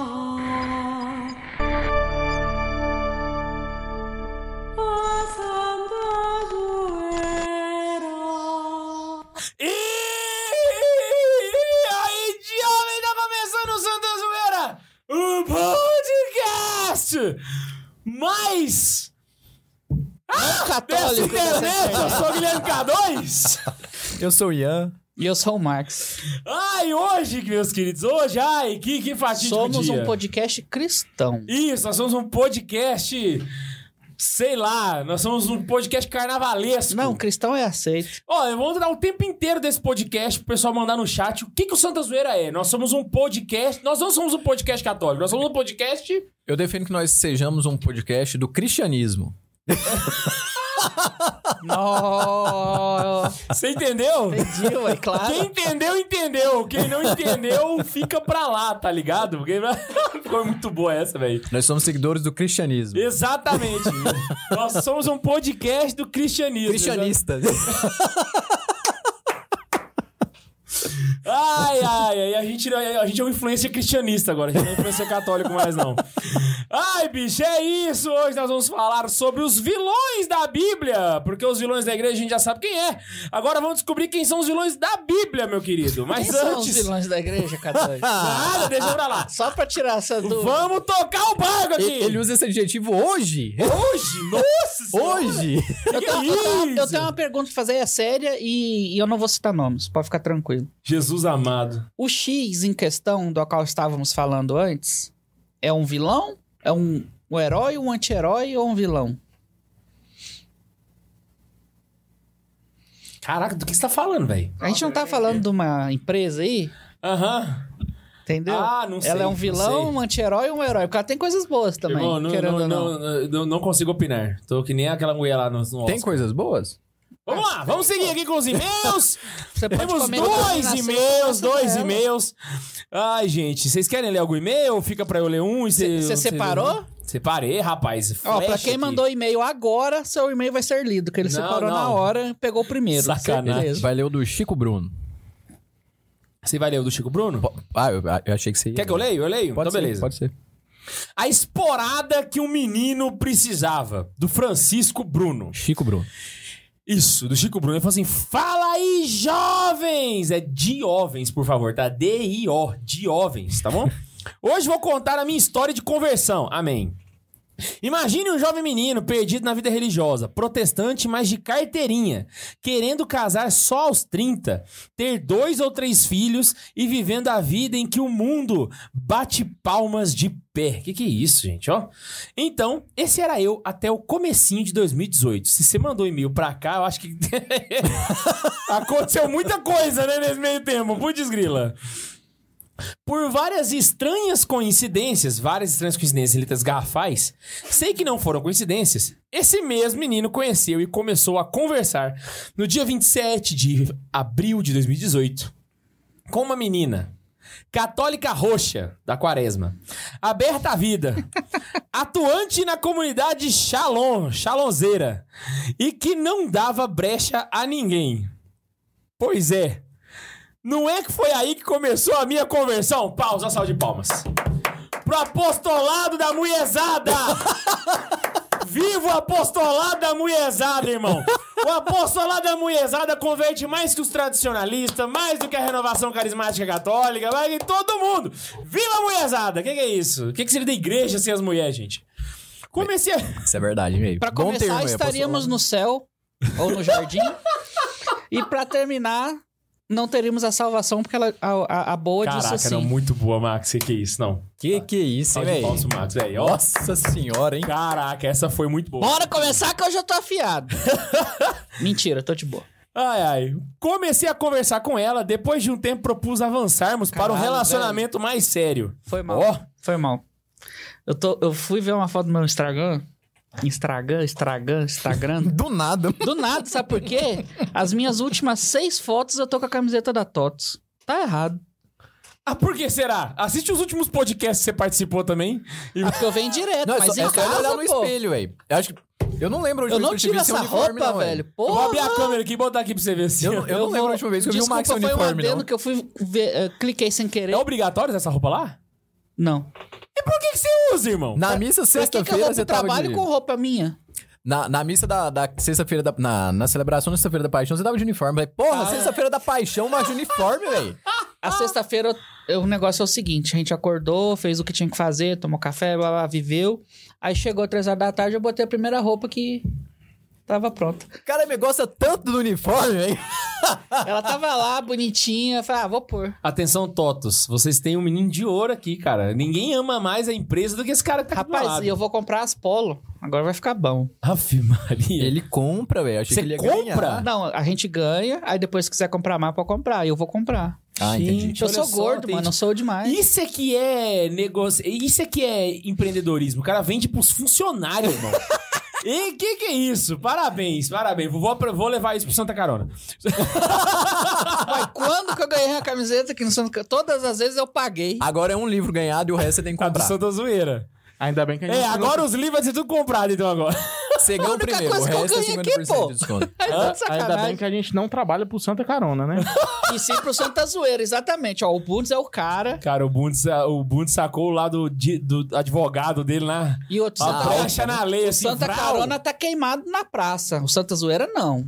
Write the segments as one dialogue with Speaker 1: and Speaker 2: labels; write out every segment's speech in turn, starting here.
Speaker 1: começar. A Santa Zoeira.
Speaker 2: E aí, jovem, tá começando o Santa Zoeira, o podcast mais dessa
Speaker 3: católico.
Speaker 2: internet. Eu sou o Guilherme K2.
Speaker 3: Eu sou o Ian.
Speaker 4: E eu sou o Max.
Speaker 2: Ai, hoje, meus queridos, hoje, ai, que, que fatídico
Speaker 4: Somos
Speaker 2: dia.
Speaker 4: um podcast cristão.
Speaker 2: Isso, nós somos um podcast, sei lá, nós somos um podcast carnavalesco.
Speaker 4: Não, cristão é aceito.
Speaker 2: Ó, eu vou dar o tempo inteiro desse podcast pro pessoal mandar no chat o que, que o Santa Zoeira é. Nós somos um podcast. Nós não somos um podcast católico, nós somos um podcast.
Speaker 3: Eu defino que nós sejamos um podcast do cristianismo.
Speaker 4: Não,
Speaker 2: Você entendeu?
Speaker 4: entendi, ué, claro.
Speaker 2: Quem entendeu, entendeu. Quem não entendeu, fica pra lá, tá ligado? Porque foi muito boa essa, velho.
Speaker 3: Nós somos seguidores do cristianismo.
Speaker 2: Exatamente. nós somos um podcast do cristianismo.
Speaker 3: Cristianistas.
Speaker 2: Ai, ai, ai, a gente, a gente é um influencer cristianista agora, a gente não é um influencer católico mais, não. Ai, bicho, é isso! Hoje nós vamos falar sobre os vilões da Bíblia, porque os vilões da igreja a gente já sabe quem é. Agora vamos descobrir quem são os vilões da Bíblia, meu querido. Mas
Speaker 4: Quem são os
Speaker 2: antes.
Speaker 4: vilões da igreja, católica?
Speaker 2: Nada, deixa pra lá.
Speaker 4: Só pra tirar essa dúvida.
Speaker 2: Vamos tocar o barco aqui!
Speaker 3: Ele usa esse adjetivo hoje.
Speaker 2: Hoje? Nossa senhora!
Speaker 3: Hoje.
Speaker 2: Que é isso?
Speaker 4: Eu tenho uma pergunta pra fazer, é séria, e, e eu não vou citar nomes, pode ficar tranquilo.
Speaker 2: Jesus amado.
Speaker 4: O X em questão, do qual estávamos falando antes, é um vilão? É um, um herói, um anti-herói ou um vilão?
Speaker 2: Caraca, do que você tá falando, velho?
Speaker 4: A gente não tá falando de uma empresa aí?
Speaker 2: Aham.
Speaker 4: Entendeu?
Speaker 2: Ah, não sei.
Speaker 4: Ela é um
Speaker 2: não
Speaker 4: vilão,
Speaker 2: sei.
Speaker 4: um anti-herói e um herói. Porque ela tem coisas boas também,
Speaker 2: Irmão, não,
Speaker 4: querendo
Speaker 2: não,
Speaker 4: ou não.
Speaker 2: não, eh, não- não consigo opinar. Tô que nem aquela mulher lá no, no Oscar.
Speaker 3: Tem coisas boas?
Speaker 2: Vamos lá, vamos seguir aqui com os e-mails.
Speaker 4: Você pode
Speaker 2: Temos
Speaker 4: comentar na
Speaker 2: dois
Speaker 4: sexta,
Speaker 2: e-mails,
Speaker 4: passa
Speaker 2: dois
Speaker 4: dela.
Speaker 2: e-mails. Ai, gente, vocês querem ler algum e-mail? Fica pra eu ler um e
Speaker 4: Cê-
Speaker 2: cê-
Speaker 4: cê
Speaker 2: vocês-
Speaker 4: separou?
Speaker 2: Separei, rapaz.
Speaker 4: Ó,
Speaker 2: Flash
Speaker 4: pra quem
Speaker 2: aqui.
Speaker 4: mandou e-mail agora, seu e-mail vai ser lido, que ele
Speaker 2: Não,
Speaker 4: separou na
Speaker 2: não.
Speaker 4: hora, pegou o primeiro.
Speaker 2: Sacanagem.
Speaker 4: certeza.
Speaker 3: Vai ler o do Chico Bruno.
Speaker 2: Você vai ler o do Chico Bruno?
Speaker 3: Po- Ah, eu, eu achei que você ia.
Speaker 2: Quer que eu leio? Eu leio?
Speaker 3: Pode
Speaker 2: então,
Speaker 3: ser,
Speaker 2: beleza.
Speaker 3: Pode ser.
Speaker 2: A esporada que um menino precisava, do Francisco Bruno.
Speaker 3: Chico Bruno.
Speaker 2: Isso, do Chico Bruno. Ele falou assim: fala aí, jovens! É diovens, por favor, tá? D-I-O, diovens, tá bom? Hoje vou contar a minha história de conversão. Amém. Imagine um jovem menino perdido na vida religiosa, protestante, mas de carteirinha, querendo casar só aos 30, ter dois ou três filhos e vivendo a vida em que o mundo bate palmas de pé. Que que é isso, gente, ó? Então, esse era eu até o comecinho de 2018. Se você mandou e-mail pra cá, eu acho que aconteceu muita coisa, né, nesse meio tempo. Putz, grila. Por várias estranhas coincidências, várias estranhas coincidências em letras garrafais, sei que não foram coincidências. Esse mesmo menino conheceu e começou a conversar no dia 27 de abril de 2018 com uma menina católica roxa da Quaresma, aberta à vida, atuante na comunidade Shalom, Shalonzeira, e que não dava brecha a ninguém. Pois é. Não é que foi aí que começou a minha conversão? Pausa, salve de palmas. Pro apostolado da mulherzada! Viva o apostolado da mulherzada, irmão! O apostolado da mulherzada converte mais que os tradicionalistas, mais do que a renovação carismática católica, mais que todo mundo! Viva a mulherzada! O que, que é isso? O que, que seria da igreja sem as mulheres, gente? Comecei a...
Speaker 3: Isso é verdade, meio.
Speaker 4: Pra
Speaker 3: Bom
Speaker 4: começar,
Speaker 3: termo, aí,
Speaker 4: estaríamos
Speaker 3: apostolado.
Speaker 4: no céu ou no jardim. e pra terminar, não teríamos a salvação, porque ela, a, a- a boa
Speaker 2: Caraca, um
Speaker 4: disse
Speaker 2: não,
Speaker 4: assim.
Speaker 2: muito boa, Max. O que, que é isso? Não.
Speaker 3: Que que é isso, hein,
Speaker 2: Salve de
Speaker 3: velho?
Speaker 4: um
Speaker 2: palmas, pro Max, velho. Ó,
Speaker 3: Nossa senhora, hein?
Speaker 2: Caraca, essa foi muito boa.
Speaker 4: Bora começar que hoje eu tô afiado. Mentira, tô de boa.
Speaker 2: Ai, ai. Comecei a conversar com ela, depois de um tempo propus avançarmos para um
Speaker 4: Caralho,
Speaker 2: relacionamento mais sério.
Speaker 4: Foi mal.
Speaker 2: Ó,
Speaker 4: Foi mal. Eu, tô, eu fui ver uma foto do meu Instagram. Instagram, Instagram, Instagram.
Speaker 3: Do nada.
Speaker 4: Do nada, sabe por quê? As minhas últimas seis fotos eu tô com a camiseta da TOTS. Tá errado.
Speaker 2: ah, por que será? Assiste os últimos podcasts que você participou também.
Speaker 4: Ah, Porque eu venho direto,
Speaker 3: Não, é
Speaker 4: mas
Speaker 3: só,
Speaker 4: em
Speaker 3: é só ele
Speaker 4: casa,
Speaker 3: olhar
Speaker 4: pô.
Speaker 3: no espelho, velho. Eu acho que Eu não lembro a última
Speaker 4: Eu não
Speaker 3: vez que eu
Speaker 4: tiro
Speaker 3: tive esse
Speaker 4: essa
Speaker 3: é uniforme,
Speaker 4: roupa,
Speaker 3: não,
Speaker 4: velho.
Speaker 2: Eu vou abrir
Speaker 4: Porra!
Speaker 2: a câmera aqui e botar aqui pra você ver assim.
Speaker 3: Eu, não- eu não lembro a última vez que eu vi o
Speaker 4: Desculpa,
Speaker 3: Max sem
Speaker 4: foi um
Speaker 3: uniforme,
Speaker 4: adendo
Speaker 3: não.
Speaker 4: que eu fui ver, eh, cliquei sem querer.
Speaker 2: É obrigatório essa roupa lá?
Speaker 4: Não.
Speaker 2: E por que, que você usa, irmão?
Speaker 3: Na missa,
Speaker 4: Pra que que eu
Speaker 3: sexta-feira,
Speaker 4: vou
Speaker 3: você
Speaker 4: pro
Speaker 3: tava
Speaker 4: trabalho
Speaker 3: de...
Speaker 4: com roupa minha?
Speaker 3: Na, na missa da, da sexta-feira da... Na, na celebração da sexta-feira da paixão, você tava de uniforme. Falei, porra, sexta-feira da paixão, mas de uniforme, velho.
Speaker 4: A sexta-feira, eu- o negócio é o seguinte: a gente acordou, fez o que tinha que fazer, tomou café, blá, blá, viveu. Aí chegou três horas da tarde, eu botei a primeira roupa que tava pronta.
Speaker 3: Cara, me gosta tanto do uniforme, velho.
Speaker 4: Ela tava lá, bonitinha, eu falei, ah, vou pôr.
Speaker 2: Atenção, Totos. Vocês têm um menino de ouro aqui, cara. Ninguém ama mais a empresa do que esse cara que tá
Speaker 4: Rapaz, e eu vou comprar as polo. Agora vai ficar bom.
Speaker 2: Ave Maria.
Speaker 3: Ele compra, velho. Achei
Speaker 2: Você
Speaker 3: que ele ia
Speaker 2: compra?
Speaker 3: ganhar.
Speaker 4: Não, a gente ganha, aí depois se quiser comprar mais, pode comprar. E eu vou comprar.
Speaker 3: Ah, entendi.
Speaker 2: Gente,
Speaker 4: eu
Speaker 2: olha
Speaker 4: sou
Speaker 2: só,
Speaker 4: gordo,
Speaker 2: tem-
Speaker 4: mano, eu sou demais.
Speaker 2: Isso é que é negócio. Isso é que é empreendedorismo. O cara vende pros funcionários, irmão. E que que é isso? Parabéns, parabéns. Vou, vou levar isso pro Santa Carona.
Speaker 4: Mas quando que eu ganhei uma camiseta que não são... Todas as vezes eu paguei.
Speaker 3: Agora é um livro ganhado e o resto você tem que
Speaker 2: A do
Speaker 3: comprar.
Speaker 2: Santa Zoeira.
Speaker 5: Ainda bem que a gente
Speaker 2: É,
Speaker 5: não-
Speaker 4: tá
Speaker 2: agora os livros vai ser tudo comprado, então, agora.
Speaker 3: Você ganha o
Speaker 4: única
Speaker 3: primeiro, o
Speaker 4: coisa que eu
Speaker 3: resto é
Speaker 4: ganhei
Speaker 3: 50%
Speaker 4: aqui, pô.
Speaker 3: de desconto.
Speaker 4: Aí tá de
Speaker 5: Ainda bem
Speaker 4: sacanagem.
Speaker 5: que a gente não trabalha pro Santa Carona, né?
Speaker 4: E sim pro Santa Zoeira, exatamente. Ó, o Bundes é o cara
Speaker 2: Cara, o Bundes, ah, o Bundes sacou o lado de- do advogado dele lá.
Speaker 4: e o outro
Speaker 2: A
Speaker 4: Santa
Speaker 2: brecha na lei, assim,
Speaker 4: Santa
Speaker 2: vrau.
Speaker 4: Carona tá queimado na praça. O Santa Zoeira não.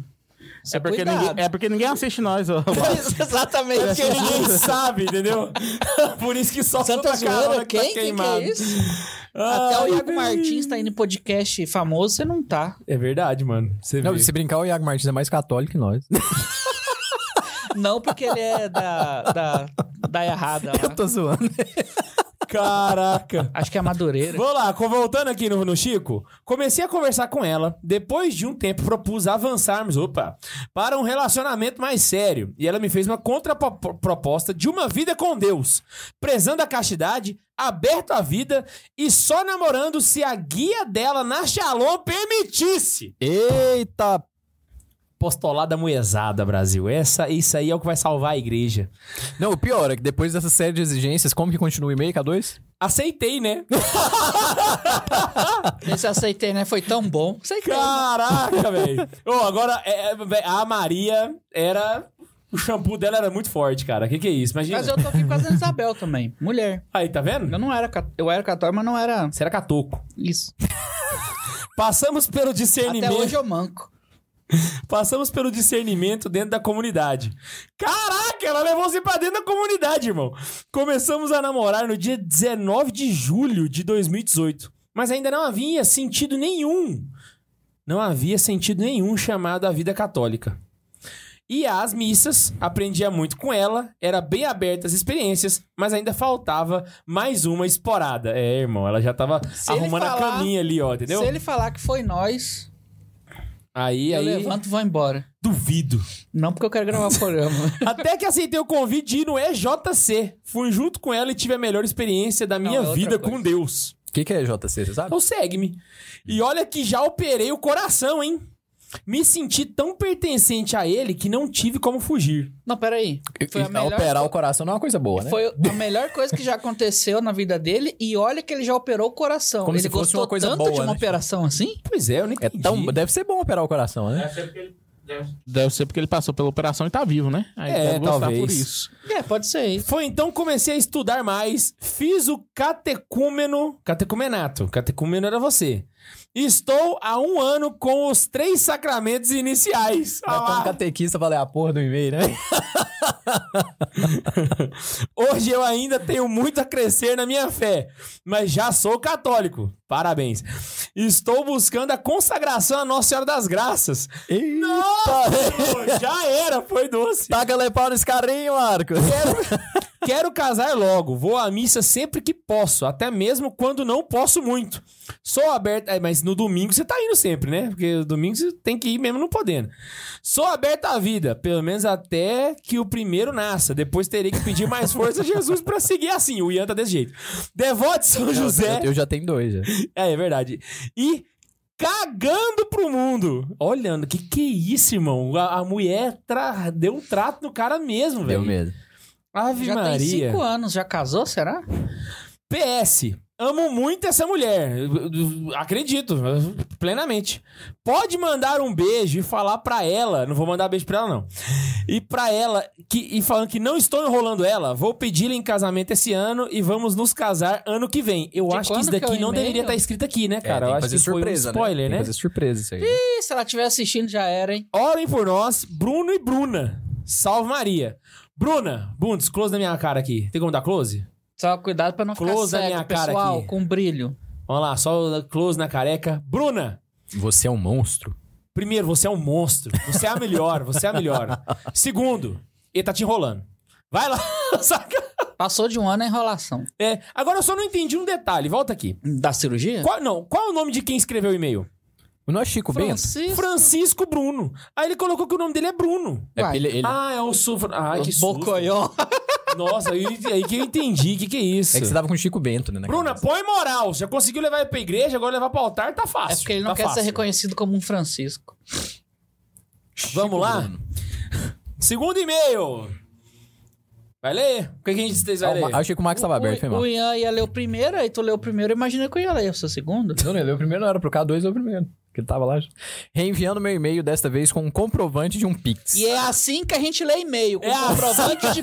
Speaker 5: É porque,
Speaker 4: Cuidado.
Speaker 5: ninguém, é porque ninguém assiste nós, ó.
Speaker 4: Exatamente.
Speaker 2: É Porque ninguém sabe, entendeu? Por isso que só
Speaker 4: Santa Zoeira,
Speaker 2: Carona
Speaker 4: quem?
Speaker 2: tá
Speaker 4: quem que
Speaker 2: queimado.
Speaker 4: é isso?
Speaker 2: Ai,
Speaker 4: Até o Iago
Speaker 2: meu
Speaker 4: Martins tá indo em podcast famoso, você não tá.
Speaker 2: É verdade, mano. Você
Speaker 3: Não,
Speaker 2: vê.
Speaker 3: se brincar, o Iago Martins é mais católico que nós.
Speaker 4: Não, porque ele é da, da, da errada lá.
Speaker 3: Tô zoando.
Speaker 2: Caraca.
Speaker 4: Acho que é a Madureira.
Speaker 2: Vou lá, co- voltando aqui no, no Chico. Comecei a conversar com ela. Depois de um tempo, propus avançarmos, opa, para um relacionamento mais sério. E ela me fez uma contraproposta de uma vida com Deus, prezando a castidade, aberto à vida e só namorando se a guia dela na Shalom permitisse.
Speaker 3: Eita,
Speaker 2: Postulada muezada, Brasil. Essa, isso aí é o que vai salvar a igreja.
Speaker 3: Não, o pior é que depois dessa série de exigências, como que continua o e-mail, K2?
Speaker 2: Aceitei, né?
Speaker 4: Esse aceitei, né? Foi tão bom. Aceitei.
Speaker 2: Caraca, velho. Ô, agora, é, é, véi, a Maria era. O shampoo dela era muito forte, cara. Que que é isso? Imagina.
Speaker 4: Mas eu tô aqui com a Ana Isabel também. Mulher.
Speaker 2: Aí, tá vendo?
Speaker 4: Eu não era cat- Eu era católico, mas não era
Speaker 2: Será catoco?
Speaker 4: isso.
Speaker 2: Passamos pelo
Speaker 4: Até
Speaker 2: discernimento.
Speaker 4: hoje eu manco.
Speaker 2: Passamos pelo discernimento dentro da comunidade. Caraca, ela levou você pra dentro da comunidade, irmão. Começamos a namorar no dia 19 de julho de 2018. Mas ainda não havia sentido nenhum. Não havia sentido nenhum chamado à vida católica. E às missas, aprendia muito com ela, era bem aberta às experiências, mas ainda faltava mais uma esporada. É, irmão, ela já tava
Speaker 4: ele
Speaker 2: arrumando a
Speaker 4: falar-
Speaker 2: caminha ali, ó, entendeu?
Speaker 4: Se ele falar que foi nós,
Speaker 2: Aí,
Speaker 4: eu
Speaker 2: aí,
Speaker 4: levanto e vou embora.
Speaker 2: duvido.
Speaker 4: Não porque eu quero gravar o programa.
Speaker 2: Até que aceitei o convite de ir no EJC. Fui junto com ela e tive a melhor experiência da minha
Speaker 4: é outra
Speaker 2: vida
Speaker 4: coisa.
Speaker 2: com Deus.
Speaker 3: O que, que é JC, você sabe?
Speaker 2: Então segue-me. E olha que já operei o coração, hein? Me senti tão pertencente a ele que não tive como fugir.
Speaker 4: Não, peraí. Foi a melhor,
Speaker 3: Operar o coração não é uma coisa boa, né?
Speaker 4: foi a melhor coisa que já aconteceu na vida dele. E olha que ele já operou o coração.
Speaker 3: Como
Speaker 4: ele
Speaker 3: se fosse
Speaker 4: gostou
Speaker 3: uma coisa
Speaker 4: tanto
Speaker 3: boa,
Speaker 4: de uma
Speaker 3: né?
Speaker 4: operação assim?
Speaker 2: Pois é, eu nem
Speaker 3: É
Speaker 2: entendi.
Speaker 3: tão... Deve ser bom operar o coração, né?
Speaker 5: Deve ser porque ele passou pela operação e tá vivo, né? Aí
Speaker 2: É,
Speaker 5: deve gostar
Speaker 2: talvez.
Speaker 5: por isso.
Speaker 4: É, pode ser isso.
Speaker 2: Foi então que comecei a estudar mais, fiz o catecúmeno, catecumenato, catecúmeno era você. E Estou há um ano com os três sacramentos iniciais. Ah
Speaker 3: Vai pra um
Speaker 2: lá.
Speaker 3: catequista valer a porra do e-mail, né?
Speaker 2: Hoje eu ainda tenho muito a crescer na minha fé, mas já sou católico. Parabéns. Estou buscando a consagração à Nossa Senhora das Graças. Nossa, já era, foi doce.
Speaker 3: Taca lepau nesse carrinho, Marcos.
Speaker 2: Quero casar logo, vou à missa sempre que posso, até mesmo quando não posso muito. Sou aberta. é, mas no domingo você tá indo sempre, né? Porque no domingo você tem que ir mesmo não podendo. Sou aberta à vida, pelo menos até que o primeiro nasça. Depois terei que pedir mais força a Jesus pra seguir assim. O Ian tá desse jeito. Devote São José.
Speaker 3: Eu, eu já tenho dois, já.
Speaker 2: É, é verdade. E cagando pro mundo. Olhando, que que é isso, irmão? A, a mulher tra- deu um trato no cara mesmo,
Speaker 3: Deu
Speaker 2: velho.
Speaker 3: medo.
Speaker 2: Ave
Speaker 4: Já
Speaker 2: Maria.
Speaker 4: tem cinco anos, já casou, será?
Speaker 2: PS. Amo muito essa mulher. Eu- eu- eu Acredito, eu- plenamente. Pode mandar um beijo e falar pra ela. Não vou mandar beijo pra ela, não. E pra ela, que, e falando que não estou enrolando ela, vou pedi-la em casamento esse ano e vamos nos casar ano que vem. Eu
Speaker 4: De
Speaker 2: acho que isso
Speaker 4: quando que é
Speaker 2: daqui
Speaker 4: o
Speaker 2: não
Speaker 4: e-mail?
Speaker 2: deveria estar escrito aqui, né,
Speaker 3: É,
Speaker 2: cara? eu acho que foi um spoiler, né?
Speaker 3: Fazer surpresa isso aí.
Speaker 4: Ih, se ela estiver assistindo, já era, hein?
Speaker 2: Orem por nós, Bruno e Bruna. Salve Maria. Bruna, Bundes, close na minha cara aqui. Tem como dar close?
Speaker 4: Só cuidado pra não
Speaker 2: Close
Speaker 4: ficar
Speaker 2: na
Speaker 4: cego,
Speaker 2: minha cara
Speaker 4: pessoal,
Speaker 2: aqui.
Speaker 4: com brilho.
Speaker 2: Vamos lá, só o close na careca. Bruna,
Speaker 3: Você é um monstro.
Speaker 2: primeiro, você é um monstro. Você é a melhor, você é a melhor. Segundo, ele tá te enrolando. Vai lá, saca?
Speaker 4: Passou de um ano a enrolação.
Speaker 2: É, agora eu só não entendi um detalhe, volta aqui.
Speaker 4: Da cirurgia?
Speaker 2: Qual, não, qual é o nome de quem escreveu o e-mail?
Speaker 3: O nosso Chico Bento.
Speaker 2: assim.
Speaker 4: Francisco.
Speaker 2: Francisco Bruno. Aí ele colocou que o nome dele é Bruno.
Speaker 3: É
Speaker 4: Uai.
Speaker 3: porque ele, ele-
Speaker 2: Ah, é o sufra. Ai, que susto.
Speaker 4: Bocoió.
Speaker 2: Nossa, aí, aí que eu entendi. O que, que é isso?
Speaker 3: é que você tava com o Chico Bento, né? na
Speaker 2: Bruna,
Speaker 3: cabeça.
Speaker 2: põe moral. Já conseguiu levar ele pra igreja, agora levar pra altar, tá fácil.
Speaker 4: É porque ele não
Speaker 2: tá
Speaker 4: quer
Speaker 2: fácil.
Speaker 4: ser reconhecido como um Francisco.
Speaker 2: Vamos lá? Segundo e-mail. Vai ler? O que, que a gente vocês vai
Speaker 3: Ah, o Ma-
Speaker 2: ler?
Speaker 3: ah, o Chico Max tava aberto, foi
Speaker 4: o,
Speaker 3: mal.
Speaker 4: o Ian ia ler o primeiro, aí tu leu o primeiro, imagina que eu ia ler o seu segundo.
Speaker 3: Não, ele leu o primeiro, não era pro K2 ou o primeiro. Que ele tava lá. já. Reenviando meu e-mail desta vez com um comprovante de um Pix.
Speaker 4: E é assim que a gente lê e-mail, com
Speaker 2: É assim.
Speaker 4: comprovante de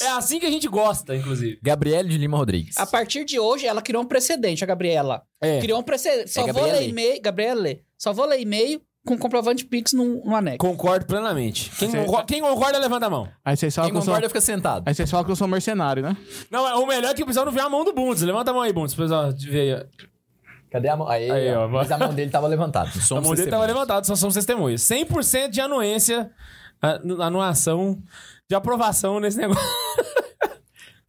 Speaker 2: É assim que a gente gosta, inclusive.
Speaker 3: Gabriele de Lima Rodrigues.
Speaker 4: A partir de hoje, ela criou um precedente, a Gabriela.
Speaker 2: É.
Speaker 4: Criou um precedente. Só
Speaker 3: É,
Speaker 4: vou
Speaker 3: Gabriele.
Speaker 4: ler e-mail. Gabriela, lê. só vou ler e-mail com comprovante Pix no, no anexo.
Speaker 2: Concordo plenamente. Quem,
Speaker 5: Você-
Speaker 2: concorda, quem concorda, levanta a mão.
Speaker 5: Aí vocês falam
Speaker 3: Quem
Speaker 5: que eu sou...
Speaker 3: concorda fica sentado.
Speaker 5: Aí vocês falam que eu sou mercenário, né?
Speaker 2: Não, é- o melhor é que o pessoal não vê a mão do Bundes. Levanta a mão aí, Bundes. pro pessoal ver aí.
Speaker 3: Cadê a mão? Aí,
Speaker 2: Aí, ó.
Speaker 3: ó. Mas a mão dele tava levantada.
Speaker 2: A mão dele tava levantada, só somos testemunhas. 100% de anuência, a- anuação, de aprovação nesse negócio.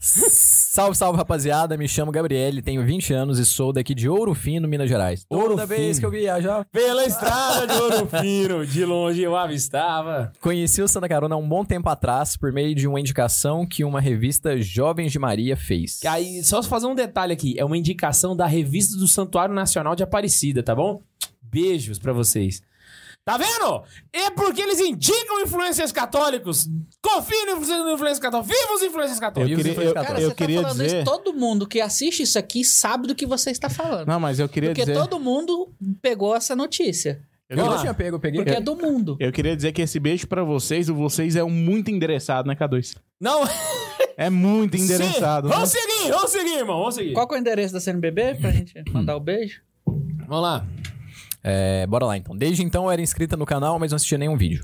Speaker 3: Salve, salve, rapaziada. Me chamo Gabriele, tenho 20 anos e sou daqui de Ouro Fino, Minas Gerais.
Speaker 2: Ouro
Speaker 3: Toda vez
Speaker 2: Fino.
Speaker 3: que eu viajar,
Speaker 2: Pela estrada de ouro fino, de longe eu avistava.
Speaker 3: Conheci o Santa Carona há um bom tempo atrás por meio de uma indicação que uma revista Jovens de Maria fez.
Speaker 2: Que Aí, só fazer um detalhe aqui. É uma indicação da revista do Santuário Nacional de Aparecida, tá bom? Beijos pra vocês. Tá vendo? É porque eles indicam influências católicos. Confia no influ- no influência católica. Viva os influências
Speaker 5: Eu
Speaker 2: católicos.
Speaker 5: queria- eu-
Speaker 4: Cara,
Speaker 5: eu
Speaker 4: você
Speaker 5: queria
Speaker 4: tá falando
Speaker 5: dizer-
Speaker 4: isso, todo mundo que assiste isso aqui sabe do que você está falando.
Speaker 5: Não, mas eu queria
Speaker 4: porque
Speaker 5: dizer...
Speaker 4: todo mundo pegou essa notícia.
Speaker 3: Eu
Speaker 5: Eu,
Speaker 2: Vamos
Speaker 3: não
Speaker 2: lá.
Speaker 3: tinha pego, eu peguei.
Speaker 4: Porque é do mundo.
Speaker 5: eu queria dizer que esse beijo pra vocês, o vocês é um muito endereçado, né, K2?
Speaker 2: Não,
Speaker 5: É muito
Speaker 2: Sim.
Speaker 5: endereçado. né?
Speaker 2: Vamos seguir, vamos seguir, irmão. Vamos seguir.
Speaker 4: Qual que é o endereço da CNBB pra gente mandar o beijo?
Speaker 2: Vamos lá.
Speaker 3: É, bora lá então. Desde então eu era inscrita no canal, mas não assistia nenhum vídeo.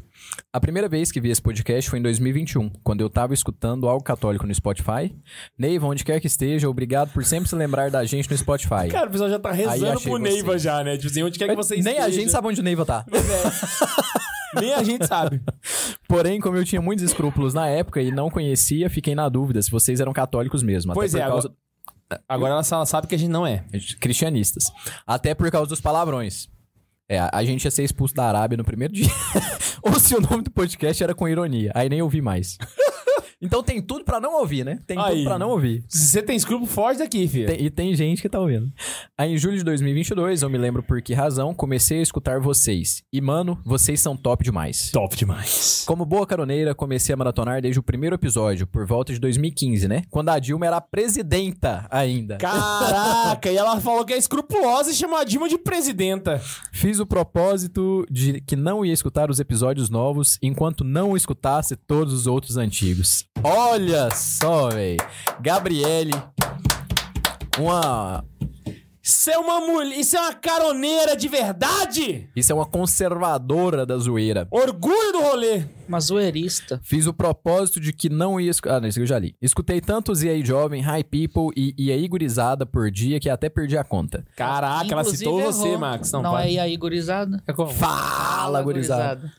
Speaker 3: A primeira vez que vi esse podcast foi em 2021, quando eu tava escutando algo católico no Spotify. Neiva, onde quer que esteja, obrigado por sempre se lembrar da gente no Spotify.
Speaker 2: Cara, o pessoal já tá
Speaker 3: Aí
Speaker 2: rezando
Speaker 3: achei
Speaker 2: pro Neiva
Speaker 3: vocês.
Speaker 2: já, né? Tipo assim, onde quer que você
Speaker 3: Nem
Speaker 2: esteja.
Speaker 3: a gente sabe onde o Neiva tá.
Speaker 2: Nem a gente sabe.
Speaker 3: Porém, como eu tinha muitos escrúpulos na época e não conhecia, fiquei na dúvida se vocês eram católicos mesmo. até
Speaker 2: Pois
Speaker 3: por
Speaker 2: é,
Speaker 3: causa-
Speaker 2: Agora ela só sabe que a gente não é.
Speaker 3: cristianistas. Até por causa dos palavrões. É, a gente ia ser expulso da Arábia no primeiro dia. Ou se o nome do podcast era com ironia. Aí nem ouvi mais. então tem tudo pra não ouvir, né? Tem
Speaker 2: Aí.
Speaker 3: tudo pra não ouvir.
Speaker 2: Se você tem escrúpulo, foge daqui, filho.
Speaker 3: Tem- e tem gente que tá ouvindo. Aí em julho de 2022, eu me lembro por que razão, comecei a escutar vocês. E mano, vocês são top demais.
Speaker 2: Top demais.
Speaker 3: Como boa caroneira, comecei a maratonar desde o primeiro episódio, por volta de 2015, né? Quando a Dilma era presidenta ainda.
Speaker 2: Caraca, e ela falou que é escrupulosa e chamou a Dilma de presidenta.
Speaker 3: Fiz o propósito de que não ia escutar os episódios novos enquanto não escutasse todos os outros antigos. Olha só, velho. Gabriele. Uma.
Speaker 2: Isso é uma mulher, isso é uma caroneira de verdade!
Speaker 3: Isso é uma conservadora da zoeira.
Speaker 2: Orgulho do rolê!
Speaker 4: Uma zoeirista.
Speaker 3: Fiz o propósito de que não ia escutar. Ah, não, isso eu já li. Escutei tantos E aí Jovem, High People e E aí Gurizada por dia que até perdi a conta.
Speaker 2: Caraca, Ah, ela
Speaker 4: Inclusive,
Speaker 2: citou
Speaker 4: errou.
Speaker 2: você, Max. Não,
Speaker 4: Não
Speaker 2: para.
Speaker 4: é e aí, gurizada?
Speaker 2: É como?
Speaker 3: Fala, gurizada.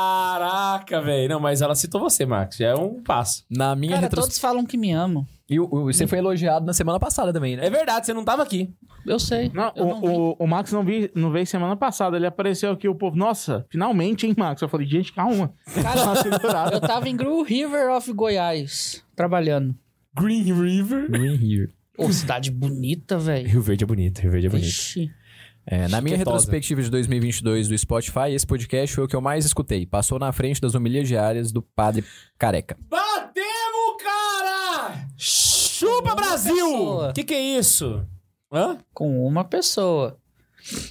Speaker 2: Caraca, velho. Não, mas ela citou você, Max. Já é um passo.
Speaker 3: Na minha
Speaker 4: Cara,
Speaker 3: retros...
Speaker 4: todos falam que me amam.
Speaker 3: E o- o- você foi elogiado na semana passada também, né?
Speaker 2: É verdade, você não tava aqui.
Speaker 4: Eu sei.
Speaker 5: Não,
Speaker 4: eu não vi.
Speaker 5: o, o, o Max não, vi, não veio semana passada. Ele apareceu aqui, o povo. Nossa, finalmente, hein, Max? Eu falei, gente, calma.
Speaker 4: Cara, eu tava em Green River of Goiás, trabalhando.
Speaker 2: Green River.
Speaker 3: Green Here.
Speaker 4: Ô, cidade bonita, velho.
Speaker 2: Rio Verde é bonito, Rio Verde é bonito.
Speaker 4: Vixe.
Speaker 3: É, na minha
Speaker 2: Chiquetosa.
Speaker 3: retrospectiva de 2022 do Spotify, esse podcast foi o que eu mais escutei. Passou na frente das homilias diárias do Padre Careca.
Speaker 2: Batemos, cara! Chupa, Brasil!
Speaker 4: pessoa.
Speaker 2: O que, que é isso? Hã?
Speaker 4: Com uma pessoa.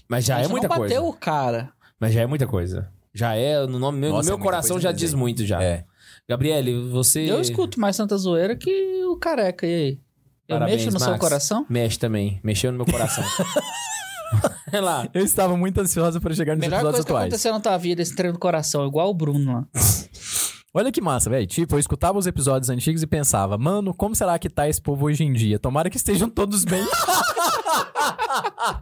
Speaker 2: Mas já
Speaker 4: A
Speaker 2: é
Speaker 4: gente
Speaker 2: muita
Speaker 4: não
Speaker 2: coisa.
Speaker 4: bateu o cara.
Speaker 2: Mas já é muita coisa. Já é, no nome meu,
Speaker 3: Nossa,
Speaker 2: no
Speaker 3: é
Speaker 2: meu
Speaker 3: muita
Speaker 2: coração
Speaker 3: coisa
Speaker 2: já
Speaker 3: mesmo,
Speaker 2: diz
Speaker 3: hein?
Speaker 2: muito já.
Speaker 3: É.
Speaker 2: Gabriele, você.
Speaker 4: Eu escuto mais Santa Zoeira que o careca, e aí? Eu
Speaker 2: Parabéns,
Speaker 4: mexo no seu
Speaker 2: Max.
Speaker 4: coração?
Speaker 2: Mexe também. Mexeu no meu coração. Olha lá.
Speaker 3: Eu estava muito ansiosa pra chegar nos
Speaker 4: Melhor
Speaker 3: episódios
Speaker 4: coisa que
Speaker 3: atuais.
Speaker 4: aconteceu na tua vida, esse treino do coração, igual o Bruno lá.
Speaker 3: Olha que massa, velho. Tipo, eu escutava os episódios antigos e pensava, mano, como será que tá esse povo hoje em dia? Tomara que estejam todos bem.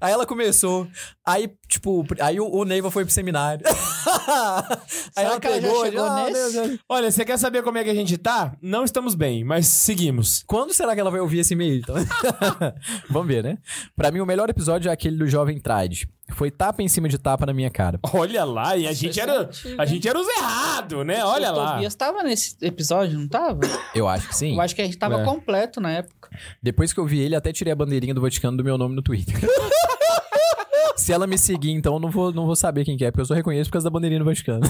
Speaker 3: aí ela começou. Aí, tipo, aí o, o Neiva foi pro seminário. aí
Speaker 4: Será
Speaker 3: ela
Speaker 4: que ela já
Speaker 3: pegou,
Speaker 4: chegou
Speaker 3: "Ah, meu
Speaker 4: nesse?"
Speaker 3: Deus."
Speaker 2: Olha, você quer saber como é que a gente tá? Não estamos bem, mas seguimos.
Speaker 3: Quando será que ela vai ouvir esse e-mail? Então, Vamos ver, né? Pra mim, o melhor episódio é aquele do Jovem Trade. Foi tapa em cima de tapa na minha cara.
Speaker 2: Olha lá, e a gente era.
Speaker 4: né?
Speaker 2: A gente era os errados, né? Olha
Speaker 4: O
Speaker 2: lá.
Speaker 4: Tobias tava nesse episódio, não tava?
Speaker 3: Eu acho que sim.
Speaker 4: Eu acho que a gente tava
Speaker 2: É.
Speaker 4: completo na época.
Speaker 3: Depois que eu vi ele, até tirei a bandeirinha do Vaticano do meu nome no Twitter. Se ela me seguir, então eu não vou, não vou saber quem que é, porque eu só reconheço por causa da bandeirinha do Vaticano.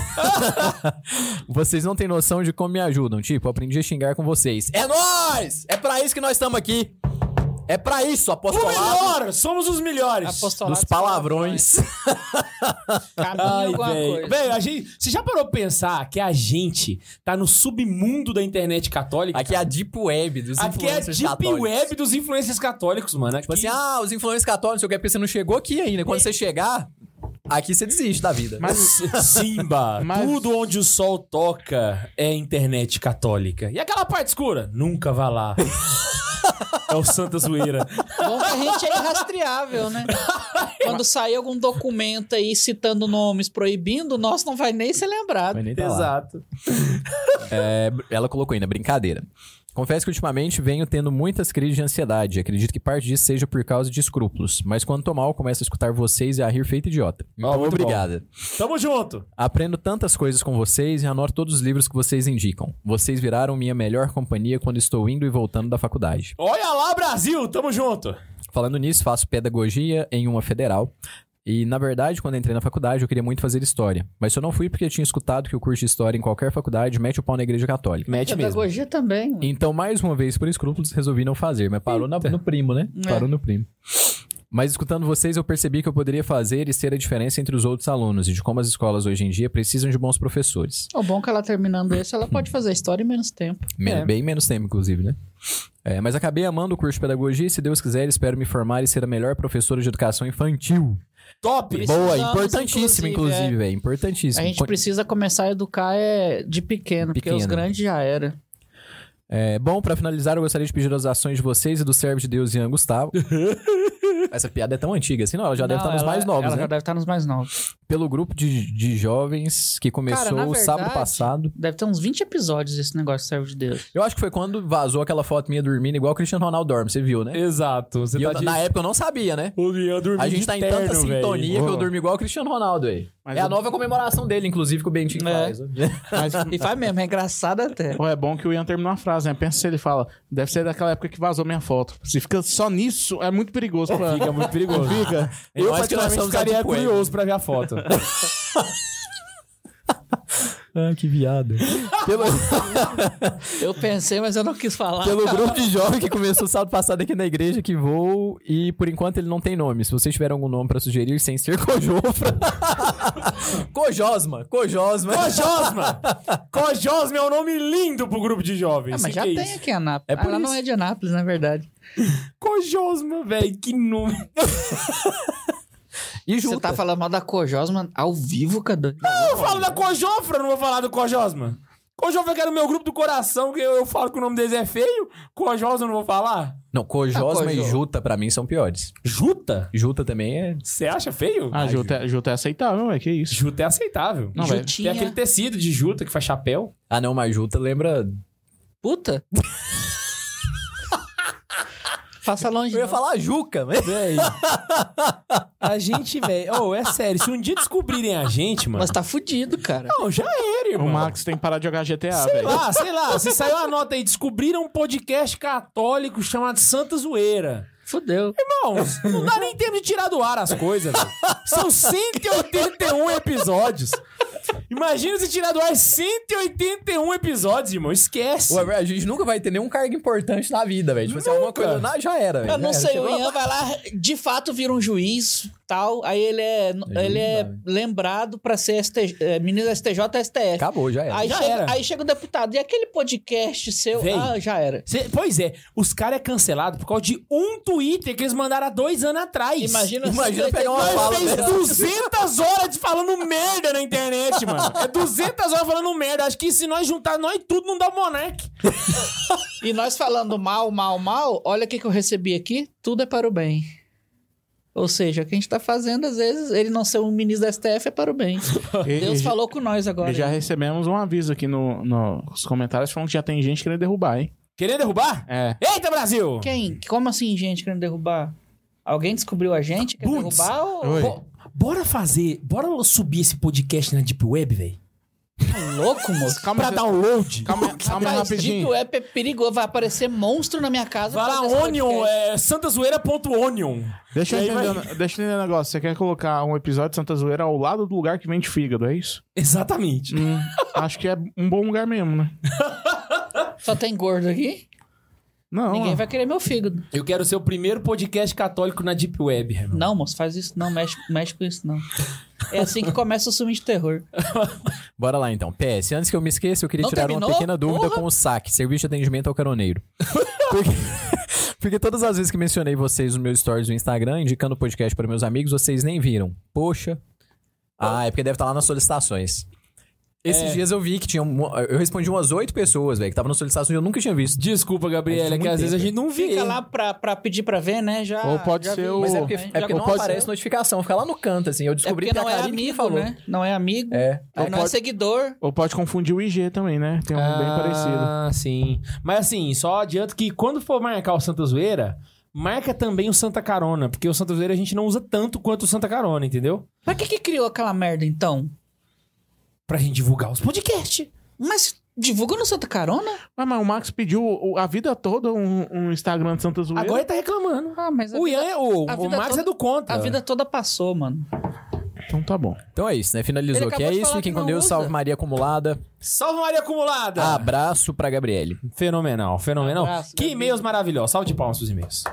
Speaker 3: vocês não têm noção de como me ajudam. Tipo, eu aprendi a xingar com vocês. É nóis! É pra isso que nós estamos aqui. É pra isso,
Speaker 2: O
Speaker 3: apostolado.
Speaker 2: melhor! Somos os melhores!
Speaker 4: Apostolado.
Speaker 3: Dos palavrões.
Speaker 2: né?
Speaker 4: Caminho
Speaker 2: Ai,
Speaker 4: alguma
Speaker 2: velho.
Speaker 4: coisa.
Speaker 2: Velho, a gente. Você já parou pra pensar que a gente tá no submundo da internet católica?
Speaker 3: Aqui é a Deep Web dos
Speaker 2: Aqui é a
Speaker 3: influencers
Speaker 2: deep
Speaker 3: católicos.
Speaker 2: web dos influencers católicos, mano. Aqui...
Speaker 3: Tipo assim, ah, os influencers católicos, eu quero porque você não chegou aqui ainda.
Speaker 2: É.
Speaker 3: Quando você chegar, aqui você desiste da vida.
Speaker 5: Mas
Speaker 2: Simba,
Speaker 5: Mas-
Speaker 2: tudo onde o sol toca é internet católica. E aquela parte escura? Nunca vá lá. é o Santa Zoeira.
Speaker 4: Bom que a gente é irrastreável, né? Quando sair algum documento aí citando nomes, proibindo, o nosso não vai nem ser lembrado.
Speaker 3: Mas nem tá lá. É, ela colocou ainda, brincadeira. Confesso que ultimamente venho tendo muitas crises de ansiedade. Acredito que parte disso seja por causa de escrúpulos. Mas quando tô mal, começo a escutar vocês e a rir feito idiota. Então,
Speaker 2: muito
Speaker 3: obrigada.
Speaker 2: Tamo junto.
Speaker 3: Aprendo tantas coisas com vocês e anoto todos os livros que vocês indicam. Vocês viraram minha melhor companhia quando estou indo e voltando da faculdade.
Speaker 2: Olha lá, Brasil, tamo junto.
Speaker 3: Falando nisso, faço pedagogia em uma federal. E, na verdade, quando entrei na faculdade, eu queria muito fazer história. Mas eu não fui porque eu tinha escutado que o curso de história em qualquer faculdade mete o pau na igreja católica.
Speaker 2: Mete mesmo.
Speaker 4: Pedagogia também. mano.
Speaker 3: Então, mais uma vez, por escrúpulos, resolvi não fazer. Mas parou na- no primo, né?
Speaker 4: É.
Speaker 3: Parou no primo. Mas escutando vocês, eu percebi que eu poderia fazer e ser a diferença entre os outros alunos e de como as escolas hoje em dia precisam de bons professores.
Speaker 4: O bom é que ela
Speaker 3: Hum.
Speaker 4: terminando esse, ela pode fazer história em menos tempo.
Speaker 3: Men-
Speaker 2: É.
Speaker 3: Bem menos tempo, inclusive, né? É, mas acabei amando o curso de pedagogia e, se Deus quiser, espero me formar e ser a melhor professora de educação infantil.
Speaker 2: Top.
Speaker 4: Precisamos,
Speaker 3: Boa,
Speaker 4: inclusive, é.
Speaker 3: importantíssimo, inclusive, velho. Importantíssimo.
Speaker 4: A gente
Speaker 3: Con-
Speaker 4: precisa começar a educar é, de pequeno, porque
Speaker 3: Pequeno.
Speaker 4: os grandes já era.
Speaker 3: É, bom, pra finalizar, eu gostaria de pedir as ações de vocês e do servo de Deus Ian Gustavo. Essa piada é tão antiga assim, não? Ela já deve
Speaker 4: Não,
Speaker 3: estar nos
Speaker 4: ela- é-
Speaker 3: mais novos,
Speaker 4: Ela
Speaker 3: né?
Speaker 4: já deve estar nos mais novos.
Speaker 3: Pelo grupo de, de jovens que começou
Speaker 4: na
Speaker 3: o sábado
Speaker 4: verdade-
Speaker 3: passado.
Speaker 4: Deve ter uns 20 episódios esse negócio, servo de Deus.
Speaker 3: Eu acho que foi quando vazou aquela foto minha dormindo, igual o Cristiano Ronaldo dorme, você viu, né?
Speaker 2: Exato. Você
Speaker 3: E
Speaker 2: tá
Speaker 3: eu-
Speaker 2: de...
Speaker 3: Na época eu não sabia, né?
Speaker 2: O Ian dormindo
Speaker 3: A gente tá em
Speaker 2: de
Speaker 3: tanta
Speaker 2: terno,
Speaker 3: sintonia
Speaker 2: velho.
Speaker 3: que eu dormi igual o Cristiano Ronaldo aí.
Speaker 5: Mas
Speaker 3: é a
Speaker 5: eu-
Speaker 3: nova comemoração dele, inclusive, que o Bentinho
Speaker 4: É.
Speaker 3: faz. né?
Speaker 5: Mas
Speaker 4: E faz mesmo, é engraçado até.
Speaker 5: pô, é bom que o Ian terminou a frase, né? Pensa se ele fala, deve ser daquela época que vazou minha foto. Se fica só nisso, é muito perigoso pra...
Speaker 2: Fica muito perigoso. Fica. Eu,
Speaker 3: Eu acho que nós
Speaker 2: particularmente,
Speaker 3: somos tipo a
Speaker 2: ficaria
Speaker 3: Deep Web.
Speaker 2: curioso pra ver a foto.
Speaker 3: ah, que viado. Pelo...
Speaker 4: Eu pensei, mas eu não quis falar.
Speaker 3: Pelo grupo de jovem que começou sábado passado aqui na igreja que vou e por enquanto ele não tem nome. Se vocês tiverem algum nome pra sugerir sem ser Cojofra. Cojosma, Cojosma.
Speaker 2: Cojosma! Cojosma é um nome lindo pro grupo de jovens.
Speaker 4: Ah,
Speaker 2: Que
Speaker 4: mas já
Speaker 2: que é
Speaker 4: tem
Speaker 2: isso?
Speaker 4: aqui a Anápolis.
Speaker 3: É por
Speaker 4: Ela não
Speaker 3: isso.
Speaker 4: é de Anápolis, na verdade.
Speaker 2: Cojosma, velho, que nome.
Speaker 3: E
Speaker 4: Você
Speaker 3: Juta.
Speaker 4: tá falando mal da Cojosma ao vivo, Cadu?
Speaker 2: Eu falo da Cojofra, não vou falar do Cojosma. Cojofra que era o meu grupo do coração, que eu, eu falo que o nome deles é feio. Cojosma eu não vou falar.
Speaker 3: Não, Cojosma
Speaker 4: Ah,
Speaker 3: e
Speaker 4: Cojo.
Speaker 3: Juta pra mim são piores.
Speaker 2: Juta?
Speaker 3: Juta também é...
Speaker 2: Você acha feio?
Speaker 5: Ah, Juta, é- Juta é aceitável, é que isso.
Speaker 2: Juta é aceitável.
Speaker 5: Não, velho.
Speaker 2: Tem
Speaker 4: Jutinha.
Speaker 2: aquele tecido de juta que faz chapéu.
Speaker 3: Ah não, mas Juta lembra...
Speaker 4: Puta. Passa longe.
Speaker 3: Eu ia
Speaker 4: não.
Speaker 3: falar Juca, mas...
Speaker 2: Véi. A gente, velho. Oh, é sério. Se um dia descobrirem a gente, mano.
Speaker 4: Mas tá fudido, cara.
Speaker 2: Não, já era,
Speaker 5: O
Speaker 2: irmão.
Speaker 5: Max tem que parar de jogar GTA,
Speaker 2: Sei
Speaker 5: velho.
Speaker 2: lá, sei lá. Se saiu a nota aí, descobriram um podcast católico chamado Santa Zoeira.
Speaker 4: Fudeu.
Speaker 2: Não, não dá nem tempo de tirar do ar as coisas, velho. São 181 episódios. E Imagina você tirar do ar 181 episódios, irmão. Esquece.
Speaker 3: Ué, velho, a gente nunca vai ter nenhum cargo importante na vida, velho. Tipo assim, alguma
Speaker 2: Nunca.
Speaker 3: coisa. Não, já era, velho.
Speaker 4: é, Eu não
Speaker 3: Já era.
Speaker 4: sei, o
Speaker 3: Chegou
Speaker 4: Ian
Speaker 3: lá-
Speaker 4: vai lá, de fato vira um juiz, tal, aí ele é, ele é
Speaker 3: dá,
Speaker 4: lembrado pra ser STJ, é, menino da STJ STF.
Speaker 3: Acabou, já era.
Speaker 4: Aí,
Speaker 2: Já
Speaker 4: chega,
Speaker 2: era.
Speaker 4: aí chega o deputado, e aquele podcast seu?
Speaker 2: Véi.
Speaker 4: Ah, já era.
Speaker 2: Cê- pois é, os caras é cancelado por causa de um Twitter que eles mandaram há dois anos atrás.
Speaker 4: Imagina,
Speaker 3: Imagina pegar uma
Speaker 2: Nós
Speaker 3: fala
Speaker 2: fez
Speaker 3: dessa.
Speaker 2: 200 horas de falando merda na internet, mano. É 200 horas falando merda. Acho que se nós juntar nós tudo, não dá o Monark.
Speaker 4: E nós falando mal, mal, mal, olha o que, que eu recebi aqui, tudo é para o bem. Ou seja, o que a gente tá fazendo, às vezes, ele não ser um ministro da STF é para o bem.
Speaker 5: E-
Speaker 4: Deus
Speaker 5: e-
Speaker 4: falou com nós agora.
Speaker 5: E já recebemos um aviso aqui no- no- nos comentários falando que já tem gente querendo derrubar, hein?
Speaker 2: Querendo derrubar?
Speaker 5: É.
Speaker 2: Eita, Brasil!
Speaker 4: Quem? Como assim, gente, querendo derrubar? Alguém descobriu a gente? Quer
Speaker 2: Putz.
Speaker 4: derrubar? Ou...
Speaker 5: Oi.
Speaker 2: Bo- bora fazer, bora subir esse podcast na Deep Web, velho?
Speaker 4: Louco, moço.
Speaker 5: Calma,
Speaker 2: Pra
Speaker 5: aí,
Speaker 2: download?
Speaker 5: calma, calma aí
Speaker 4: um Rapaz, Deep
Speaker 5: rapidinho.
Speaker 4: Web é perigoso. Vai aparecer monstro na minha casa.
Speaker 2: Vai lá,
Speaker 4: por causa desse
Speaker 2: Onion,
Speaker 4: podcast.
Speaker 2: é santazoeira.onion.
Speaker 5: Deixa eu,
Speaker 2: E aí vai-
Speaker 5: entender, deixa eu entender um negócio. Você quer colocar um episódio de Santa Zoeira ao lado do lugar que vende fígado, é isso?
Speaker 2: Exatamente.
Speaker 5: Hum, acho que é um bom lugar mesmo, né? é?
Speaker 4: Só tem gordo aqui?
Speaker 5: Não.
Speaker 4: Ninguém vai querer meu fígado.
Speaker 2: Eu quero ser o primeiro podcast católico na Deep Web, irmão.
Speaker 4: Não, moço, faz isso não. Mexe, mexe com isso não. É assim que começa o filme de terror.
Speaker 3: Bora lá então. PS, antes que eu me esqueça, eu queria
Speaker 4: Não
Speaker 3: tirar
Speaker 4: terminou?
Speaker 3: uma pequena dúvida
Speaker 4: Porra!
Speaker 3: com o saque, serviço de atendimento ao caroneiro. Porque, porque todas as vezes que mencionei vocês nos meus stories do Instagram, indicando o podcast para meus amigos, vocês nem viram. Poxa. Ah, é porque deve estar lá nas solicitações. Esses
Speaker 4: É.
Speaker 3: dias eu vi que tinha. um- Eu respondi umas oito pessoas, velho, que estavam nas solicitações e eu nunca tinha visto.
Speaker 2: Desculpa, Gabriela,
Speaker 3: Faz
Speaker 2: que
Speaker 3: muito
Speaker 2: às vezes a
Speaker 3: tempo.
Speaker 2: gente não vê.
Speaker 4: Fica lá pra, pra pedir pra ver, né? Já,
Speaker 5: Ou pode
Speaker 4: já
Speaker 5: ser
Speaker 4: vi.
Speaker 5: o-
Speaker 3: Mas é porque,
Speaker 4: Já
Speaker 3: é porque não
Speaker 4: aconteceu.
Speaker 3: aparece notificação, fica lá no canto, assim. Eu
Speaker 4: É
Speaker 3: descobri
Speaker 4: porque
Speaker 3: que
Speaker 4: não é
Speaker 3: a Karine que
Speaker 4: amigo,
Speaker 3: falou.
Speaker 4: né? Não é amigo.
Speaker 3: É.
Speaker 4: Aí não é
Speaker 5: pode-
Speaker 4: seguidor.
Speaker 5: Ou pode confundir o IG também, né? Tem um bem parecido.
Speaker 2: Ah, sim. Mas assim, só adianto que quando for marcar o Santa Zoeira, marca também o Santa Carona, porque o Santa Zoeira a gente não usa tanto quanto o Santa Carona, entendeu?
Speaker 4: Pra que que criou aquela merda, então?
Speaker 2: Pra gente divulgar os podcasts.
Speaker 4: Mas divulga no Santa Carona?
Speaker 5: Ah, mas o Max pediu o- a vida toda um, um Instagram de Santa Zoeira.
Speaker 2: Agora ele tá reclamando.
Speaker 4: Ah, mas a,
Speaker 2: O Ian é o,
Speaker 4: a
Speaker 2: o
Speaker 4: vida
Speaker 2: Max
Speaker 4: toda-
Speaker 2: é do contra.
Speaker 4: a vida toda passou, mano.
Speaker 5: Então tá bom.
Speaker 3: Então é isso, né?
Speaker 4: Ele
Speaker 3: Finalizou aqui.
Speaker 4: acabou
Speaker 3: É
Speaker 4: de
Speaker 3: isso.
Speaker 4: falar
Speaker 3: Fiquem
Speaker 4: que
Speaker 3: com
Speaker 4: não
Speaker 3: Deus.
Speaker 4: usa. Tá.
Speaker 3: Salve Maria acumulada.
Speaker 2: Salve Maria acumulada!
Speaker 3: Abraço pra Gabriele.
Speaker 2: Ah, Fenomenal, fenomenal.
Speaker 4: Abraço,
Speaker 2: que
Speaker 4: Gabi.
Speaker 2: e-mails maravilhosos. Salve de palmas pros e-mails.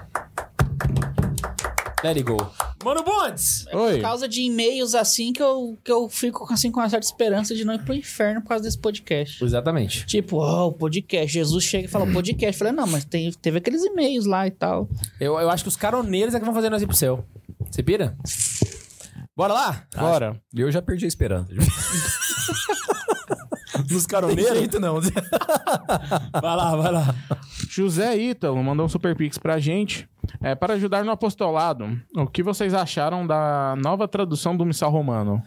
Speaker 2: Let it go. Mano Bondes!
Speaker 5: Oi.
Speaker 4: Por causa de e-mails assim que eu, que eu fico com, assim, com uma certa esperança de não ir pro inferno por causa desse podcast.
Speaker 2: Exatamente.
Speaker 4: Tipo, ó, o podcast. Jesus chega e fala, podcast. Eu falei, não, mas tem, teve aqueles e-mails lá e tal.
Speaker 2: Eu, eu acho que os caroneiros é que vão fazer nós ir pro céu. Você pira? Bora lá?
Speaker 5: Bora.
Speaker 3: Eu já perdi a esperança.
Speaker 2: Nos
Speaker 3: Tem
Speaker 2: caroneiros?
Speaker 3: jeito não.
Speaker 2: Vai lá, vai lá.
Speaker 5: José Ítalo mandou um super pix pra gente. É, para ajudar no apostolado, o que vocês acharam da nova tradução do Missal Romano?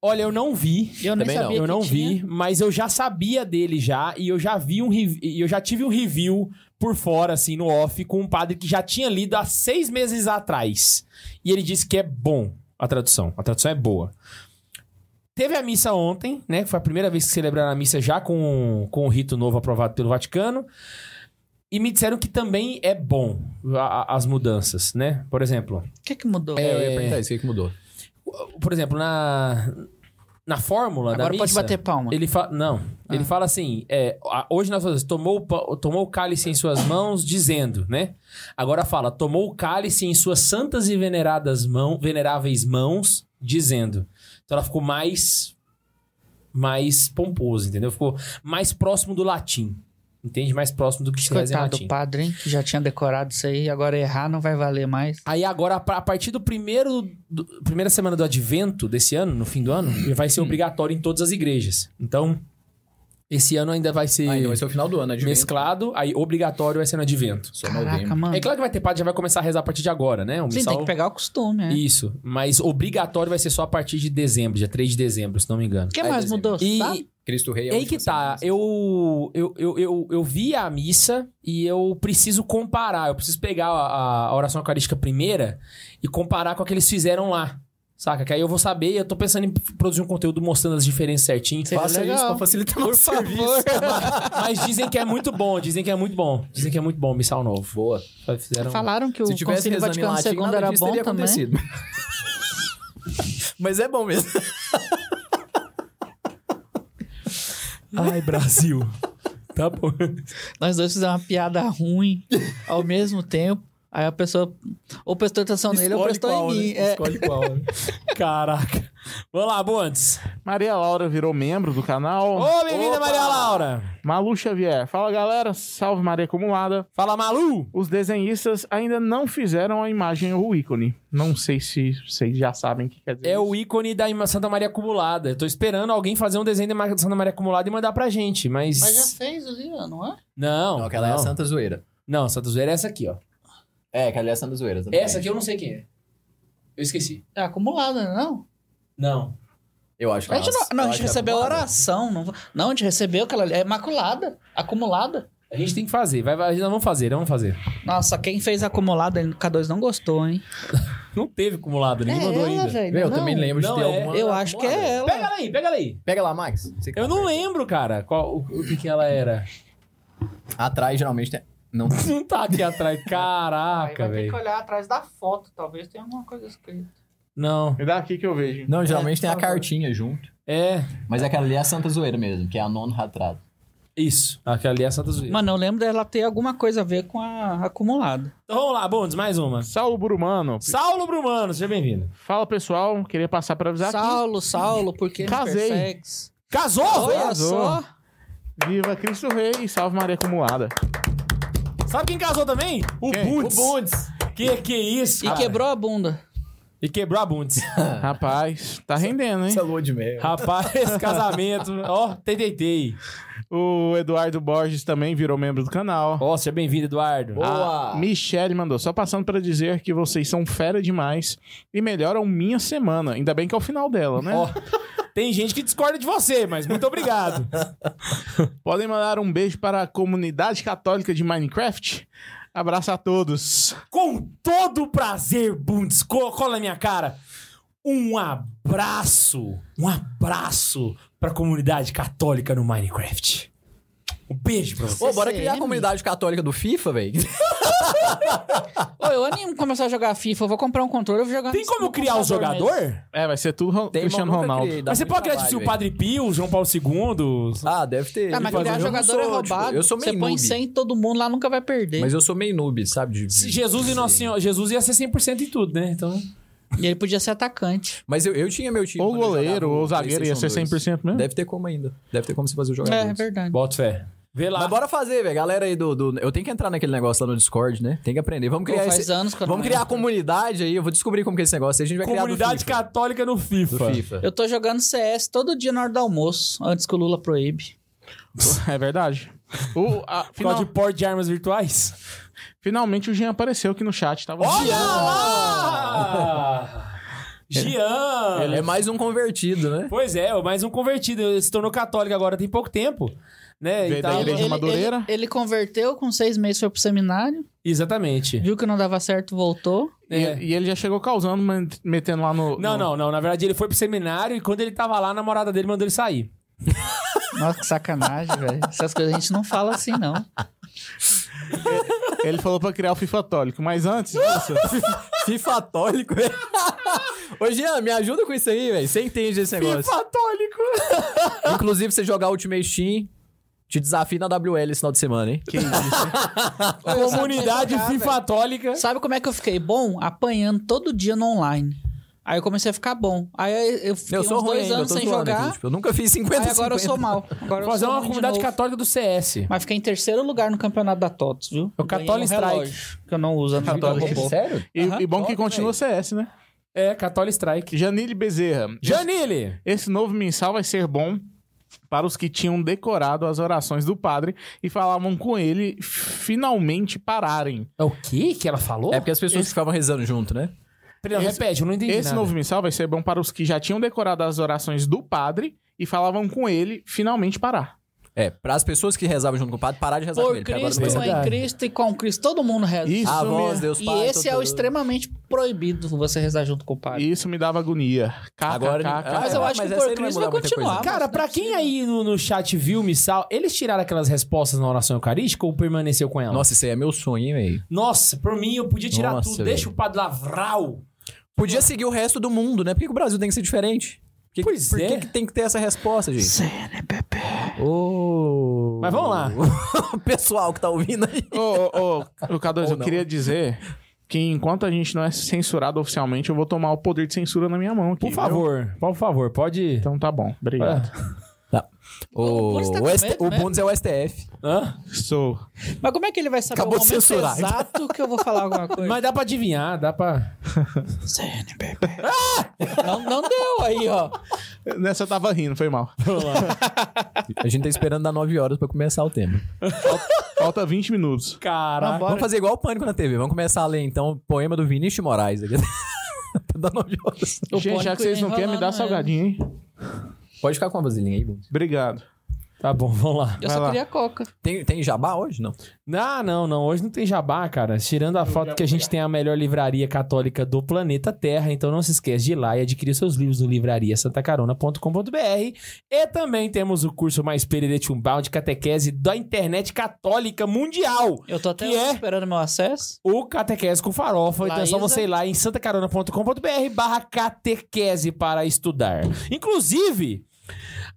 Speaker 2: Olha, eu não vi.
Speaker 4: Eu nem
Speaker 3: Também não.
Speaker 4: sabia
Speaker 2: Eu
Speaker 4: que
Speaker 2: não
Speaker 4: tinha.
Speaker 2: vi, mas eu já sabia dele já e eu já vi um rev- e eu já tive um review por fora assim no off com um padre que já tinha lido há seis meses atrás e ele disse que é bom a tradução, a tradução é boa. Teve a missa ontem, né? que Foi a primeira vez que celebraram a missa já com com o rito novo aprovado pelo Vaticano. E me disseram que também é bom a- a- as mudanças, né? Por exemplo,
Speaker 4: O que que mudou?
Speaker 3: É, eu ia perguntar isso. O que, que mudou?
Speaker 2: por exemplo, na na fórmula da
Speaker 4: Agora pode
Speaker 2: missa-
Speaker 4: bater palma.
Speaker 2: ele fala. Não. Ele fala assim: é, a- hoje nós falamos, tomou, o pa- tomou o cálice em suas mãos, dizendo, né? Agora fala, tomou o cálice em suas santas e veneradas mão, veneráveis mãos, dizendo. Então ela ficou mais. mais pomposo, entendeu? Ficou mais próximo do latim. Entende? Mais próximo do que se reza em
Speaker 4: Coitado
Speaker 2: latim.
Speaker 4: do padre, hein? Que já tinha decorado isso aí. Agora errar não vai valer mais.
Speaker 2: Aí agora, a partir do primeiro... do- primeira semana do advento desse ano, no fim do ano, vai ser obrigatório em todas as igrejas. Então, esse ano ainda vai ser...
Speaker 3: Ah, então vai ser o final do ano, advento.
Speaker 2: mesclado, aí obrigatório é vai ser no advento.
Speaker 3: Só
Speaker 4: Caraca,
Speaker 3: novembro.
Speaker 4: mano.
Speaker 2: É claro que vai ter padre, já vai começar a rezar a partir de agora, né? O
Speaker 4: Ah. Sim,
Speaker 2: missal-
Speaker 4: tem que pegar o costume, né?
Speaker 2: Isso, mas obrigatório vai ser só a partir de dezembro, dia 3 de dezembro, se não me engano.
Speaker 4: O que
Speaker 3: Aí,
Speaker 4: mais
Speaker 3: desenho.
Speaker 4: mudou?
Speaker 2: E
Speaker 4: Sabe?
Speaker 3: Cristo Rei é
Speaker 2: é
Speaker 3: a
Speaker 2: aí
Speaker 3: última
Speaker 2: que tá,
Speaker 3: semana.
Speaker 2: eu, eu, eu, eu, eu vi a missa e eu preciso comparar, eu preciso pegar a, a oração eucarística primeira e comparar com a que eles fizeram lá. Saca? Que aí eu vou saber, eu tô pensando em produzir um conteúdo mostrando as diferenças certinho.
Speaker 4: Seria
Speaker 3: Faça
Speaker 4: legal.
Speaker 3: isso pra facilitar o nosso serviço.
Speaker 2: Mas dizem que é muito bom, dizem que é muito bom. Dizem que é muito bom o missal novo.
Speaker 3: Boa.
Speaker 2: Fizeram...
Speaker 4: Falaram que o
Speaker 3: Se tivesse
Speaker 4: Conselho
Speaker 3: rezando em
Speaker 4: Vaticano
Speaker 3: latim,
Speaker 4: II
Speaker 3: nada
Speaker 4: era
Speaker 3: disso
Speaker 4: bom
Speaker 3: teria
Speaker 4: também.
Speaker 3: acontecido. Mas é bom mesmo.
Speaker 2: Ai, Brasil. tá bom.
Speaker 4: Nós dois fizemos uma piada ruim ao mesmo tempo. Aí a pessoa. Ou prestou atenção nele ou
Speaker 3: Escolhe
Speaker 4: prestou
Speaker 3: qual,
Speaker 4: em mim.
Speaker 3: né?
Speaker 4: É.
Speaker 3: Escolhe qual. né?
Speaker 2: Caraca. Vamos lá, Bontes.
Speaker 5: Maria Laura virou membro do canal.
Speaker 2: Ô, bem-vinda, Maria Laura.
Speaker 5: Malu Xavier. Fala, galera. Salve Maria Acumulada.
Speaker 2: Fala, Malu.
Speaker 5: Os desenhistas ainda não fizeram a imagem ou o ícone. Não sei se vocês já sabem o que quer dizer.
Speaker 2: É
Speaker 5: isso.
Speaker 2: o ícone da ima- Santa Maria Acumulada. Eu tô esperando alguém fazer um desenho da ima- Santa Maria Acumulada e mandar pra gente, mas...
Speaker 4: Mas já fez ali, não é?
Speaker 2: Não,
Speaker 3: Não, aquela é a
Speaker 2: não.
Speaker 3: Santa Zoeira.
Speaker 2: Não, Santa Zoeira é essa aqui, ó.
Speaker 3: É, aquela é a Santa Zoeira. exatamente.
Speaker 2: Essa aqui eu não sei quem é. Eu esqueci.
Speaker 4: É acumulada, né, não?
Speaker 2: Não.
Speaker 3: Eu acho que
Speaker 4: A gente não,
Speaker 3: ela-
Speaker 4: não, a
Speaker 3: eu acho
Speaker 4: gente
Speaker 3: que ela-
Speaker 4: recebeu oração. Não, não, a gente recebeu aquela ali. É maculada. Acumulada.
Speaker 2: A gente tem que fazer. Vai, vai, nós vamos fazer, nós vamos fazer.
Speaker 4: Nossa, quem fez acumulada aí no K2 não gostou, hein?
Speaker 2: Não teve acumulado, ninguém mandou ainda.
Speaker 4: É, velho.
Speaker 3: Eu também lembro de
Speaker 2: Não,
Speaker 3: ter
Speaker 2: é-
Speaker 3: alguma.
Speaker 4: Eu acho que é ela.
Speaker 2: Pega ela aí, pega ela aí.
Speaker 3: Pega lá, Max. Você que
Speaker 2: Eu
Speaker 3: tá
Speaker 2: não
Speaker 3: perto.
Speaker 2: lembro, cara, qual, o, o que que ela era.
Speaker 3: Atrás, geralmente, tem... Não
Speaker 2: Não tá aqui atrás. Caraca, velho.
Speaker 4: olhar atrás da foto, talvez tenha alguma coisa escrita.
Speaker 2: Não.
Speaker 5: Me dá aqui que eu vejo.
Speaker 3: Não, geralmente tem a
Speaker 4: por favor.
Speaker 3: cartinha junto.
Speaker 2: É.
Speaker 3: Mas aquela ali é a Santa Zoeira mesmo, que é a nono retrato.
Speaker 2: Isso. Aquela ali é a Santa Zoeira.
Speaker 4: Mano, eu lembro dela ter alguma coisa a ver com a acumulada.
Speaker 2: Então vamos lá, Bondes, mais uma.
Speaker 5: Saulo Burumano.
Speaker 2: Saulo Brumano, seja bem-vindo.
Speaker 5: Fala, pessoal. Queria passar pra avisar aqui.
Speaker 4: Saulo, Saulo, por que me
Speaker 5: Casei.
Speaker 4: persegues?
Speaker 2: Casou?
Speaker 4: Olha
Speaker 5: casou.
Speaker 4: só.
Speaker 5: Viva Cristo Rei e salve Maria Acumulada.
Speaker 2: Sabe quem casou também? O
Speaker 5: Quem?
Speaker 2: Bundes.
Speaker 3: O Bundes.
Speaker 2: Que que isso,
Speaker 4: E
Speaker 2: cara?
Speaker 4: quebrou a bunda.
Speaker 2: E quebrou a Bundes.
Speaker 5: Rapaz, tá rendendo, hein?
Speaker 3: lua de mel.
Speaker 2: Rapaz, esse casamento. Ó, tentei.
Speaker 5: O Eduardo Borges também virou membro do canal.
Speaker 2: Ó, seja bem-vindo, Eduardo. Ah,
Speaker 3: Ô.
Speaker 5: A
Speaker 3: Boa!
Speaker 5: Michelle mandou, só passando pra dizer que vocês são fera demais e melhoram minha semana. Ainda bem que é o final dela, né?
Speaker 2: Ó, tem gente que discorda de você, mas muito obrigado.
Speaker 5: Podem mandar um beijo para a comunidade católica de Minecraft. Abraço a todos.
Speaker 2: Com todo o prazer, Bundes, co- cola na minha cara. Um abraço, um abraço pra comunidade católica no Minecraft. Um beijo pra você.
Speaker 3: Pô, bora criar a
Speaker 4: CCM.
Speaker 3: comunidade católica do FIFA, velho.
Speaker 4: Ô, eu animo começar a jogar FIFA, eu vou comprar um controle, eu vou jogar
Speaker 2: Tem
Speaker 4: no-
Speaker 2: como
Speaker 4: no
Speaker 2: criar o
Speaker 4: computador mesmo.
Speaker 3: né?
Speaker 2: jogador?
Speaker 5: É, vai ser tudo Ro- Cristiano Ronaldo.
Speaker 2: Mas você pode criar tipo, o Padre Pio, o João Paulo II.
Speaker 3: Ah, deve ter.
Speaker 4: Ah, mas
Speaker 3: Fazer
Speaker 4: criar
Speaker 3: um jogo
Speaker 4: jogador é
Speaker 3: só,
Speaker 4: roubado.
Speaker 3: tipo, eu sou meio
Speaker 4: Você põe
Speaker 3: noob.
Speaker 4: 100 em todo mundo lá, nunca vai perder.
Speaker 3: Mas eu sou meio noob, sabe? De-
Speaker 2: Se Jesus e Nossa Senhora. Jesus ia ser 100% em tudo, né? Então.
Speaker 4: E ele podia ser atacante.
Speaker 3: Mas eu, eu tinha meu time.
Speaker 5: Ou
Speaker 3: quando eu
Speaker 5: goleiro,
Speaker 3: jogava
Speaker 5: ou
Speaker 3: no
Speaker 5: zagueiro, ia ser
Speaker 3: PlayStation 2.
Speaker 5: 100% mesmo.
Speaker 3: Deve ter como ainda. Deve ter como você fazer o jogador.
Speaker 4: É, é verdade.
Speaker 2: Bota fé. Vê lá.
Speaker 3: Mas bora fazer, velho. Galera aí do, do- Eu tenho que entrar naquele negócio lá no Discord, né? Tem que aprender. Vamos
Speaker 4: Pô,
Speaker 3: criar
Speaker 4: faz
Speaker 3: esse...
Speaker 4: anos que eu não
Speaker 3: Vamos criar a
Speaker 4: entro.
Speaker 3: comunidade aí. Eu vou descobrir como que é esse negócio. aí, A gente vai
Speaker 2: Comunidade
Speaker 3: criar
Speaker 2: católica no
Speaker 3: do
Speaker 2: FIFA.
Speaker 3: FIFA. Do FIFA.
Speaker 4: Eu tô jogando CS todo dia na hora do almoço, antes que o Lula proíbe.
Speaker 5: É verdade. O- a-
Speaker 2: Por causa
Speaker 5: final-
Speaker 2: de porte de armas virtuais?
Speaker 5: Finalmente o Jean apareceu aqui no chat. tá Tava
Speaker 2: Olha lá! Jean!
Speaker 3: É mais um convertido, né?
Speaker 2: Pois é, mais um convertido. Ele se tornou católico agora tem pouco tempo. Né?
Speaker 5: Veio
Speaker 2: E
Speaker 5: da
Speaker 2: tava-
Speaker 5: igreja. Madureira?
Speaker 4: Ele, ele converteu, com seis meses foi pro seminário,
Speaker 2: Exatamente.
Speaker 4: viu que não dava certo, voltou.
Speaker 5: E,
Speaker 2: É.
Speaker 5: e ele já chegou causando, man- metendo lá no.
Speaker 2: Não,
Speaker 5: no-
Speaker 2: não, não. Na verdade, ele foi pro seminário e quando ele tava lá, a namorada dele mandou ele sair.
Speaker 4: Nossa, que sacanagem, velho. Essas coisas a gente não fala assim, não.
Speaker 5: Ele falou pra criar o FIFA Tólico. Mas antes disso.
Speaker 3: Fifatólico, velho. Ô, Jean, me ajuda com isso aí, velho. Você entende esse negócio.
Speaker 2: Católico!
Speaker 3: Inclusive, você jogar Ultimate Team, te desafio na WL esse final de semana, hein?
Speaker 5: que isso?
Speaker 2: Comunidade
Speaker 4: Sabe jogar,
Speaker 2: fifatólica.
Speaker 4: Sabe como é que eu fiquei bom? Apanhando todo dia no online. Aí eu comecei a ficar bom. Aí eu fiquei
Speaker 3: eu sou
Speaker 4: uns
Speaker 3: ruim
Speaker 4: dois
Speaker 3: ainda, eu
Speaker 4: anos
Speaker 3: tô
Speaker 4: sem
Speaker 3: zoando
Speaker 4: jogar.
Speaker 3: aqui, tipo, eu nunca fiz 50,
Speaker 4: aí agora eu
Speaker 3: 50.
Speaker 4: sou mal. Agora eu
Speaker 2: Fazer
Speaker 4: sou
Speaker 2: uma
Speaker 4: ruim de
Speaker 2: comunidade
Speaker 4: um novo.
Speaker 2: católica do CS.
Speaker 4: Mas fiquei em terceiro lugar no campeonato da TOTS, viu?
Speaker 2: O Católico
Speaker 4: Ganhei um
Speaker 2: Strike.
Speaker 4: relógio, Que eu não uso, né? não
Speaker 5: Católico
Speaker 4: robô.
Speaker 3: Sério?
Speaker 5: E,
Speaker 4: Aham,
Speaker 5: e bom que
Speaker 3: top,
Speaker 5: continua o CS, né?
Speaker 2: É, Católico Strike.
Speaker 5: Janile Bezerra.
Speaker 2: Janile!
Speaker 5: Esse novo mensal vai ser bom para os que tinham decorado as orações do padre e falavam com ele finalmente pararem.
Speaker 2: É o que que ela falou?
Speaker 3: É porque as pessoas ficavam rezando junto, né?
Speaker 2: Peraí, não,
Speaker 5: esse-
Speaker 2: repete, eu não entendi
Speaker 5: Esse
Speaker 2: nada.
Speaker 5: novo mensal vai ser bom para os que já tinham decorado as orações do padre e falavam com ele finalmente parar.
Speaker 3: É, para as pessoas que rezavam junto com o padre, parar de rezar com
Speaker 4: Por
Speaker 3: ele. porque agora não
Speaker 4: Cristo,
Speaker 3: reza.
Speaker 2: vai
Speaker 4: em
Speaker 2: rezar.
Speaker 4: Cristo e com Cristo, todo mundo reza.
Speaker 5: Isso,
Speaker 3: A voz,
Speaker 5: me...
Speaker 3: Deus
Speaker 4: e
Speaker 3: Pai.
Speaker 4: esse é o
Speaker 3: todo-
Speaker 4: extremamente proibido, você rezar junto com o padre.
Speaker 5: isso me dava agonia. Cá,
Speaker 3: Agora-
Speaker 5: cá, cá,
Speaker 3: Ah,
Speaker 4: Mas
Speaker 5: cá.
Speaker 4: eu
Speaker 3: é,
Speaker 4: acho
Speaker 3: mas
Speaker 4: que por
Speaker 3: essa aí não vai
Speaker 4: Cristo
Speaker 3: mudar
Speaker 4: vai
Speaker 3: muita
Speaker 4: continuar.
Speaker 3: coisa.
Speaker 2: Cara,
Speaker 4: mas não
Speaker 2: pra
Speaker 4: é
Speaker 2: quem
Speaker 4: possível.
Speaker 2: aí no, no chat viu o missal, eles tiraram aquelas respostas na oração eucarística ou permaneceu com ela?
Speaker 3: Nossa, isso aí é meu sonho, hein, velho?
Speaker 2: Nossa, por mim eu podia tirar
Speaker 3: Nossa,
Speaker 2: tudo.
Speaker 3: velho.
Speaker 2: Deixa o padre Lavral.
Speaker 3: Podia seguir o resto do mundo, né? Por que, que o Brasil tem que ser diferente? Por que,
Speaker 2: Pois
Speaker 3: por que
Speaker 2: é.
Speaker 3: que tem que ter essa resposta, gente?
Speaker 4: CNPP.
Speaker 3: Ô.
Speaker 2: Mas vamos lá.
Speaker 3: O pessoal que tá ouvindo aí.
Speaker 5: Ô, ô, ô, K2,
Speaker 3: Ou
Speaker 5: eu
Speaker 3: não.
Speaker 5: queria dizer que enquanto a gente não é censurado oficialmente, eu vou tomar o poder de censura na minha mão aqui.
Speaker 2: Por
Speaker 5: viu?
Speaker 2: favor, por favor, pode. Ah.
Speaker 5: Então tá bom, obrigado.
Speaker 3: O,
Speaker 4: O Bundes tá
Speaker 3: o,
Speaker 4: com
Speaker 3: ST
Speaker 4: medo
Speaker 3: o
Speaker 4: mesmo?
Speaker 3: Bundes é o STF.
Speaker 2: Hã?
Speaker 5: Sou.
Speaker 4: Mas como é que ele vai saber
Speaker 3: Acabou
Speaker 4: o
Speaker 3: de
Speaker 4: momento
Speaker 3: censurar.
Speaker 4: exato que eu vou falar alguma coisa?
Speaker 2: então. Mas dá pra adivinhar, dá pra.
Speaker 4: CNBB. não, não deu aí, ó.
Speaker 5: Nessa eu tava rindo, foi mal.
Speaker 3: A gente tá esperando dar 9 horas pra começar o tema.
Speaker 5: Falta 20 minutos.
Speaker 4: Tá
Speaker 2: Caraca.
Speaker 3: Vamos fazer igual o Pânico na TV. Vamos começar a ler, então, o poema do Vinícius de Moraes. aqui. pra dar 9 horas.
Speaker 4: O
Speaker 5: gente,
Speaker 4: pânico
Speaker 5: já
Speaker 4: né?
Speaker 5: que vocês
Speaker 4: ia
Speaker 5: não querem, me
Speaker 4: enrolando
Speaker 5: dá
Speaker 4: mesmo.
Speaker 3: tá
Speaker 5: salgadinho, hein?
Speaker 3: Pode ficar com a vasilhinha aí, Bundes.
Speaker 5: Obrigado.
Speaker 2: Tá bom, vamos lá.
Speaker 4: Eu
Speaker 5: Vai
Speaker 4: só
Speaker 5: lá.
Speaker 4: queria coca.
Speaker 3: Tem, tem jabá hoje? Não.
Speaker 2: Ah, não, não. Hoje não tem jabá, cara. Tirando a foto que a gente tem a melhor livraria católica do planeta Terra, então não se esquece de ir lá e adquirir seus livros no livrariasantacarona.com.br. E também temos o curso mais pereretumbal de catequese da internet católica mundial.
Speaker 4: Eu tô até
Speaker 2: Que é?
Speaker 4: esperando meu acesso.
Speaker 2: O Catequese com Farofa. Então é só
Speaker 4: Laísa.
Speaker 2: você ir lá em santacarona.com.br barra catequese para estudar. Inclusive,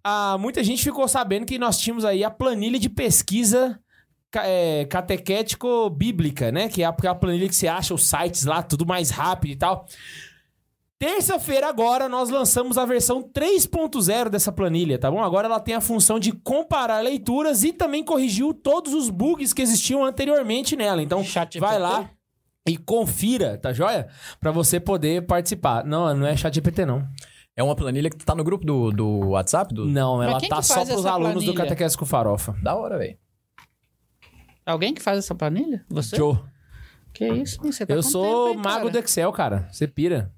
Speaker 2: ah, muita gente ficou sabendo que nós tínhamos aí a planilha de pesquisa ca- é, catequético-bíblica, né? Que é a planilha que você acha os sites lá, tudo mais rápido e tal. Terça-feira agora nós lançamos a versão 3.0 dessa planilha, tá bom? Agora ela tem a função de comparar leituras e também corrigiu todos os bugs que existiam anteriormente nela. Então,
Speaker 4: Chat
Speaker 2: vai
Speaker 4: GPT.
Speaker 2: lá e confira, tá joia? Pra você poder participar. Não, não é chat GPT não.
Speaker 3: É uma planilha que tá no grupo do, do WhatsApp? Do...
Speaker 2: Não,
Speaker 4: Mas
Speaker 2: ela
Speaker 4: quem
Speaker 2: tá
Speaker 4: que
Speaker 2: só
Speaker 4: faz
Speaker 2: pros
Speaker 4: essa
Speaker 2: alunos do
Speaker 4: planilha?
Speaker 2: Catequese com Farofa.
Speaker 3: Da hora, velho.
Speaker 4: Alguém que faz essa planilha? Você?
Speaker 2: Joe,
Speaker 4: Que isso? hein? Você tá
Speaker 2: eu
Speaker 4: com
Speaker 2: sou
Speaker 4: tempo, hein,
Speaker 2: mago
Speaker 4: cara?
Speaker 2: do Excel, cara. Você pira.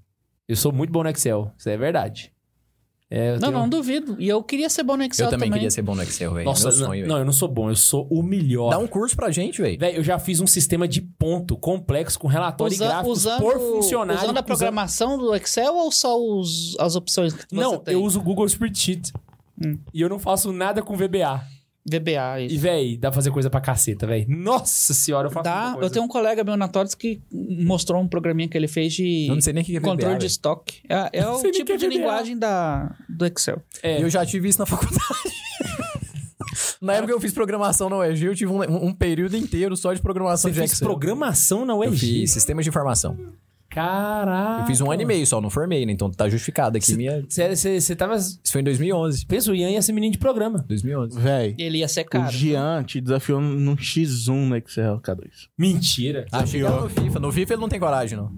Speaker 2: Eu sou muito bom no Excel, isso é verdade. É, eu
Speaker 4: Não,
Speaker 2: tenho-
Speaker 4: não duvido. E eu queria ser bom no Excel
Speaker 3: Eu também queria ser bom no Excel, velho.
Speaker 2: Nossa,
Speaker 3: é Meu sonho,
Speaker 2: não,
Speaker 3: velho.
Speaker 2: não, eu não sou bom, eu sou o melhor.
Speaker 3: Dá um curso pra gente, velho.
Speaker 2: Véi, eu já fiz um sistema de ponto complexo com relatório e
Speaker 4: Usa,
Speaker 2: gráfico
Speaker 4: usando,
Speaker 2: por funcionário.
Speaker 4: usando a
Speaker 2: usando-
Speaker 4: programação do Excel ou só os, as opções que você
Speaker 2: Não,
Speaker 4: tem? Hum.
Speaker 2: eu uso o Google Spreadsheet. E eu não faço nada com VBA.
Speaker 4: VBA,
Speaker 2: E,
Speaker 4: isso.
Speaker 2: véi, dá pra fazer coisa pra caceta, véi. Nossa senhora, eu faço muita
Speaker 4: Dá.
Speaker 2: coisa.
Speaker 4: Eu tenho um colega meu na TOTS que mostrou um programinha que ele fez de
Speaker 3: Eu não sei nem o que é VBA,
Speaker 4: controle de
Speaker 3: velho.
Speaker 4: estoque. É, é o
Speaker 2: sei nem
Speaker 4: tipo
Speaker 2: o que
Speaker 4: de
Speaker 2: é VBA.
Speaker 4: linguagem da, do Excel.
Speaker 2: É.
Speaker 3: E eu já tive isso na faculdade. na época que eu fiz programação na UEG, eu tive um, um período inteiro só de programação
Speaker 2: Você
Speaker 3: de
Speaker 2: fez
Speaker 3: Excel.
Speaker 2: programação na
Speaker 3: Eu
Speaker 2: UEG?
Speaker 3: fiz sistemas de informação.
Speaker 2: Caraca.
Speaker 3: eu fiz um ano e meio só, não formei, né? Então tá justificado aqui minha...
Speaker 2: Sério, você você tava...
Speaker 3: Isso foi em 2011.
Speaker 2: Pensa, o Ian ia ser menino de programa.
Speaker 3: 2011.
Speaker 5: Véi,
Speaker 4: Ele ia ser
Speaker 5: o
Speaker 4: caro.
Speaker 5: Gian te desafiou num X1 no Excel, K2.
Speaker 2: Mentira.
Speaker 3: Ah, chegava no FIFA. No FIFA ele não tem coragem, não.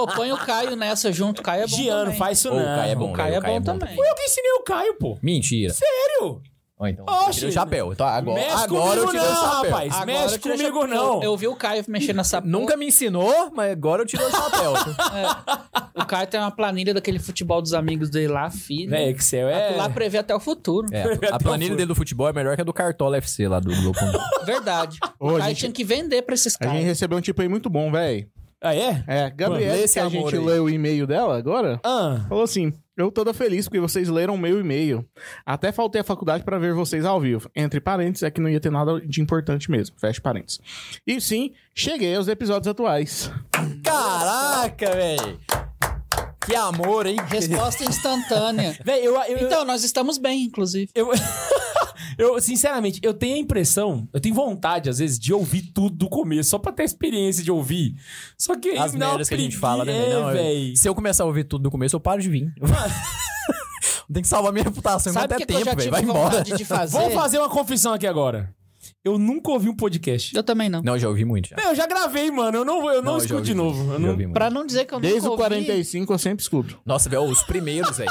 Speaker 4: Ô, põe o Caio nessa junto. Caio é bom
Speaker 2: Giano,
Speaker 4: também.
Speaker 2: faz isso
Speaker 3: Ô,
Speaker 2: não.
Speaker 3: o Caio é bom.
Speaker 4: O Caio é
Speaker 3: o Caio é
Speaker 4: bom
Speaker 3: bom
Speaker 4: também.
Speaker 2: Eu que ensinei o Caio, pô.
Speaker 3: Mentira.
Speaker 2: Sério?
Speaker 3: Ó, então,
Speaker 2: Oxi.
Speaker 3: eu tirei o chapéu. Então, agora
Speaker 2: Mexe
Speaker 3: agora eu
Speaker 2: comigo
Speaker 3: tirei o
Speaker 2: não,
Speaker 3: chapéu.
Speaker 2: rapaz.
Speaker 4: Agora
Speaker 2: Mexe
Speaker 4: eu tirei
Speaker 2: comigo
Speaker 4: chapéu.
Speaker 2: não.
Speaker 4: Eu, eu vi o Caio mexendo nessa
Speaker 3: Nunca me ensinou, mas agora eu tirei o chapéu. tá?
Speaker 4: O Caio tem uma planilha daquele futebol dos amigos dele lá, filho.
Speaker 2: Véi, Excel é...
Speaker 4: Lá prevê até o futuro.
Speaker 3: É, a planilha dele do futebol é melhor que a do Cartola FC lá do Globo.
Speaker 4: Verdade.
Speaker 5: Ô,
Speaker 4: o
Speaker 5: a
Speaker 4: Caio
Speaker 5: gente-
Speaker 4: tinha que vender pra esses
Speaker 5: A gente
Speaker 4: caras.
Speaker 5: recebeu um tipo aí muito bom, véi.
Speaker 2: Ah, é?
Speaker 5: É, Gabriel,
Speaker 3: Mano, lê esse
Speaker 5: que a
Speaker 3: amor
Speaker 5: gente
Speaker 3: aí.
Speaker 5: leu o e-mail dela agora,
Speaker 2: Ah.
Speaker 5: falou assim: Eu toda feliz porque vocês leram meu e-mail. Até faltei a faculdade pra ver vocês ao vivo. Entre parênteses, é que não ia ter nada de importante mesmo. Fecha parênteses. E sim, cheguei aos episódios atuais.
Speaker 3: Caraca, velho. Que amor, hein?
Speaker 4: Resposta instantânea.
Speaker 2: Véi, eu... eu, eu...
Speaker 4: Então, nós estamos bem, inclusive.
Speaker 2: Eu, eu, sinceramente, eu tenho a impressão, eu tenho vontade, às vezes, de ouvir tudo do começo, só pra ter a experiência de ouvir. Só que
Speaker 3: As
Speaker 2: não
Speaker 3: merdas que a gente
Speaker 2: pregui-
Speaker 3: fala, né?
Speaker 2: é,
Speaker 3: velho? Não, eu-
Speaker 2: véi.
Speaker 3: se eu começar a ouvir tudo do começo, eu paro de vir. Tem que salvar minha reputação
Speaker 4: Sabe
Speaker 3: enquanto
Speaker 4: o
Speaker 3: é
Speaker 4: que, que eu
Speaker 3: tempo,
Speaker 4: já tive
Speaker 3: velho. Vai embora.
Speaker 4: vontade de fazer?
Speaker 3: é.
Speaker 2: Vamos fazer uma confissão aqui agora. Eu nunca ouvi um podcast.
Speaker 4: Eu também não.
Speaker 3: Não, eu já ouvi muito. Já.
Speaker 2: Véi, Eu, já gravei, mano. Eu não, eu não,
Speaker 3: eu já
Speaker 2: escuto
Speaker 3: ouvi
Speaker 2: de
Speaker 3: muito,
Speaker 2: novo. Eu
Speaker 3: já
Speaker 2: não-
Speaker 3: ouvi muito.
Speaker 4: Pra não dizer que eu
Speaker 5: Desde
Speaker 4: nunca
Speaker 5: o
Speaker 4: ouvi,
Speaker 5: 45 eu sempre escuto.
Speaker 3: Nossa, velho, os primeiros, velho.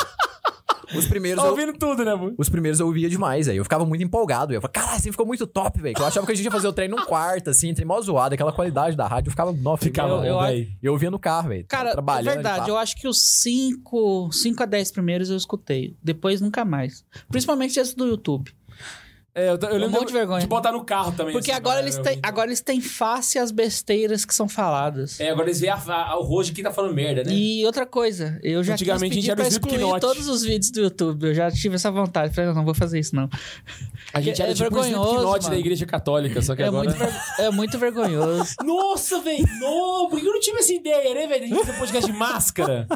Speaker 3: Os primeiros.
Speaker 2: Tá
Speaker 3: eu-
Speaker 2: ouvindo tudo, né, amor?
Speaker 3: Os primeiros eu ouvia demais, velho. Eu ficava muito empolgado. Eu falava, caralho, você ficou muito top, velho. Eu achava que a gente ia fazer o treino num quarto, assim, entre mó zoado, aquela qualidade da rádio. Eu ficava, nossa,
Speaker 2: Ficava
Speaker 3: eu, eu,
Speaker 2: bom, véi.
Speaker 3: eu ouvia no carro, velho.
Speaker 4: Cara, é
Speaker 3: trabalhando.
Speaker 4: verdade. Eu acho que os 5 a 10 primeiros eu escutei. Depois nunca mais. Principalmente esse do YouTube.
Speaker 2: É, eu, tô- eu lembro
Speaker 4: Um monte de vergonha.
Speaker 2: botar no carro também.
Speaker 4: Porque
Speaker 2: assim,
Speaker 4: agora
Speaker 2: pra
Speaker 4: eles,
Speaker 2: galera
Speaker 4: têm,
Speaker 2: ouvir.
Speaker 4: agora eles têm face às besteiras que são faladas.
Speaker 2: É, agora eles veem a, a, o rosto de quem tá falando merda, né?
Speaker 4: E outra coisa, eu já
Speaker 2: Antigamente
Speaker 4: quis
Speaker 2: a gente
Speaker 4: pedir
Speaker 2: era
Speaker 4: pra
Speaker 2: o
Speaker 4: excluir
Speaker 2: Slipknot.
Speaker 4: todos os vídeos do YouTube. Eu já tive essa vontade. Falei, não, não vou fazer isso, não.
Speaker 2: A gente
Speaker 4: é
Speaker 2: era tipo o
Speaker 4: vergonhoso,
Speaker 2: Slipknot da
Speaker 4: mano.
Speaker 2: igreja católica, só que
Speaker 4: É,
Speaker 2: agora...
Speaker 4: muito, ver- é muito vergonhoso.
Speaker 2: Nossa, velho! Não, por que eu não tive essa ideia, né, velho? A gente fazer um podcast de máscara.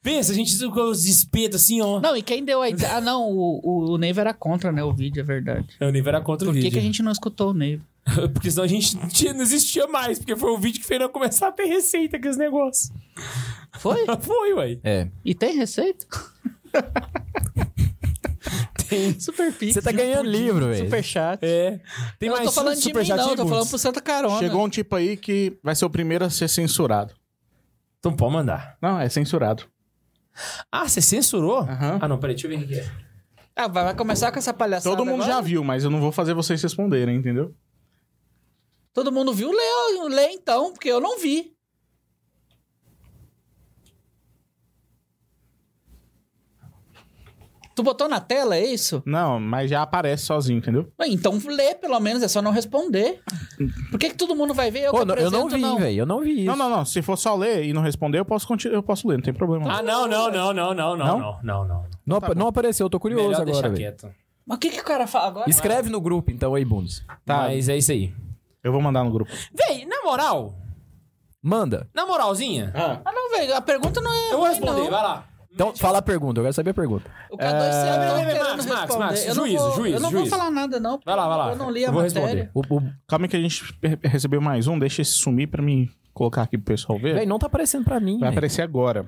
Speaker 2: Pensa, a gente com os espetos assim, ó.
Speaker 4: Não, e quem deu a ideia... Ah, não, o, o, o Neiva era contra, né? O vídeo, é verdade.
Speaker 2: O nível era contra o
Speaker 4: Por que,
Speaker 2: vídeo.
Speaker 4: que a gente não escutou o Neiva?
Speaker 2: Porque senão a gente não tinha- não existia mais, porque foi o vídeo que fez eu começar a ter receita com esse negócio.
Speaker 4: Foi?
Speaker 2: foi, ué.
Speaker 3: É.
Speaker 4: E tem receita? tem. Super Pix.
Speaker 3: Você tá ganhando livro, velho.
Speaker 4: Super chat.
Speaker 2: É. Tem
Speaker 4: eu
Speaker 2: mais
Speaker 4: tô falando de mim,
Speaker 2: superchat
Speaker 4: não.
Speaker 2: e
Speaker 4: Tô
Speaker 2: boots.
Speaker 4: falando pro Santa Carona.
Speaker 5: Chegou um tipo aí que vai ser o primeiro a ser censurado.
Speaker 2: Então pode mandar.
Speaker 5: Não, é censurado.
Speaker 2: Ah, você censurou?
Speaker 5: Aham.
Speaker 2: Ah, não, peraí, deixa eu ver o que que é.
Speaker 4: Ah, vai vai começar com essa palhaçada
Speaker 5: Todo mundo
Speaker 4: agora?
Speaker 5: já viu, mas eu não vou fazer vocês responderem, entendeu?
Speaker 4: Todo mundo viu? Lê, lê então, porque eu não vi. Tu botou na tela, é isso?
Speaker 5: Não, mas já aparece sozinho, entendeu?
Speaker 4: Ué, Então lê, pelo menos, é só não responder. Por que, que todo mundo vai ver? Eu,
Speaker 3: Pô,
Speaker 4: que
Speaker 3: não- eu não
Speaker 4: apresento,
Speaker 3: vi, velho. Eu não vi isso.
Speaker 5: Não, não, não. Se for só ler e não responder, eu posso, continu- eu posso ler, não tem problema.
Speaker 2: Ah, não, não, não, não, não, não, não, não, não.
Speaker 3: Não,
Speaker 4: tá
Speaker 3: apa- não apareceu, eu tô curioso
Speaker 2: Melhor
Speaker 3: agora,
Speaker 2: deixar
Speaker 3: velho.
Speaker 2: quieto.
Speaker 4: Mas o que, que o cara fala agora?
Speaker 3: Escreve no grupo, então, aí, Bundes.
Speaker 5: Tá.
Speaker 2: Mas é isso aí.
Speaker 5: Eu vou mandar no grupo.
Speaker 2: Véi, na moral,
Speaker 3: Manda.
Speaker 2: na moralzinha,
Speaker 4: Ah, não, velho. A pergunta não é.
Speaker 2: eu vou
Speaker 4: ruim,
Speaker 2: responder,
Speaker 4: não.
Speaker 2: vai lá.
Speaker 3: Então, fala a pergunta, eu quero saber a pergunta.
Speaker 4: O K2 sempre tá
Speaker 2: Max,
Speaker 4: querendo
Speaker 2: Max,
Speaker 4: responder.
Speaker 2: Max, Max,
Speaker 4: eu não
Speaker 2: juízo,
Speaker 4: vou,
Speaker 2: juízo,
Speaker 4: Eu não
Speaker 2: juízo.
Speaker 4: vou falar nada, não.
Speaker 2: Vai lá, vai lá.
Speaker 4: Eu não li a
Speaker 2: Eu vou
Speaker 4: matéria.
Speaker 2: responder.
Speaker 3: O, o...
Speaker 5: Calma aí que a gente re- recebeu mais um, deixa esse sumir pra mim colocar aqui pro pessoal ver.
Speaker 3: Véi, não tá aparecendo pra mim.
Speaker 5: Vai
Speaker 2: né?
Speaker 3: véi.
Speaker 5: aparecer agora.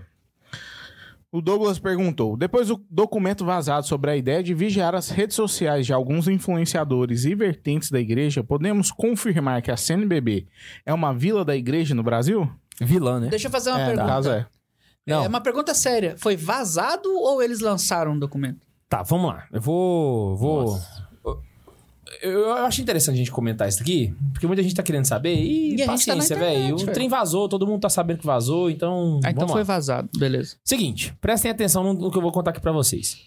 Speaker 5: O Douglas perguntou: depois do documento vazado sobre a ideia de vigiar as redes sociais de alguns influenciadores e vertentes da igreja, podemos confirmar que a CNBB é uma vila da igreja no Brasil?
Speaker 3: Vilã, né?
Speaker 4: Deixa eu fazer uma
Speaker 5: é, no
Speaker 4: pergunta.
Speaker 5: caso é.
Speaker 3: Não.
Speaker 4: É uma pergunta séria. Foi vazado ou eles lançaram um documento?
Speaker 2: Tá, vamos lá. Eu vou. vou... Eu, eu acho interessante a gente comentar isso aqui, porque muita gente tá querendo saber. E,
Speaker 4: E a gente tá na
Speaker 2: paciência,
Speaker 4: internet,
Speaker 2: velho. O
Speaker 4: velho.
Speaker 2: trem vazou, todo mundo tá sabendo que vazou, então.
Speaker 4: Ah, então
Speaker 2: vamos
Speaker 4: foi
Speaker 2: lá.
Speaker 4: vazado. Beleza.
Speaker 2: Seguinte, prestem atenção no, no que eu vou contar aqui pra vocês.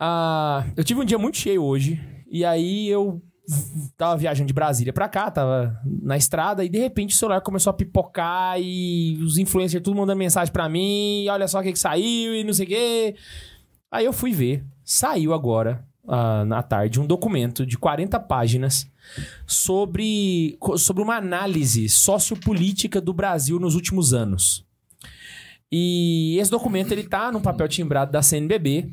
Speaker 2: Ah, eu tive um dia muito cheio hoje, e aí eu v- tava viajando de Brasília pra cá, tava na estrada, e de repente o celular começou a pipocar e os influencers tudo mandando mensagem pra mim, e olha só o que que saiu e não sei o quê. Aí eu fui ver, saiu agora, ah, na tarde, um documento de 40 páginas sobre, co- sobre uma análise sociopolítica do Brasil nos últimos anos. E esse documento ele tá num papel timbrado da CNBB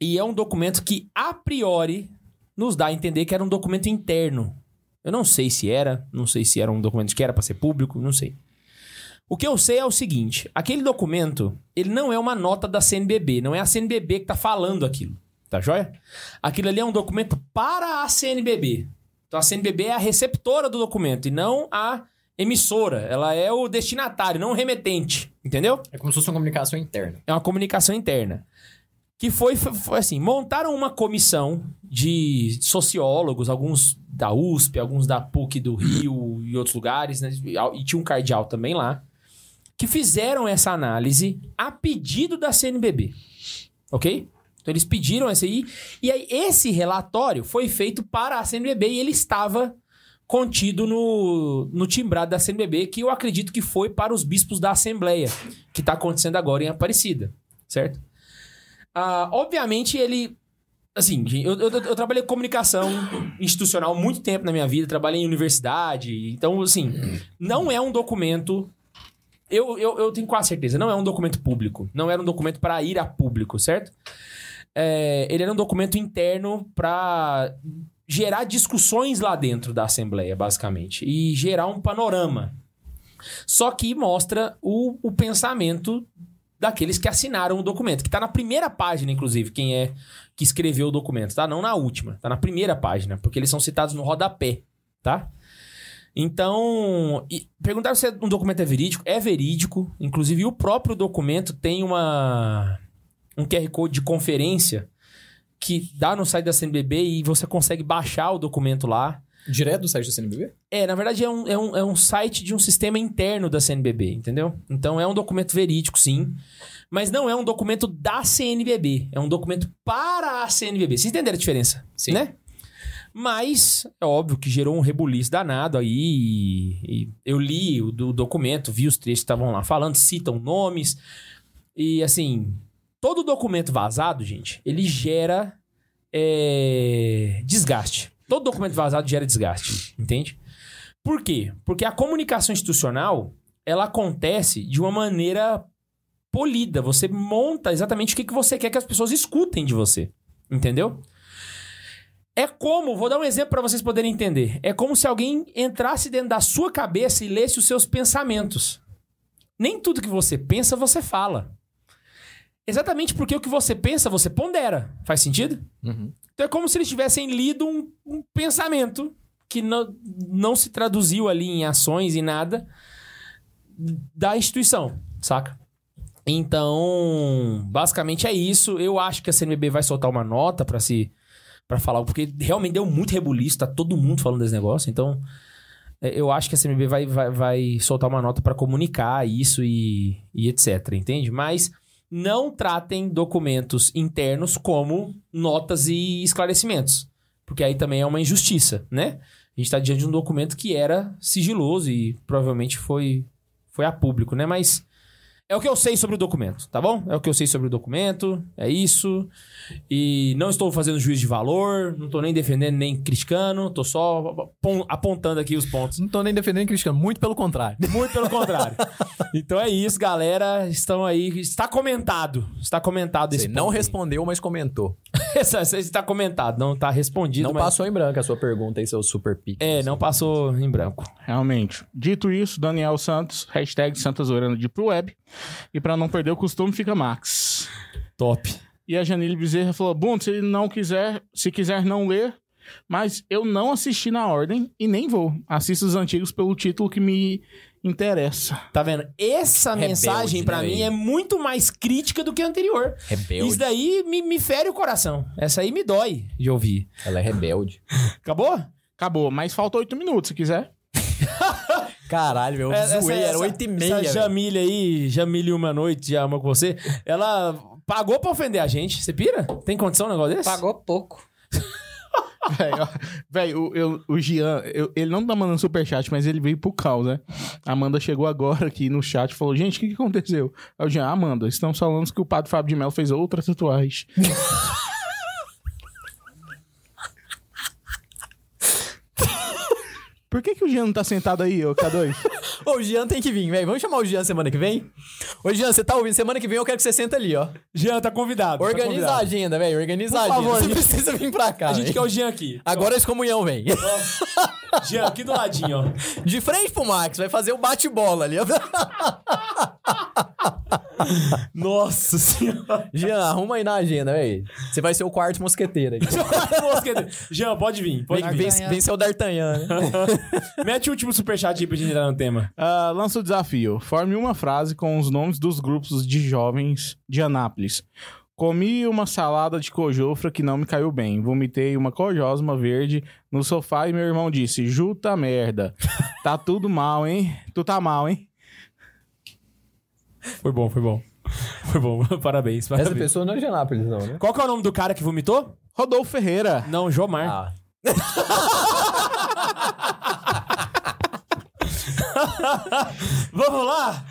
Speaker 2: e é um documento que a priori nos dá a entender que era um documento interno. Eu não sei se era, não sei se era um documento que era para ser público, não sei. O que eu sei é o seguinte, aquele documento, ele não é uma nota da CNBB, não é a CNBB que tá falando aquilo, tá joia? Aquilo ali é um documento para a CNBB. Então a CNBB é a receptora do documento e não a emissora, ela é o destinatário, não o remetente, entendeu?
Speaker 3: É como se fosse uma comunicação interna.
Speaker 2: É uma comunicação interna. Que foi, foi- foi assim: montaram uma comissão de sociólogos, alguns da USP, alguns da PUC do Rio e outros lugares, né? e tinha um cardeal também lá, que fizeram essa análise a pedido da CNBB. Ok? Então eles pediram essa aí. E aí, esse relatório foi feito para a CNBB e ele estava contido no, no timbrado da CNBB, que eu acredito que foi para os bispos da Assembleia que está acontecendo agora em Aparecida, certo? Ah, obviamente ele. Assim, eu, eu, eu trabalhei com comunicação institucional muito tempo na minha vida, trabalhei em universidade, então, assim, não é um documento. Eu, eu, eu tenho quase certeza, não é um documento público. Não era um documento para ir a público, certo? É, ele era um documento interno para gerar discussões lá dentro da Assembleia, basicamente, e gerar um panorama só que mostra o, o pensamento daqueles que assinaram o documento, que tá na primeira página, inclusive, quem é que escreveu o documento, tá? Não na última, tá na primeira página, porque eles são citados no rodapé, tá? Então, e perguntaram se é- um documento é verídico. É verídico. Inclusive, o próprio documento tem uma um QR Code de conferência que dá no site da CNBB e você consegue baixar o documento lá.
Speaker 3: Direto do site do CNBB?
Speaker 2: É, na verdade é um, é, um, é um site de um sistema interno da CNBB, entendeu? Então é um documento verídico, sim. Mas não é um documento da CNBB. É um documento para a CNBB. Vocês entenderam a diferença?
Speaker 3: Sim.
Speaker 2: Né? Mas é óbvio que gerou um rebuliço danado aí. e- e eu li o do documento, vi os trechos que estavam lá falando, citam nomes. E assim, todo documento vazado, gente, ele gera é, desgaste. Todo documento vazado gera desgaste, entende? Por quê? Porque a comunicação institucional, ela acontece de uma maneira polida, você monta exatamente o que, que você quer que as pessoas escutem de você. Entendeu? É como, vou dar um exemplo pra vocês poderem entender. É como se alguém entrasse dentro da sua cabeça e lesse os seus pensamentos. Nem tudo que você pensa, você fala. Exatamente porque o que você pensa, você pondera. Faz sentido?
Speaker 3: Uhum.
Speaker 2: Então é como se eles tivessem lido um, um pensamento que não, não se traduziu ali em ações e nada da instituição, saca? Então, basicamente é isso. Eu acho que a CNBB vai soltar uma nota pra se para falar, porque realmente deu muito rebuliço, tá todo mundo falando desse negócio. Então, é, eu acho que a CNBB vai, vai, vai soltar uma nota pra comunicar isso e, e etc, entende? Mas não tratem documentos internos como notas e esclarecimentos, porque aí também é uma injustiça, né? A gente está diante de um documento que era sigiloso e provavelmente foi, foi a público, né? Mas é o que eu sei sobre o documento, tá bom? É o que eu sei sobre o documento, é isso. E não estou fazendo juízo de valor, não estou nem defendendo nem criticando, estou só apon- apontando aqui os pontos.
Speaker 3: Não tô nem defendendo nem criticando, muito pelo contrário.
Speaker 2: Muito pelo contrário. Então é isso, galera. Estão aí. Está comentado. Está comentado esse
Speaker 3: Você não
Speaker 2: ponto aí.
Speaker 3: respondeu, mas comentou.
Speaker 2: Essa- essa Está comentado, não está respondido.
Speaker 3: não
Speaker 2: mas-
Speaker 3: passou em branco a sua pergunta aí, seu super pique.
Speaker 2: É, não passou em branco.
Speaker 5: Realmente. Dito isso, Daniel Santos, hashtag Santas Orando de pro web. E pra não perder o costume, fica Max.
Speaker 2: Top.
Speaker 5: E a Janine Bezerra falou: Bom, se ele não quiser, se quiser não ler, mas eu não assisti na ordem e nem vou. Assisto os antigos pelo título que me interessa.
Speaker 2: Tá vendo? Essa
Speaker 3: Rebelde,
Speaker 2: mensagem, pra
Speaker 3: né,
Speaker 2: mim,
Speaker 3: velho?
Speaker 2: é muito mais crítica do que a anterior.
Speaker 3: Rebelde.
Speaker 2: Isso daí me, me fere o coração. Essa aí me dói de ouvir.
Speaker 3: Ela é rebelde.
Speaker 2: Acabou?
Speaker 5: Acabou, mas falta oito minutos, se quiser.
Speaker 3: Caralho, eu
Speaker 2: É,
Speaker 3: zoei, era 8 e meia.
Speaker 2: Essa
Speaker 3: velho.
Speaker 2: Jamília aí, Jamília Uma Noite, de Amor com Você, ela pagou pra ofender a gente. Você pira? Tem condição um negócio desse?
Speaker 4: Pagou pouco.
Speaker 5: Velho, ó, Velho, o, eu- o Gian, eu- ele não tá mandando superchat, mas ele veio pro caos, né? A Amanda chegou agora aqui no chat e falou: Gente, o que, que aconteceu? Aí o Jean, Amanda, estamos falando que o padre Fábio de Mello fez outra tatuagem. Por que, que o Jean não tá sentado aí, ô K2?
Speaker 3: Ô, o Jean tem que vir, velho. Vamos chamar o Jean semana que vem? Ô, Jean, você tá ouvindo? Semana que vem eu quero que você senta ali, ó.
Speaker 2: Jean tá convidado. tá
Speaker 3: Organiza a
Speaker 2: convidado.
Speaker 3: agenda, velho. Organiza
Speaker 2: Por
Speaker 3: a agenda.
Speaker 2: favor,
Speaker 3: você
Speaker 2: gente.
Speaker 3: precisa vir pra cá.
Speaker 2: A gente
Speaker 3: velho.
Speaker 2: quer o Jean aqui.
Speaker 3: Agora é a excomunhão, vem.
Speaker 2: Jean, aqui do ladinho, ó.
Speaker 3: De frente pro Max, vai fazer o bate-bola ali. ó.
Speaker 2: Nossa senhora.
Speaker 3: Jean, arruma aí na agenda, velho. Você vai ser o quarto mosqueteiro aqui.
Speaker 2: Jean, pode vir, pode
Speaker 3: Vem,
Speaker 2: vir.
Speaker 3: vem, vem ser o D'Artagnan, né?
Speaker 2: Mete o último superchat aí pra gente entrar no tema.
Speaker 5: Ah, lança o desafio. Forme uma frase com os nomes dos grupos de jovens de Anápolis. Comi uma salada de cojofra que não me caiu bem. Vomitei uma cojosma verde no sofá e meu irmão disse: Juta merda. Tá tudo mal, hein? Tu tá mal, hein?
Speaker 2: Foi bom, foi bom. Foi bom, parabéns, parabéns.
Speaker 3: Essa pessoa não é de Anápolis, não, né?
Speaker 2: Qual que é o nome do cara que vomitou?
Speaker 5: Rodolfo Ferreira.
Speaker 2: Não,
Speaker 4: É.
Speaker 2: Jomar.
Speaker 3: Ah.
Speaker 2: Vamos lá?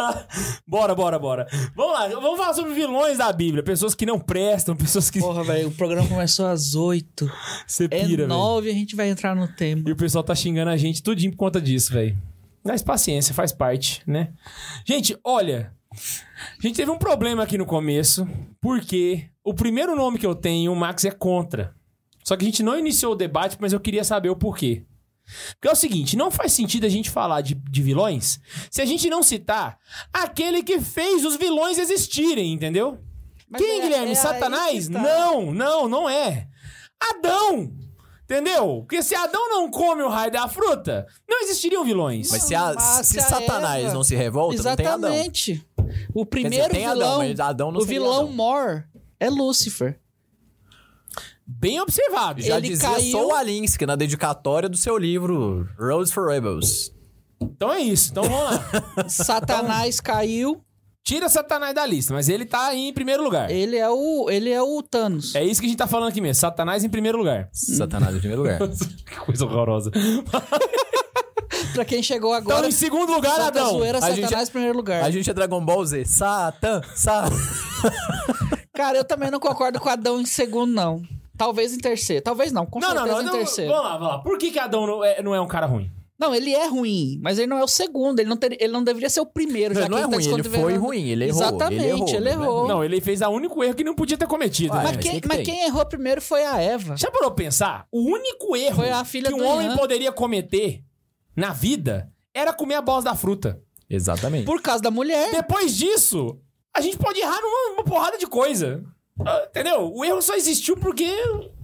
Speaker 2: bora, bora, bora. Vamos lá, vamos falar sobre vilões da Bíblia. Pessoas que não prestam, pessoas que...
Speaker 4: Porra, velho, o programa começou às oito.
Speaker 2: Você
Speaker 4: É
Speaker 2: pira, velho.
Speaker 4: nove, a gente vai entrar no tema.
Speaker 2: E o pessoal tá xingando a gente tudinho por conta disso, velho. Mas paciência, faz parte, né? Gente, olha. A gente teve um problema aqui no começo, porque o primeiro nome que eu tenho, o Max, é contra. Só que a gente não iniciou o debate, mas eu queria saber o porquê. Porque é o seguinte, não faz sentido a gente falar de, de vilões se a gente não citar aquele que fez os vilões existirem, entendeu?
Speaker 4: Mas
Speaker 2: Quem,
Speaker 4: é-
Speaker 2: Guilherme?
Speaker 4: é aí
Speaker 2: Satanás?
Speaker 4: que tá.
Speaker 2: Não, não, não é. Adão! Entendeu? Porque se Adão não come o raio da fruta, não existiriam vilões.
Speaker 3: Mas se, a-
Speaker 4: mas
Speaker 3: se
Speaker 4: se a
Speaker 3: Satanás
Speaker 4: Eva-
Speaker 3: não se revolta, não tem Adão.
Speaker 4: Exatamente. O primeiro
Speaker 3: tem Adão,
Speaker 4: vilão,
Speaker 3: mas Adão não
Speaker 4: o
Speaker 3: seria
Speaker 4: vilão
Speaker 3: Adão.
Speaker 4: mor é Lúcifer.
Speaker 2: Bem observado.
Speaker 3: Já
Speaker 4: Ele
Speaker 3: dizia
Speaker 4: caiu-
Speaker 3: Sol Alinsky na dedicatória do seu livro Roads for Rebels.
Speaker 2: Então é isso. Então vamos lá.
Speaker 4: Satanás caiu,
Speaker 2: Tira Satanás da lista, mas ele tá aí em primeiro lugar.
Speaker 4: ele é o ele é o Thanos.
Speaker 2: É isso que a gente tá falando aqui mesmo. Satanás em primeiro lugar.
Speaker 3: Satanás em primeiro lugar.
Speaker 2: que coisa horrorosa.
Speaker 4: Pra quem chegou
Speaker 2: Então,
Speaker 4: agora,
Speaker 2: em segundo lugar,
Speaker 4: Santa
Speaker 2: Adão.
Speaker 4: zoeira,
Speaker 3: a
Speaker 4: Satanás
Speaker 3: gente-
Speaker 4: em primeiro lugar.
Speaker 3: A gente é Dragon Ball Z. Satan, Satan.
Speaker 4: Cara, eu também não concordo com Adão em segundo não. Talvez em terceiro, talvez não, com
Speaker 2: Não, não,
Speaker 4: certeza
Speaker 2: não.
Speaker 4: em
Speaker 2: não vamos
Speaker 4: terceiro.
Speaker 2: lá, vamos lá. Por que, que Adão não é, não é um cara ruim?
Speaker 4: Não, ele é ruim, mas ele não é o segundo. Ele não, ter- ele não deveria ser o primeiro.
Speaker 3: Não,
Speaker 4: já
Speaker 3: ele não
Speaker 4: que
Speaker 3: é
Speaker 4: tá
Speaker 3: ruim, ele foi
Speaker 4: desconsiderando-
Speaker 3: ruim, ele errou.
Speaker 4: Exatamente, ele
Speaker 3: ele errou. né?
Speaker 4: errou.
Speaker 2: Não, ele fez o único erro que não podia ter cometido.
Speaker 3: Ué.
Speaker 2: Mas
Speaker 4: Mas,
Speaker 3: mas
Speaker 4: quem,
Speaker 3: que que
Speaker 4: mas
Speaker 3: É, tem?
Speaker 4: quem errou primeiro foi a Eva.
Speaker 2: já parou pra pensar? O único erro
Speaker 4: Foi a filha
Speaker 2: que um
Speaker 4: do
Speaker 2: homem
Speaker 4: Ian.
Speaker 2: poderia cometer na vida era comer a bola da fruta.
Speaker 3: Exatamente.
Speaker 4: Por causa da mulher.
Speaker 2: Depois disso, a gente pode errar numa uma porrada de coisa. Ah, Entendeu? O erro só existiu porque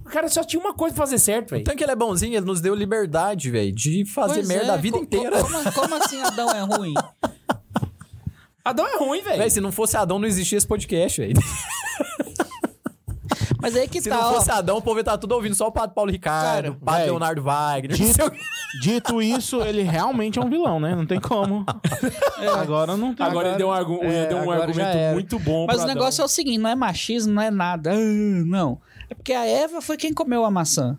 Speaker 2: o cara só tinha uma coisa pra fazer certo, velho.
Speaker 3: Tanto que ele é bonzinho, ele nos deu liberdade, velho, de fazer
Speaker 4: Pois
Speaker 3: merda
Speaker 4: é,
Speaker 3: a vida
Speaker 4: co-
Speaker 3: inteira.
Speaker 4: Como, como assim Adão é ruim?
Speaker 2: Adão é ruim, velho.
Speaker 3: Véi, se não fosse Adão, não existia esse podcast, velho.
Speaker 4: Mas aí que
Speaker 3: Se
Speaker 4: tá,
Speaker 3: não
Speaker 4: ó.
Speaker 3: fosse Adão, o povo ia tá tudo ouvindo só o Padre Paulo Ricardo,
Speaker 4: Cara,
Speaker 3: o Padre
Speaker 5: véi.
Speaker 3: Leonardo Wagner.
Speaker 5: Dito, dito isso, ele realmente é um vilão, né? Não tem como. Agora não tem.
Speaker 2: É. Agora ele deu um, argu-
Speaker 4: é,
Speaker 2: ele deu um
Speaker 4: agora já
Speaker 2: argumento
Speaker 4: era.
Speaker 2: muito bom
Speaker 4: Mas
Speaker 2: pro
Speaker 4: o
Speaker 2: Adão.
Speaker 4: negócio é o seguinte, não é machismo, não é nada. Ah, Não. É porque a Eva foi quem comeu a maçã.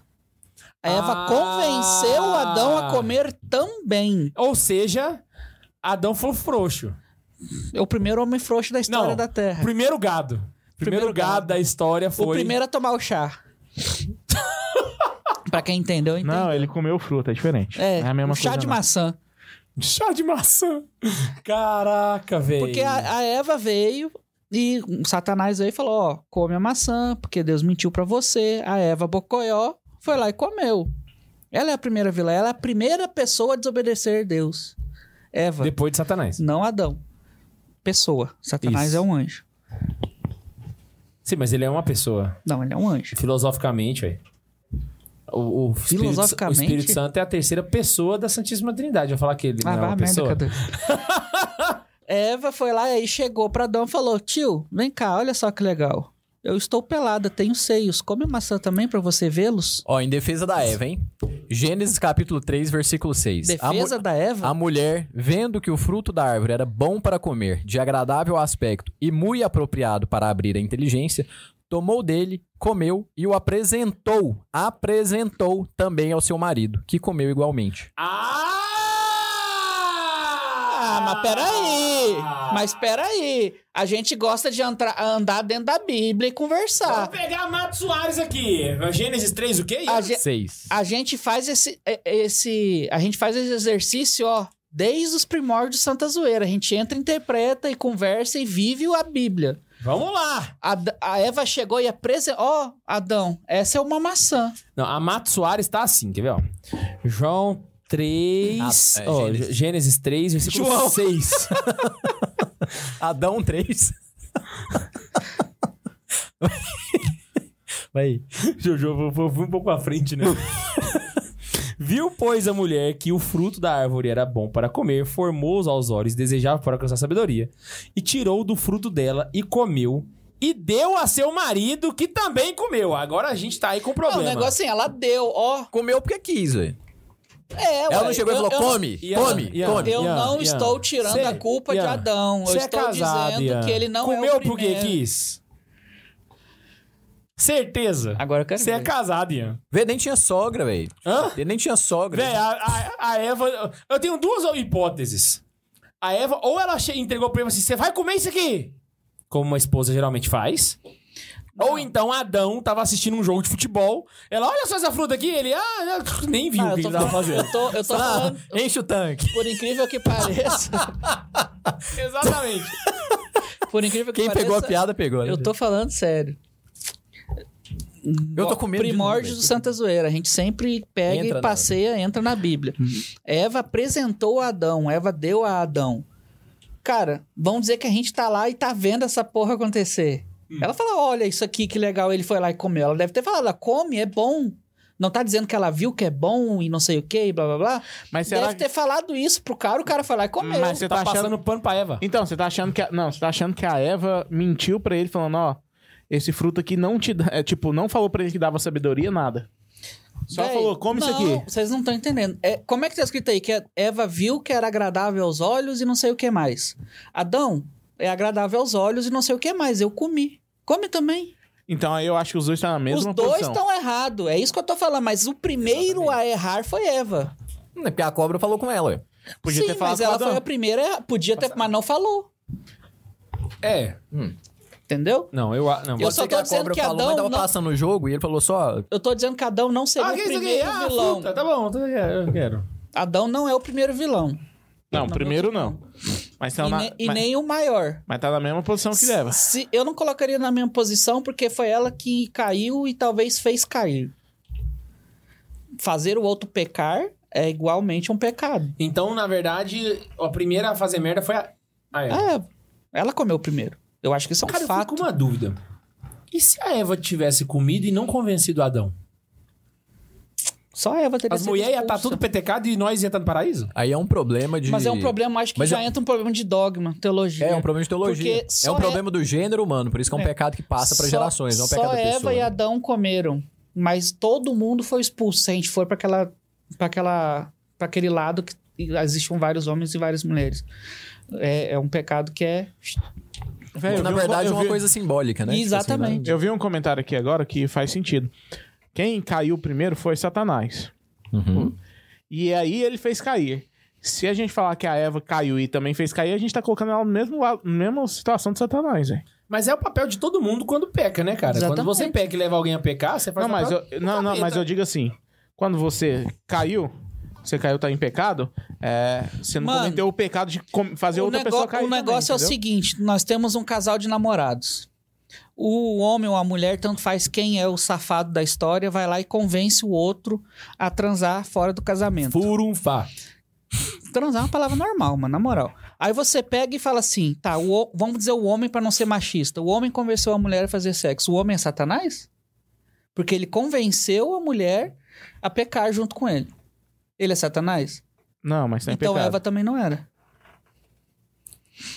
Speaker 4: A Eva
Speaker 2: Ah.
Speaker 4: convenceu o Adão a comer também.
Speaker 2: Ou seja, Adão foi frouxo.
Speaker 4: É o primeiro homem frouxo da história
Speaker 2: Não.
Speaker 4: da Terra.
Speaker 2: Primeiro gado. Primeiro,
Speaker 4: Primeiro
Speaker 2: gado,
Speaker 4: gado.
Speaker 2: da história foi.
Speaker 4: O primeiro a tomar o chá. pra quem entendeu, entendeu.
Speaker 5: Não, ele comeu fruta, é diferente.
Speaker 4: É,
Speaker 5: a mesma
Speaker 4: o chá
Speaker 5: coisa, né?
Speaker 4: de
Speaker 5: não.
Speaker 4: maçã.
Speaker 2: Chá de maçã. Caraca, velho.
Speaker 4: Porque a, a Eva veio e o Satanás veio e falou: Ó, come a maçã, porque Deus mentiu pra você. A Eva Bocoió foi lá e comeu. Ela é a primeira vilã, ela é a primeira pessoa a desobedecer Deus. Eva,
Speaker 2: Depois de Satanás.
Speaker 4: não Adão. Pessoa. Satanás
Speaker 2: Isso.
Speaker 4: é um anjo.
Speaker 2: Sim, mas ele é uma pessoa.
Speaker 4: Não, ele é um anjo.
Speaker 2: Filosoficamente, velho. O, o Espírito-
Speaker 4: Filosoficamente?
Speaker 2: o Espírito Santo é a terceira pessoa da Santíssima Trindade. Eu vou falar que ele
Speaker 4: Ah,
Speaker 2: não é
Speaker 4: vai
Speaker 2: uma
Speaker 4: a merda,
Speaker 2: pessoa.
Speaker 4: cadê? Eva foi lá e aí chegou pra Adão e falou: Tio, vem cá, olha só que legal. Eu estou pelada, tenho seios. Come maçã também pra você vê-los?
Speaker 3: Ó, em defesa da Eva, hein? Gênesis capítulo 3, versículo 6. A mu-
Speaker 4: Defesa da Eva?
Speaker 3: A mulher, vendo que o fruto da árvore era bom para comer, de agradável aspecto e muito apropriado para abrir a inteligência, tomou dele, comeu e o apresentou, apresentou também ao seu marido, que comeu igualmente.
Speaker 2: Ah!
Speaker 4: Ah, mas peraí!
Speaker 3: Ah.
Speaker 4: Mas peraí! A gente gosta de antra- andar dentro da Bíblia e
Speaker 2: Vamos
Speaker 4: conversar.
Speaker 2: pegar Mato Soares aqui. Gênesis 3, o quê?
Speaker 4: A, ge-
Speaker 3: Seis.
Speaker 4: a gente faz esse, é- esse. A gente faz esse exercício, ó, desde os primórdios de Santa Zoeira. A gente entra, interpreta e conversa e vive a Bíblia.
Speaker 2: Vamos lá.
Speaker 4: A, D- a Eva chegou e apresentou. Ó, Adão, essa é uma maçã.
Speaker 2: Não, a Mato Soares tá assim, quer ver? Ó. João 3.
Speaker 3: Ah, é,
Speaker 2: ó,
Speaker 3: Gênesis.
Speaker 2: Gênesis 3, versículo
Speaker 3: João.
Speaker 2: 6.
Speaker 3: Adão, três. Vai.
Speaker 2: Jojo, eu vou- eu fui um pouco à frente, né? Viu, pois, a mulher que o fruto da árvore era bom para comer, formou-os aos olhos, desejava para alcançar sabedoria, e tirou do fruto dela e comeu, e deu a seu marido, que também comeu. Agora a gente tá aí com
Speaker 4: Não,
Speaker 2: problema.
Speaker 4: o negócio assim, ela deu, ó.
Speaker 3: Comeu porque quis, velho.
Speaker 4: É,
Speaker 3: Ela
Speaker 4: ué,
Speaker 3: não chegou e
Speaker 4: eu-
Speaker 3: falou,
Speaker 4: eu-
Speaker 3: come,
Speaker 2: Ian,
Speaker 3: come,
Speaker 2: Ian,
Speaker 3: come.
Speaker 4: Eu
Speaker 2: Ian,
Speaker 4: não
Speaker 2: Ian.
Speaker 4: estou tirando
Speaker 2: Cê-
Speaker 4: a culpa de
Speaker 2: Ian,
Speaker 4: Adão. Eu
Speaker 2: cê é
Speaker 4: estou
Speaker 2: casado,
Speaker 4: dizendo
Speaker 2: Ian.
Speaker 4: que ele não
Speaker 2: comeu
Speaker 4: é o
Speaker 2: porque
Speaker 4: primeiro.
Speaker 2: quis. Certeza.
Speaker 4: Agora eu quero
Speaker 2: Você é
Speaker 4: ver.
Speaker 2: casado, Ian.
Speaker 3: Vê, nem tinha sogra, velho.
Speaker 2: Hã?
Speaker 3: Ele nem tinha sogra.
Speaker 2: Véi, a, a- a Eva. Eu tenho duas hipóteses. A Eva, ou ela che- entregou pra ele assim: você vai comer isso aqui? Como uma esposa geralmente faz. Ou então Adão tava assistindo um jogo de futebol. Ela, olha só essa fruta aqui. Ele, ah, ah, nem viu
Speaker 4: Ah,
Speaker 2: o que
Speaker 4: eu
Speaker 2: ele
Speaker 4: tô
Speaker 2: tava
Speaker 4: falando-
Speaker 2: fazendo.
Speaker 4: Eu tô, eu tô
Speaker 3: Ah,
Speaker 4: falando,
Speaker 3: enche o tanque.
Speaker 4: por incrível que pareça.
Speaker 2: Exatamente.
Speaker 4: Por incrível que
Speaker 3: Quem
Speaker 4: pareça.
Speaker 3: pegou a piada, pegou. né?
Speaker 4: Eu tô falando sério.
Speaker 3: Eu tô com medo de
Speaker 4: Primórdios
Speaker 3: novo,
Speaker 4: do Santa Zoeira. A gente sempre pega
Speaker 3: Entra na- Uhum.
Speaker 4: e passeia, entra na Bíblia. Eva apresentou a Adão, Eva deu a Adão. Cara, vão dizer que a gente tá lá e tá vendo essa porra acontecer.
Speaker 3: Hum.
Speaker 4: Ela fala: olha isso aqui, que legal. Ele foi lá e comeu. Ela deve ter falado: ela come, é bom. Não tá dizendo que ela viu que é bom e não sei o que, blá blá blá.
Speaker 5: Mas
Speaker 4: Deve
Speaker 5: será que.
Speaker 4: ter falado isso pro cara, o cara foi lá e comeu.
Speaker 5: Mas você
Speaker 2: tá
Speaker 5: tá achando.
Speaker 2: passando pano pra Eva.
Speaker 5: Então, você tá achando que. A... Não, você tá achando que a Eva mentiu pra ele, falando, ó. Esse fruto aqui não te dá. É, tipo, não falou pra ele que dava sabedoria, nada. Só
Speaker 4: Véi,
Speaker 5: falou, come isso
Speaker 4: não,
Speaker 5: aqui.
Speaker 4: Vocês não estão entendendo. É, como é que tá escrito aí? Que a Eva viu que era agradável aos olhos e não sei o que mais. Adão, é agradável aos olhos e não sei o que mais. Eu comi. Come também.
Speaker 5: Então aí eu acho que os dois estão na mesma
Speaker 4: Os dois
Speaker 5: posição.
Speaker 4: estão errados. É isso que eu tô falando. Mas o primeiro a errar foi Eva.
Speaker 3: Hum, é porque a cobra falou com ela, ué.
Speaker 5: Podia
Speaker 4: Sim,
Speaker 5: ter falado
Speaker 4: mas
Speaker 5: com
Speaker 4: ela
Speaker 5: Adão.
Speaker 4: foi a primeira. a errar. Podia ter, mas não falou.
Speaker 2: É.
Speaker 4: Entendeu?
Speaker 2: Não, eu. a- Não,
Speaker 4: Eu
Speaker 3: Pode
Speaker 4: só
Speaker 3: ser
Speaker 4: tô dizendo que
Speaker 3: falou, mas
Speaker 4: Adão
Speaker 3: tava
Speaker 4: não-
Speaker 3: passando o jogo e ele falou só...
Speaker 4: Eu tô dizendo que Adão não seria
Speaker 2: Ah,
Speaker 4: o
Speaker 2: que isso aqui?
Speaker 4: primeiro
Speaker 2: Ah,
Speaker 4: vilão.
Speaker 2: fruta. Tá bom, tá- eu quero.
Speaker 4: Adão não é o primeiro vilão.
Speaker 5: Não, primeiro não. Mas tá,
Speaker 4: e
Speaker 5: na,
Speaker 4: ne- e
Speaker 5: mas-
Speaker 4: nem o maior.
Speaker 5: mas tá na mesma posição que Eva.
Speaker 4: Se, eu não colocaria na mesma posição porque foi ela que caiu e talvez fez cair. Fazer o outro pecar é igualmente um pecado.
Speaker 2: Então, na verdade, a primeira a fazer merda foi a. a Eva.
Speaker 4: É, ela comeu primeiro. Eu acho que isso é um
Speaker 2: Cara, eu
Speaker 4: fato.
Speaker 2: fico com uma dúvida. E se a Eva tivesse comido e não convencido Adão?
Speaker 4: Só a Eva teria
Speaker 2: As
Speaker 4: sido
Speaker 2: mulheres iam estar
Speaker 4: expulsa.
Speaker 2: tudo petecado e nós ia estar no paraíso?
Speaker 3: Aí é um problema de.
Speaker 4: Mas é um problema, acho que
Speaker 3: Mas
Speaker 4: já
Speaker 3: é-
Speaker 4: entra um problema de dogma, teologia.
Speaker 3: É, é um problema de teologia.
Speaker 4: Porque
Speaker 3: É
Speaker 4: só
Speaker 3: um
Speaker 4: é-
Speaker 3: problema do gênero humano, por isso que é um
Speaker 4: É.
Speaker 3: pecado que passa para
Speaker 4: Só-
Speaker 3: gerações, não é um
Speaker 4: só
Speaker 3: pecado da
Speaker 4: Eva
Speaker 3: pessoa.
Speaker 4: e Adão comeram, mas todo mundo foi expulso. Se a gente for para aquela, para aquela, para aquele lado que existiam vários homens e várias mulheres, é, é um pecado que é
Speaker 5: Velho, eu
Speaker 3: Na
Speaker 5: vi um-
Speaker 3: verdade, é
Speaker 5: eu
Speaker 3: uma
Speaker 5: vi-
Speaker 3: coisa simbólica, né? Tipo assim,
Speaker 4: Exatamente.
Speaker 5: Eu vi um comentário aqui agora que faz sentido. Quem caiu primeiro foi Satanás.
Speaker 3: né? Uhum.
Speaker 5: E aí ele fez cair. Se a gente falar que a Eva caiu e também fez cair, a gente tá colocando ela no mesmo lado- na mesma situação de Satanás, hein?
Speaker 2: Mas é o papel de todo mundo quando peca, né, cara? Quando você
Speaker 4: Exatamente.
Speaker 2: peca e leva alguém a pecar, você faz
Speaker 5: Não,
Speaker 2: o
Speaker 5: mas
Speaker 2: papel-
Speaker 5: eu, não, não, mas eu digo assim: quando você caiu, você caiu, tá em pecado, é, você não
Speaker 4: Mano,
Speaker 5: cometeu o pecado de com- fazer outra
Speaker 4: nego-
Speaker 5: pessoa cair.
Speaker 4: o
Speaker 5: também,
Speaker 4: negócio é o
Speaker 5: entendeu?
Speaker 4: seguinte: nós temos um casal de namorados. O homem ou a mulher, tanto faz quem é o safado da história, vai lá e convence o outro a transar fora do casamento.
Speaker 2: Furunfá.
Speaker 4: Transar é uma palavra normal, mano, na moral. Aí você pega e fala assim: tá, o ho- vamos dizer o homem pra não ser machista. O homem convenceu a mulher a fazer sexo. O homem é Satanás? Porque ele convenceu a mulher a pecar junto com ele. Ele é Satanás?
Speaker 5: Não, mas tá em
Speaker 4: então
Speaker 5: pecado.
Speaker 4: Eva também não era.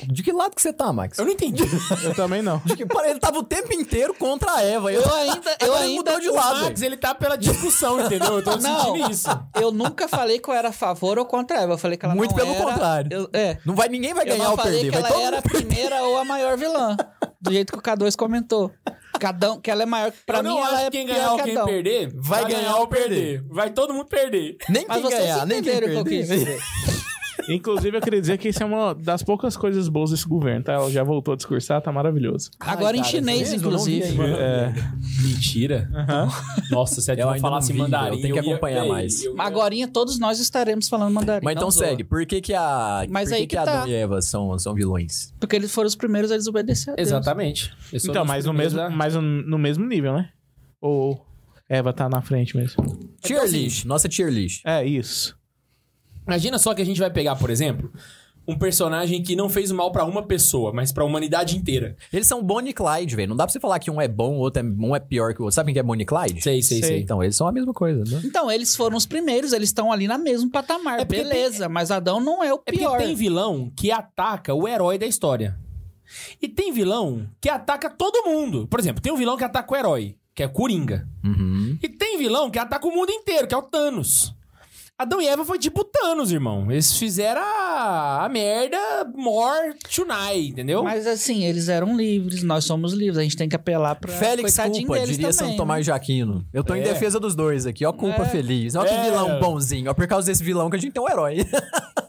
Speaker 3: De que lado que você tá, Max?
Speaker 2: Eu não entendi.
Speaker 5: Eu também não.
Speaker 3: De que- Pare- ele tava o tempo inteiro contra a Eva.
Speaker 4: Eu ainda. Eu
Speaker 3: Agora ele
Speaker 4: ainda
Speaker 3: mudou de lado.
Speaker 2: Max, ele tá pela discussão, entendeu? Eu tô
Speaker 4: Não.
Speaker 2: sentindo isso.
Speaker 4: Eu nunca falei que eu era a favor ou contra ela. Eu falei que ela
Speaker 3: Muito
Speaker 4: não
Speaker 3: pelo
Speaker 4: era-
Speaker 3: contrário.
Speaker 4: Eu, é.
Speaker 3: Não vai, ninguém vai
Speaker 4: Eu
Speaker 3: ganhar
Speaker 4: não
Speaker 3: ou
Speaker 4: falei
Speaker 3: perder.
Speaker 4: que
Speaker 3: Vai
Speaker 4: ela
Speaker 3: todo
Speaker 4: era a
Speaker 3: mundo perder.
Speaker 4: primeira ou a maior vilã. Do jeito que o K2 comentou. Cada um, que ela é maior. Pra
Speaker 2: eu
Speaker 4: mim,
Speaker 2: não acho
Speaker 4: ela é
Speaker 2: que quem
Speaker 4: pior
Speaker 2: ganhar ou
Speaker 4: que
Speaker 2: quem
Speaker 4: Adão.
Speaker 2: perder
Speaker 3: Vai ganhar ou perder.
Speaker 2: Vai todo mundo perder.
Speaker 3: Nem
Speaker 4: Mas
Speaker 3: quem
Speaker 4: vocês
Speaker 3: ganhar, nem quem
Speaker 4: entenderam o que é eu
Speaker 3: perder.
Speaker 4: quis dizer.
Speaker 5: Inclusive, eu queria dizer que isso é uma das poucas coisas boas desse governo, tá? Ela já voltou a discursar, tá maravilhoso. É,
Speaker 4: Agora em
Speaker 3: cara,
Speaker 4: chinês,
Speaker 3: mesmo?
Speaker 4: inclusive.
Speaker 3: Não vi ainda.
Speaker 2: Mentira. Nossa, se a
Speaker 3: Eu
Speaker 2: Dilma
Speaker 3: ainda não
Speaker 2: falasse
Speaker 3: vi,
Speaker 2: mandarim,
Speaker 3: eu tenho que
Speaker 2: eu ia-
Speaker 3: acompanhar
Speaker 2: véi,
Speaker 3: mais.
Speaker 2: eu ia-
Speaker 4: Agora todos nós estaremos falando mandarim.
Speaker 3: Mas então
Speaker 4: não zoa.
Speaker 3: segue. Por que que a,
Speaker 4: Mas
Speaker 3: por
Speaker 4: aí
Speaker 3: que
Speaker 4: que
Speaker 3: que Adão
Speaker 4: tá.
Speaker 3: e Eva são, são vilões?
Speaker 4: Porque eles foram os primeiros a desobedecer a Deus.
Speaker 2: Exatamente. Eu sou
Speaker 5: então,
Speaker 2: dos
Speaker 5: mas no,
Speaker 2: primeiros
Speaker 5: mesmo,
Speaker 2: a-
Speaker 5: mas no- no mesmo nível, né? Ou Eva tá na frente mesmo.
Speaker 4: É
Speaker 3: Tier list. Nossa tier list.
Speaker 5: É isso.
Speaker 2: Imagina só que a gente vai pegar, por exemplo, um personagem que não fez mal pra uma pessoa, mas pra humanidade inteira.
Speaker 3: Eles são Bonnie e Clyde, velho. Não dá pra você falar que um é bom, o outro é, um é pior que o outro. Sabe quem que é Bonnie e Clyde?
Speaker 2: Sei, sei, sei.
Speaker 3: Então, eles são a mesma coisa, né?
Speaker 4: Então, eles foram os primeiros, eles estão ali na mesmo patamar.
Speaker 2: É porque
Speaker 4: beleza, mas Adão não é o
Speaker 2: É
Speaker 4: pior.
Speaker 2: porque tem vilão que ataca o herói da história. E tem vilão que ataca todo mundo. Por exemplo, tem um vilão que ataca o herói, que é Coringa.
Speaker 3: Uhum.
Speaker 2: E tem vilão que ataca o mundo inteiro, que é o Thanos. Adão e Eva foi tipo Thanos, irmão. Eles fizeram a, a merda more tonight, entendeu?
Speaker 4: Mas assim, eles eram livres, nós somos livres, a gente tem que apelar pra
Speaker 3: Félix
Speaker 4: É, coitadinho
Speaker 3: Culpa,
Speaker 4: deles
Speaker 3: diria
Speaker 4: também, né?
Speaker 3: São Tomás de Aquino. Eu tô em
Speaker 2: É.
Speaker 3: defesa dos dois aqui. Ó, culpa feliz. Ó,
Speaker 2: É.
Speaker 3: que vilão bonzinho. Ó, por causa desse vilão que a gente tem um herói.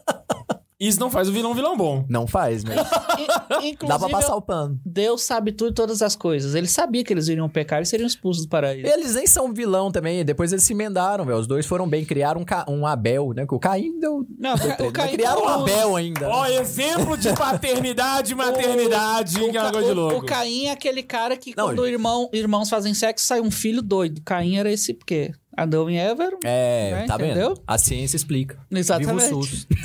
Speaker 2: Isso não faz o vilão um vilão bom.
Speaker 3: Não faz, né?
Speaker 4: né? In-
Speaker 3: Dá pra
Speaker 4: inclusive,
Speaker 3: passar o pano.
Speaker 4: Deus sabe tudo e todas as coisas. Ele sabia que eles iriam pecar e seriam expulsos do paraíso.
Speaker 3: Eles nem são vilão também. Depois eles se emendaram, velho. Os dois foram bem. Criaram um, Ca- um Abel, né? Que o Caim deu.
Speaker 4: Não,
Speaker 3: deu
Speaker 4: o Caim
Speaker 3: treta,
Speaker 4: tá
Speaker 3: mas criaram um
Speaker 4: foi o-
Speaker 3: Abel ainda.
Speaker 2: Ó, exemplo de paternidade e maternidade, que é uma
Speaker 4: Ca-
Speaker 2: coisa de
Speaker 4: o-
Speaker 2: louco.
Speaker 4: o Caim é aquele cara que
Speaker 3: Não,
Speaker 4: quando
Speaker 3: gente.
Speaker 4: irmão, irmãos fazem sexo sai um filho doido. Caim era esse porque Adão e Eva eram...
Speaker 3: É,
Speaker 4: É,
Speaker 3: tá vendo?
Speaker 4: entendeu?
Speaker 3: A ciência explica.
Speaker 4: Exatamente.
Speaker 3: Viva o SUS.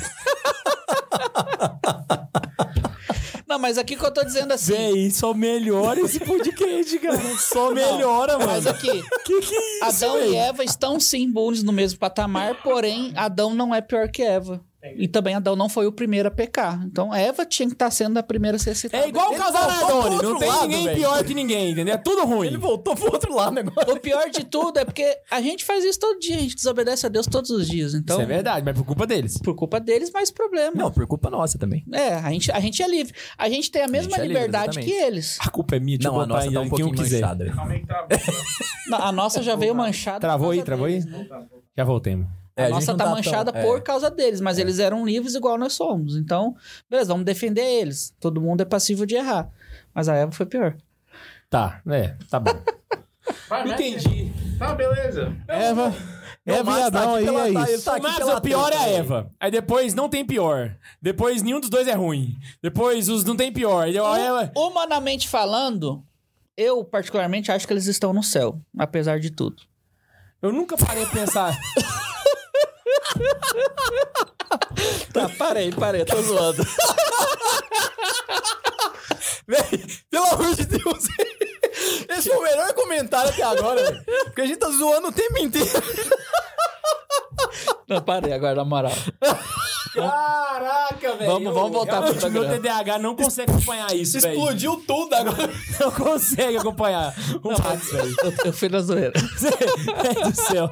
Speaker 4: Não, mas aqui que eu tô dizendo assim...
Speaker 2: Véi, só melhora esse podcast, cara. Só melhora, mano.
Speaker 4: Mas aqui,
Speaker 2: Que que é isso,
Speaker 4: Adão e
Speaker 2: véi?
Speaker 4: Eva estão sim bons no mesmo patamar, porém Adão não é pior que Eva. E também Adão não foi o primeiro a pecar. Então Eva tinha que estar sendo a primeira a ser citada.
Speaker 2: É igual o casal
Speaker 3: voltou pro
Speaker 2: Nardoni. Não
Speaker 3: outro
Speaker 2: tem
Speaker 3: lado,
Speaker 2: ninguém
Speaker 3: véi.
Speaker 2: pior que ninguém, entendeu? É tudo ruim.
Speaker 3: Ele voltou pro outro lado agora.
Speaker 4: O pior de tudo é porque a gente faz isso todo dia, a gente desobedece a Deus todos os dias. Então,
Speaker 2: Isso é verdade, mas por culpa deles.
Speaker 4: por culpa deles, mais problema.
Speaker 3: Não, por culpa nossa também.
Speaker 4: É, a gente, a gente é livre. A gente tem a mesma
Speaker 3: gente é livre,
Speaker 4: liberdade
Speaker 3: exatamente.
Speaker 4: que eles.
Speaker 2: A culpa é minha, deixa
Speaker 3: Não,
Speaker 2: eu
Speaker 3: a
Speaker 2: botar
Speaker 3: nossa
Speaker 2: aí
Speaker 3: tá um
Speaker 2: em quem eu
Speaker 3: pouquinho
Speaker 2: quiser.
Speaker 3: manchada.
Speaker 4: Na- A nossa já veio manchada.
Speaker 2: Travou
Speaker 4: por
Speaker 2: aí,
Speaker 4: causa
Speaker 2: travou aí?
Speaker 4: deles, né?
Speaker 2: Já voltemos.
Speaker 3: É,
Speaker 4: A
Speaker 3: gente
Speaker 4: nossa
Speaker 3: não
Speaker 4: tá,
Speaker 3: tão-
Speaker 4: manchada
Speaker 3: é.
Speaker 4: por causa deles, mas eles eram livres igual nós somos. Então, beleza, vamos defender eles. Todo mundo é passivo de errar. Mas a Eva foi pior.
Speaker 2: Tá, é, tá bom. Entendi.
Speaker 5: Tá, beleza. Eva,
Speaker 6: É viadão aí, é isso.
Speaker 4: tá
Speaker 3: tá
Speaker 2: Mas o pior é a Eva. Aí depois não tem pior. Depois nenhum dos dois é ruim. Depois os não tem pior. E a Eva-
Speaker 4: Um, Humanamente falando, eu particularmente acho que eles estão no céu, apesar de tudo.
Speaker 2: Eu nunca parei pra pensar.
Speaker 6: Tá, parei, parei, tô zoando. Véi, pelo amor de Deus. Esse
Speaker 3: é
Speaker 6: foi o melhor comentário até agora, velho. Porque a gente tá zoando o tempo inteiro.
Speaker 4: Não, parei agora, na moral.
Speaker 2: Caraca, velho.
Speaker 4: Vamos- vamos voltar pro
Speaker 2: realmente, Meu
Speaker 4: programa.
Speaker 2: TDAH não consegue acompanhar isso, velho.
Speaker 6: Explodiu tudo agora.
Speaker 2: Não consegue acompanhar. Um fato, velho.
Speaker 4: Eu, eu fui na zoeira. é
Speaker 2: Meu Deus do céu.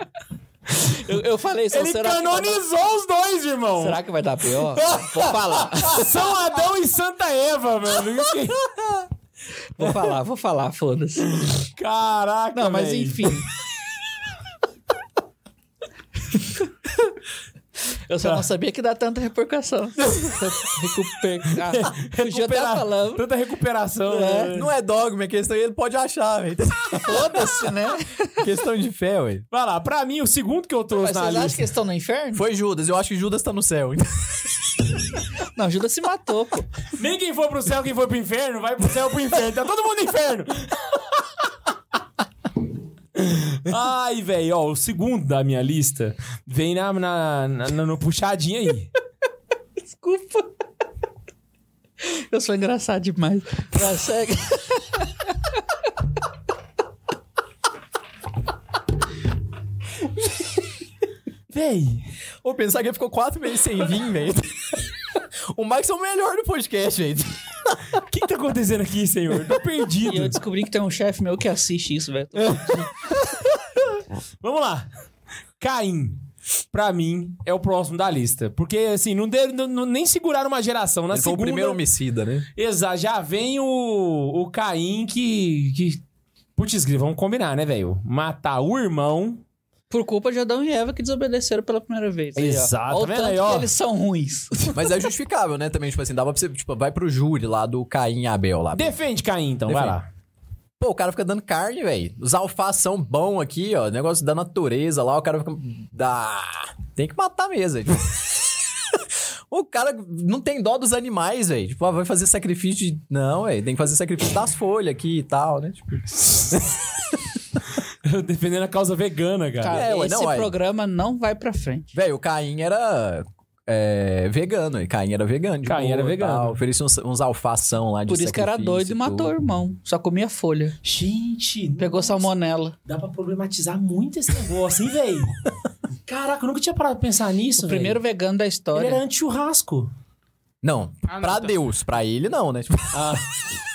Speaker 4: Eu, eu falei isso,
Speaker 2: Ele
Speaker 4: Então será que vai dar-
Speaker 2: canonizou os dois, irmão.
Speaker 4: Será que vai dar pior? Vou falar,
Speaker 2: São Adão e Santa Eva, mano. Que-
Speaker 4: vou falar, vou falar, foda-se.
Speaker 2: Caraca,
Speaker 4: Não, mas
Speaker 2: velho.
Speaker 4: enfim. Eu
Speaker 2: Tá.
Speaker 4: só não sabia que dá tanta repercussão. Recuper... Ah, fugiu até a
Speaker 2: Recupera-
Speaker 4: palavra.
Speaker 2: Tanta recuperação, né?
Speaker 3: Não tá é dogma, é questão, ele pode achar, velho.
Speaker 4: Foda-se, né?
Speaker 3: questão de fé, velho.
Speaker 2: Vai lá, pra mim, o segundo que eu trouxe
Speaker 4: Mas
Speaker 2: na
Speaker 4: vocês
Speaker 2: lista.
Speaker 4: acham que eles estão no inferno?
Speaker 3: Foi Judas, eu acho que Judas tá no céu.
Speaker 4: Não, Judas se matou, pô.
Speaker 2: Nem quem for pro céu, quem for pro inferno, vai pro céu pro inferno. Tá todo mundo no inferno. Ai, velho, ó, o segundo da minha lista vem na, na, na- na- no puxadinho aí.
Speaker 4: Desculpa. Eu sou engraçado demais. Vai, segue.
Speaker 2: Véi,
Speaker 3: Ou pensar que ele ficou quatro meses sem vir, velho. O Max é o melhor do podcast, velho.
Speaker 2: o que, que tá acontecendo aqui, senhor? Tô
Speaker 4: E eu
Speaker 2: perdido.
Speaker 4: descobri que tem um chefe meu que assiste isso, velho.
Speaker 2: Vamos lá. Caim, pra mim, é o próximo da lista. Porque, assim, não, de, não- não- nem seguraram uma geração. Na
Speaker 3: Ele foi o
Speaker 2: segunda...
Speaker 3: primeiro homicida, né?
Speaker 2: Exato, já vem o, o Caim que. que... Putz, grilo, vamos combinar, né, velho? Matar o irmão.
Speaker 4: Por culpa de Adão e Eva que desobedeceram pela primeira vez. Aí, ó.
Speaker 2: Exato,
Speaker 4: Olha o
Speaker 2: tá vendo
Speaker 4: tanto
Speaker 2: aí, ó?
Speaker 4: que eles são ruins.
Speaker 3: Mas é justificável, né? Também, tipo assim, dava pra você, tipo, vai pro júri lá do Caim e Abel lá.
Speaker 2: Defende Caim, então, vai
Speaker 3: Tá Defende.
Speaker 2: lá.
Speaker 3: Pô, o cara fica dando carne, velho. Os alfaces são bons aqui, ó. Negócio da natureza lá, o cara fica. Da... Tem que matar mesmo, velho. O cara não tem dó dos animais, velho. Tipo, ah, vai fazer sacrifício de. Não, velho. Tem que fazer sacrifício das folhas aqui e tal, né? Tipo,
Speaker 2: Defendendo a causa vegana, cara.
Speaker 4: Cara,
Speaker 3: É, ué,
Speaker 4: esse
Speaker 3: não, ué.
Speaker 4: programa não vai pra frente.
Speaker 3: velho, o Caim era. É, vegano, e Caim era vegano. de
Speaker 2: Caim
Speaker 3: boa
Speaker 2: era
Speaker 3: e
Speaker 2: vegano.
Speaker 3: tal. Oferecia uns, uns alfação lá de
Speaker 4: Por isso que era
Speaker 3: sacrifício
Speaker 4: doido e matou o
Speaker 3: tudo.
Speaker 4: irmão. Só comia folha.
Speaker 2: Gente,
Speaker 4: Pegou salmonela.
Speaker 2: dá pra problematizar muito esse negócio, hein, velho? Caraca, eu nunca tinha parado pra pensar nisso,
Speaker 4: O primeiro vegano da história.
Speaker 2: anti-churrasco.
Speaker 3: Não, então.
Speaker 5: Ah, não,
Speaker 3: pra
Speaker 5: tá.
Speaker 3: Deus, pra ele não, né? Tipo,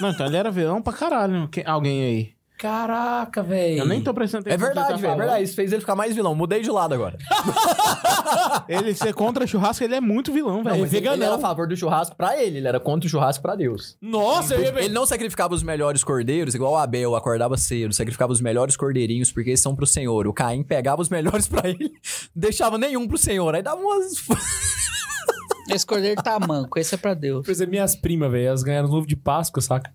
Speaker 5: Não, então ele era verão pra caralho. Quem- alguém aí.
Speaker 2: Caraca, velho.
Speaker 5: Eu nem tô prestando
Speaker 3: é
Speaker 5: atenção no que
Speaker 3: verdade,
Speaker 5: ele tá
Speaker 3: velho. É verdade. Isso fez ele ficar mais vilão. Mudei de lado agora.
Speaker 5: falando. Ele ser contra churrasco, ele é muito vilão,
Speaker 3: Não,
Speaker 5: velho.
Speaker 3: mas ele é um era a favor do churrasco pra ele, ele era contra o churrasco pra Deus.
Speaker 2: Nossa,
Speaker 5: é
Speaker 2: eu ia
Speaker 3: Ele é um não sacrificava os melhores cordeiros, igual o Abel, acordava cedo, sacrificava os melhores cordeirinhos, porque eles são pro Senhor. O Caim pegava os melhores pra ele, deixava nenhum pro Senhor. Aí dava umas.
Speaker 4: Esse cordeiro tá manco. Esse é pra Deus.
Speaker 2: Por exemplo, minhas primas, velho, elas ganharam ovo de Páscoa, saca?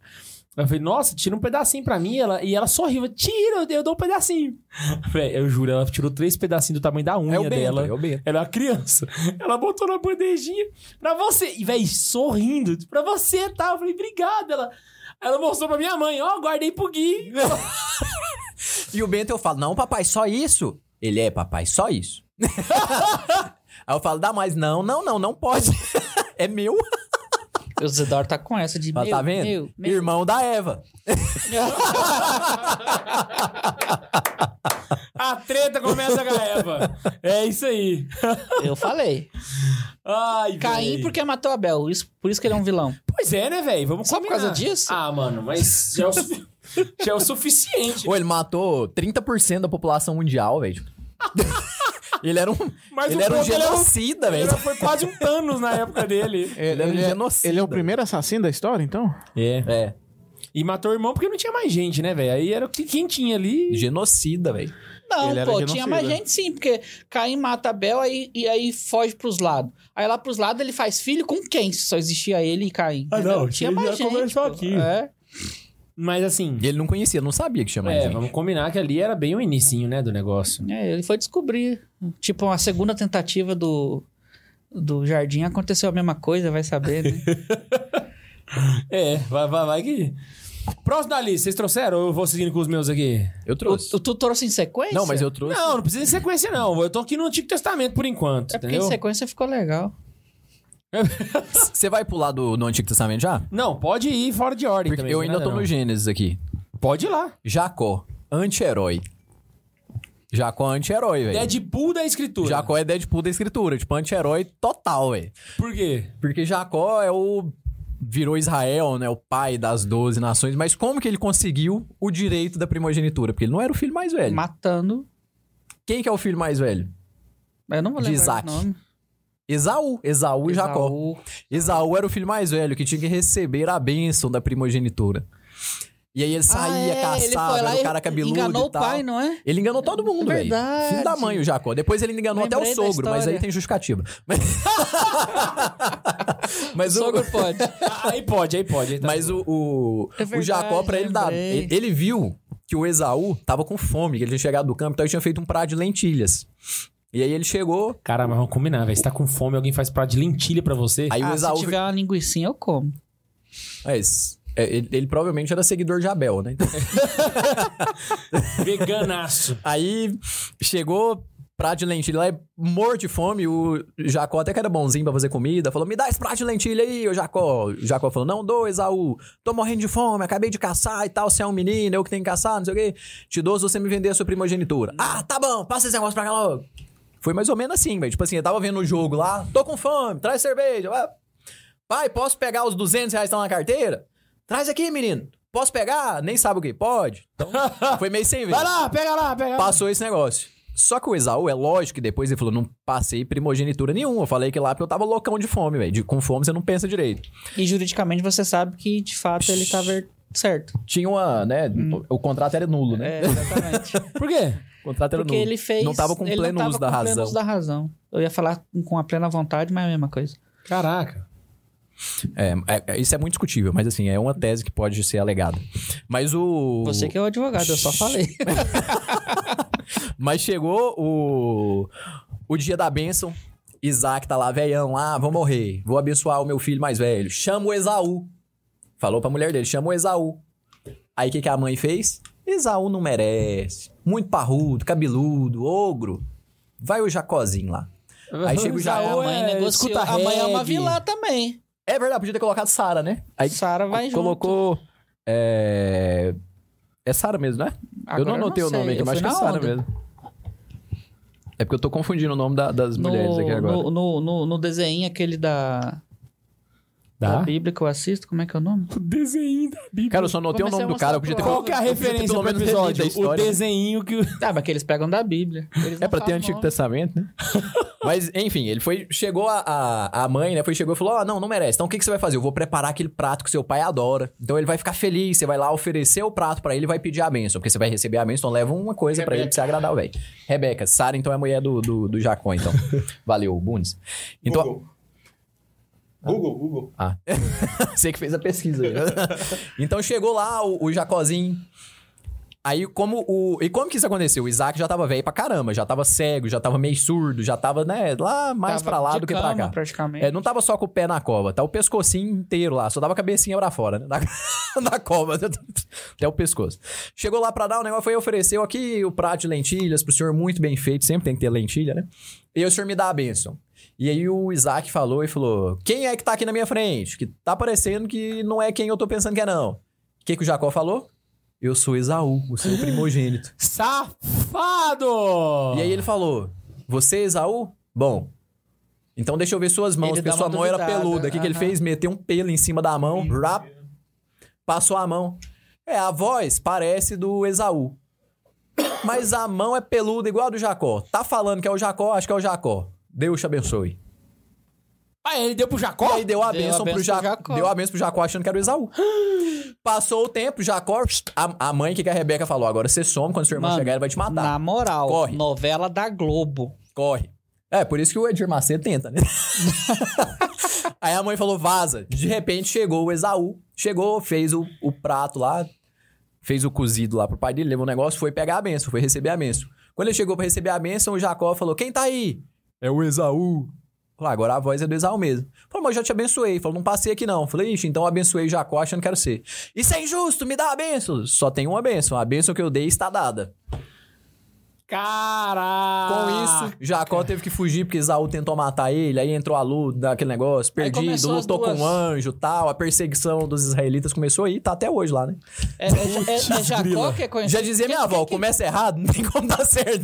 Speaker 2: Eu falei, nossa, tira um pedacinho pra mim. Ela, e ela sorriu, tira, eu, eu dou um pedacinho. Véi, eu juro, ela tirou três pedacinhos do tamanho da unha
Speaker 3: É o Bento,
Speaker 2: dela.
Speaker 3: é o Bento.
Speaker 2: Ela é uma criança. Ela botou na bandejinha pra você. E, véi, sorrindo, pra você, tá? Eu falei, obrigado. Ela, ela mostrou pra minha mãe, ó, guardei pro Gui.
Speaker 3: E o Bento eu falo, não, papai, só isso? Ele é, papai, só isso. Aí eu falo, dá mais. Não, não, não, não pode. é meu.
Speaker 4: O Zidoro tá com essa de
Speaker 3: Ela
Speaker 4: meu,
Speaker 3: tá vendo?
Speaker 4: meu, meu.
Speaker 3: Irmão da Eva.
Speaker 2: A treta começa com a Eva. É isso aí.
Speaker 4: Eu falei.
Speaker 2: Ai,
Speaker 4: Caim
Speaker 2: véi.
Speaker 4: porque matou Abel. Isso, por isso que ele é um vilão.
Speaker 2: Pois é, né, velho? Vamos
Speaker 4: Só por
Speaker 2: combinar.
Speaker 4: causa disso?
Speaker 2: Ah, mano, mas já é o, su- já é o suficiente.
Speaker 3: Ou ele matou 30% da população mundial, velho. ele era um.
Speaker 2: Mas
Speaker 3: ele
Speaker 2: o
Speaker 3: era um
Speaker 2: povo, ele era um-
Speaker 3: genocida, velho.
Speaker 2: Ele foi quase um Thanos na época dele.
Speaker 5: Ele,
Speaker 3: era um
Speaker 5: ele é,
Speaker 3: genocida.
Speaker 5: ele é o primeiro assassino da história, então?
Speaker 2: É.
Speaker 3: É.
Speaker 2: E matou o irmão porque não tinha mais gente, né, velho? Aí era o que quem tinha ali.
Speaker 3: Genocida, velho.
Speaker 4: Não,
Speaker 5: Ele era
Speaker 4: pô,
Speaker 5: genocida.
Speaker 4: tinha mais gente sim, porque Caim mata Abel aí, e aí foge pros lados. Aí lá pros lados ele faz filho com quem? Se só existia ele e Caim.
Speaker 2: Ah,
Speaker 4: entendeu?
Speaker 2: não,
Speaker 4: Tinha
Speaker 2: isso aí
Speaker 4: mais
Speaker 2: já
Speaker 4: gente.
Speaker 2: conversou
Speaker 4: pô.
Speaker 2: aqui.
Speaker 4: É.
Speaker 2: Mas assim.
Speaker 3: E ele não conhecia, não sabia que chamava
Speaker 2: É,
Speaker 3: gente.
Speaker 2: vamos combinar que ali era bem o inicinho, né, do negócio.
Speaker 4: É, ele foi descobrir. Tipo, a segunda tentativa do, do jardim aconteceu a mesma coisa, vai saber, né?
Speaker 2: É, vai, vai, vai que. Próximo da lista, vocês trouxeram ou eu vou seguindo com os meus aqui?
Speaker 3: Eu
Speaker 4: o,
Speaker 3: trouxe.
Speaker 4: tu, tu trouxe em sequência?
Speaker 3: Não, mas eu trouxe.
Speaker 2: Não, não precisa de sequência, não. Eu tô aqui no Antigo Testamento por enquanto.
Speaker 4: É porque em
Speaker 2: entendeu?
Speaker 4: sequência ficou legal.
Speaker 3: Você vai pular do, do Antigo Testamento já?
Speaker 2: Não, pode ir fora de ordem
Speaker 3: Porque
Speaker 2: também.
Speaker 3: eu
Speaker 2: não é
Speaker 3: ainda tô
Speaker 2: nada,
Speaker 3: no
Speaker 2: não.
Speaker 3: Gênesis aqui.
Speaker 2: Pode ir lá.
Speaker 3: Jacó, anti-herói. Jacó é anti-herói, velho.
Speaker 2: Deadpool da escritura.
Speaker 4: né?
Speaker 3: Jacó é Deadpool da escritura, tipo, anti-herói total, velho.
Speaker 2: Por quê?
Speaker 3: Porque Jacó é o. Virou Israel, né? O pai das 12 nações. Mas como que ele conseguiu o direito da primogenitura? Porque ele não era o filho mais velho.
Speaker 4: Matando.
Speaker 3: Quem que é o filho mais velho?
Speaker 4: Eu não vou
Speaker 3: De
Speaker 4: lembrar
Speaker 3: Isaac.
Speaker 4: o nome.
Speaker 3: Esaú. Esaú e Jacó.
Speaker 4: Esaú.
Speaker 3: Esaú era o filho mais velho que tinha que receber a bênção da primogenitura. E aí ele saía,
Speaker 4: Ah, é,
Speaker 3: caçava,
Speaker 4: ele foi lá
Speaker 3: era o
Speaker 4: e
Speaker 3: cara cabeludo
Speaker 4: Enganou
Speaker 3: e tal.
Speaker 4: o pai, não é?
Speaker 3: Ele enganou todo mundo, velho.
Speaker 4: Verdade.
Speaker 3: Filho da mãe, o Jacó. Depois ele enganou até
Speaker 4: Lembrei
Speaker 3: o
Speaker 4: da
Speaker 3: sogro, mas aí
Speaker 4: história.
Speaker 3: tem justificativa. Mas, mas o,
Speaker 4: Sogro pode.
Speaker 2: Ah, Aí pode, aí pode. aí tá
Speaker 3: mas o, o,
Speaker 4: É
Speaker 3: o
Speaker 4: verdade,
Speaker 3: Jacó, pra ele dar.
Speaker 4: lembrei.
Speaker 3: Ele, ele viu que o Esaú tava com fome, que ele tinha chegado do campo, então ele tinha feito um prato de lentilhas. E aí ele chegou,
Speaker 2: Cara, mas vamos combinar, velho. Você tá com fome, alguém faz prato de lentilha pra você.
Speaker 3: aí o
Speaker 4: Ah, se
Speaker 3: Esaú.
Speaker 4: tiver uma linguicinha, eu como.
Speaker 3: Mas, é, ele, ele provavelmente era seguidor de Abel, né? Então,
Speaker 2: Veganaço.
Speaker 3: aí chegou. Prato de lentilha lá, e morto de fome, o Jacó até que era bonzinho pra fazer comida, falou: Me dá esse prato de lentilha aí, ô Jacó. O Jacó falou: Não dou, Esaú, tô morrendo de fome, acabei de caçar e tal, você é um menino, eu que tenho que caçar, não sei o quê. Te dou se você me vender a sua primogenitura.
Speaker 2: Hum.
Speaker 3: Ah, tá bom, passa esse negócio pra cá logo. Foi mais ou menos assim, velho. Tipo assim, eu tava vendo o jogo lá, tô com fome, traz cerveja. vai. Pai, posso pegar os 200 reais que estão na carteira? Traz aqui, menino. Posso pegar? Nem sabe o que. Pode. Então, foi meio sem ver.
Speaker 2: Vai lá, pega lá, pega lá.
Speaker 3: Passou esse negócio. Só que o Esaú, é lógico que depois ele falou: não passei primogenitura nenhuma. Eu falei que lá porque eu tava loucão de fome, velho. De- Com fome você não pensa direito.
Speaker 4: E juridicamente você sabe que, de fato, ele tá ver- certo.
Speaker 3: Tinha uma, né? O contrato era nulo, né?
Speaker 4: Hum. É, exatamente.
Speaker 2: Por quê?
Speaker 3: O contrato era
Speaker 4: Porque
Speaker 3: nulo.
Speaker 4: ele fez...
Speaker 3: Não tava com
Speaker 4: ele não
Speaker 3: pleno
Speaker 4: tava
Speaker 3: uso
Speaker 4: com
Speaker 3: da
Speaker 4: pleno
Speaker 3: razão.
Speaker 4: uso da razão. Eu ia falar com a plena vontade, mas é a mesma coisa.
Speaker 2: Caraca.
Speaker 3: É, é- é- isso é muito discutível, mas assim, é uma tese que pode ser alegada. Mas o.
Speaker 4: Você que é o advogado, eu só falei.
Speaker 3: Mas chegou o, o dia da bênção. Isaac tá lá, velhão, lá, vou morrer. Vou abençoar o meu filho mais velho. Chama o Esaú. Falou pra mulher dele, chama o Esaú. Aí o que, que a mãe fez? Esaú não merece. Muito parrudo, cabeludo, ogro. Vai o Jacozinho lá. Aí chega o
Speaker 2: Esaú,
Speaker 3: Jacob.
Speaker 2: é, escuta
Speaker 4: a mãe é uma
Speaker 2: reggae.
Speaker 4: vilã também.
Speaker 3: É verdade, podia ter colocado Sara, né? Aí
Speaker 4: Sara vai junto.
Speaker 3: colocou. É. É Sara mesmo, né?
Speaker 4: Agora
Speaker 3: eu não anotei o
Speaker 4: sei,
Speaker 3: nome aqui,
Speaker 4: eu
Speaker 3: mas acho
Speaker 4: fui
Speaker 3: que é
Speaker 4: na
Speaker 3: Sara
Speaker 4: onda.
Speaker 3: mesmo. É porque eu tô confundindo o nome da- das mulheres aqui agora.
Speaker 4: No, no, no, no desenho aquele da, da
Speaker 2: Dá?
Speaker 4: Bíblia que eu assisto, como é que é o nome?
Speaker 2: O desenho da Bíblia.
Speaker 3: Cara, eu só notei o
Speaker 4: Comecei
Speaker 3: nome do
Speaker 4: a mostrar
Speaker 3: cara, eu podia ter
Speaker 4: pro-
Speaker 2: Qual que é a
Speaker 3: eu podia ter
Speaker 2: referência
Speaker 3: pelo
Speaker 2: do
Speaker 3: menos revido é a
Speaker 2: episódio? O
Speaker 3: história.
Speaker 2: desenho que... o-
Speaker 4: Ah, mas que eles pegam da Bíblia. Eles não
Speaker 3: É pra ter
Speaker 4: falam
Speaker 2: um-
Speaker 3: Antigo
Speaker 4: nome.
Speaker 3: Testamento, né? Mas, enfim, ele foi... Chegou a, a, a mãe, né? Foi, chegou e falou, ó, não, não merece. Então, o que, que você vai fazer? Eu vou preparar aquele prato que seu pai adora. Então, ele vai ficar feliz. Você vai lá oferecer o prato pra ele e vai pedir a bênção. Porque você vai receber a bênção. Então, leva uma coisa pra ele pra você agradar o velho. Rebeca. Sara, então, é a mulher do, do, do Jacó, então. Valeu, Bunes. Então...
Speaker 7: Google. Google, Google.
Speaker 3: Ah. Você que fez a pesquisa. aí. então chegou lá o, o Jacozinho. Aí como o e como que isso aconteceu? O Isaac já tava velho pra caramba, já tava cego, já tava meio surdo, já tava, né, lá mais
Speaker 4: Tava
Speaker 3: pra lá
Speaker 4: de
Speaker 3: do que
Speaker 4: cama,
Speaker 3: pra cá.
Speaker 4: praticamente.
Speaker 3: É, não tava só com o pé na cova, tá o pescocinho inteiro lá, só dava a cabecinha pra fora, né? Da, da cova, até o pescoço. Chegou lá pra dar o negócio, foi ofereceu aqui o prato de lentilhas pro senhor, muito bem feito, sempre tem que ter lentilha, né? E o senhor me dá a bênção. E aí o Isaac falou e falou: Quem é que tá aqui na minha frente? Que tá parecendo que não é quem eu tô pensando que é, não. O que, que o Jacó falou? Eu sou Esaú, o seu primogênito.
Speaker 2: Safado!
Speaker 3: E aí ele falou: Você, Esaú? Bom. Então deixa eu ver suas mãos,
Speaker 4: Ele
Speaker 3: porque
Speaker 4: dá
Speaker 3: sua
Speaker 4: uma
Speaker 3: mão era
Speaker 4: duvidada,
Speaker 3: peluda. O que, que ele
Speaker 4: aham.
Speaker 3: fez? Meteu um pelo em cima da mão, rap, passou a mão. É, a voz parece do Esaú. Mas a mão é peluda igual a do Jacó. Tá falando que é o Jacó, acho que é o Jacó. Deus te abençoe.
Speaker 2: Ah, ele deu pro
Speaker 3: E
Speaker 2: Jacó?
Speaker 3: aí deu a
Speaker 4: Deu a
Speaker 3: bênção
Speaker 4: bênção
Speaker 3: pro
Speaker 4: pro
Speaker 3: Jacó.
Speaker 4: Jacó.
Speaker 3: Deu a bênção pro Jacó achando que era o Esaú. Passou o tempo, Jacó. A, a mãe, o que, que a Rebeca falou? Agora você some, quando sua irmã
Speaker 4: Mano,
Speaker 3: chegar, ele vai te matar.
Speaker 4: Na moral,
Speaker 3: Corre.
Speaker 4: novela da Globo.
Speaker 3: corre. É, por isso que o Edir Macedo tenta, né? Aí a mãe falou, vaza. De repente chegou o Esaú, chegou, fez o, o prato lá, fez o cozido lá pro pai dele, levou o negócio, foi pegar a benção, foi receber a benção. Quando ele chegou pra receber a benção, o Jacó falou: Quem tá aí? É o Esaú. Falei, "Ah, agora a voz é do Esaú mesmo. Falou, mas eu já te abençoei. Falou, não passei aqui não. Falei, ixi, então eu abençoei Jacó achando que era você. Isso é injusto, me dá a benção. Só tem uma benção. A benção que eu dei está dada.
Speaker 2: Caraca!
Speaker 3: Com isso, Jacó teve que fugir porque Isaú tentou matar ele, aí entrou a luta daquele negócio, perdido,
Speaker 4: começou as
Speaker 3: lutou
Speaker 4: duas.
Speaker 3: com um anjo tal, a perseguição dos israelitas começou aí, tá até hoje lá, né?
Speaker 4: É, é- é- é Jacó que é conhecido.
Speaker 3: Já dizia
Speaker 4: Quem-
Speaker 3: minha avó,
Speaker 4: quem que-
Speaker 3: começa errado, não tem como dar certo.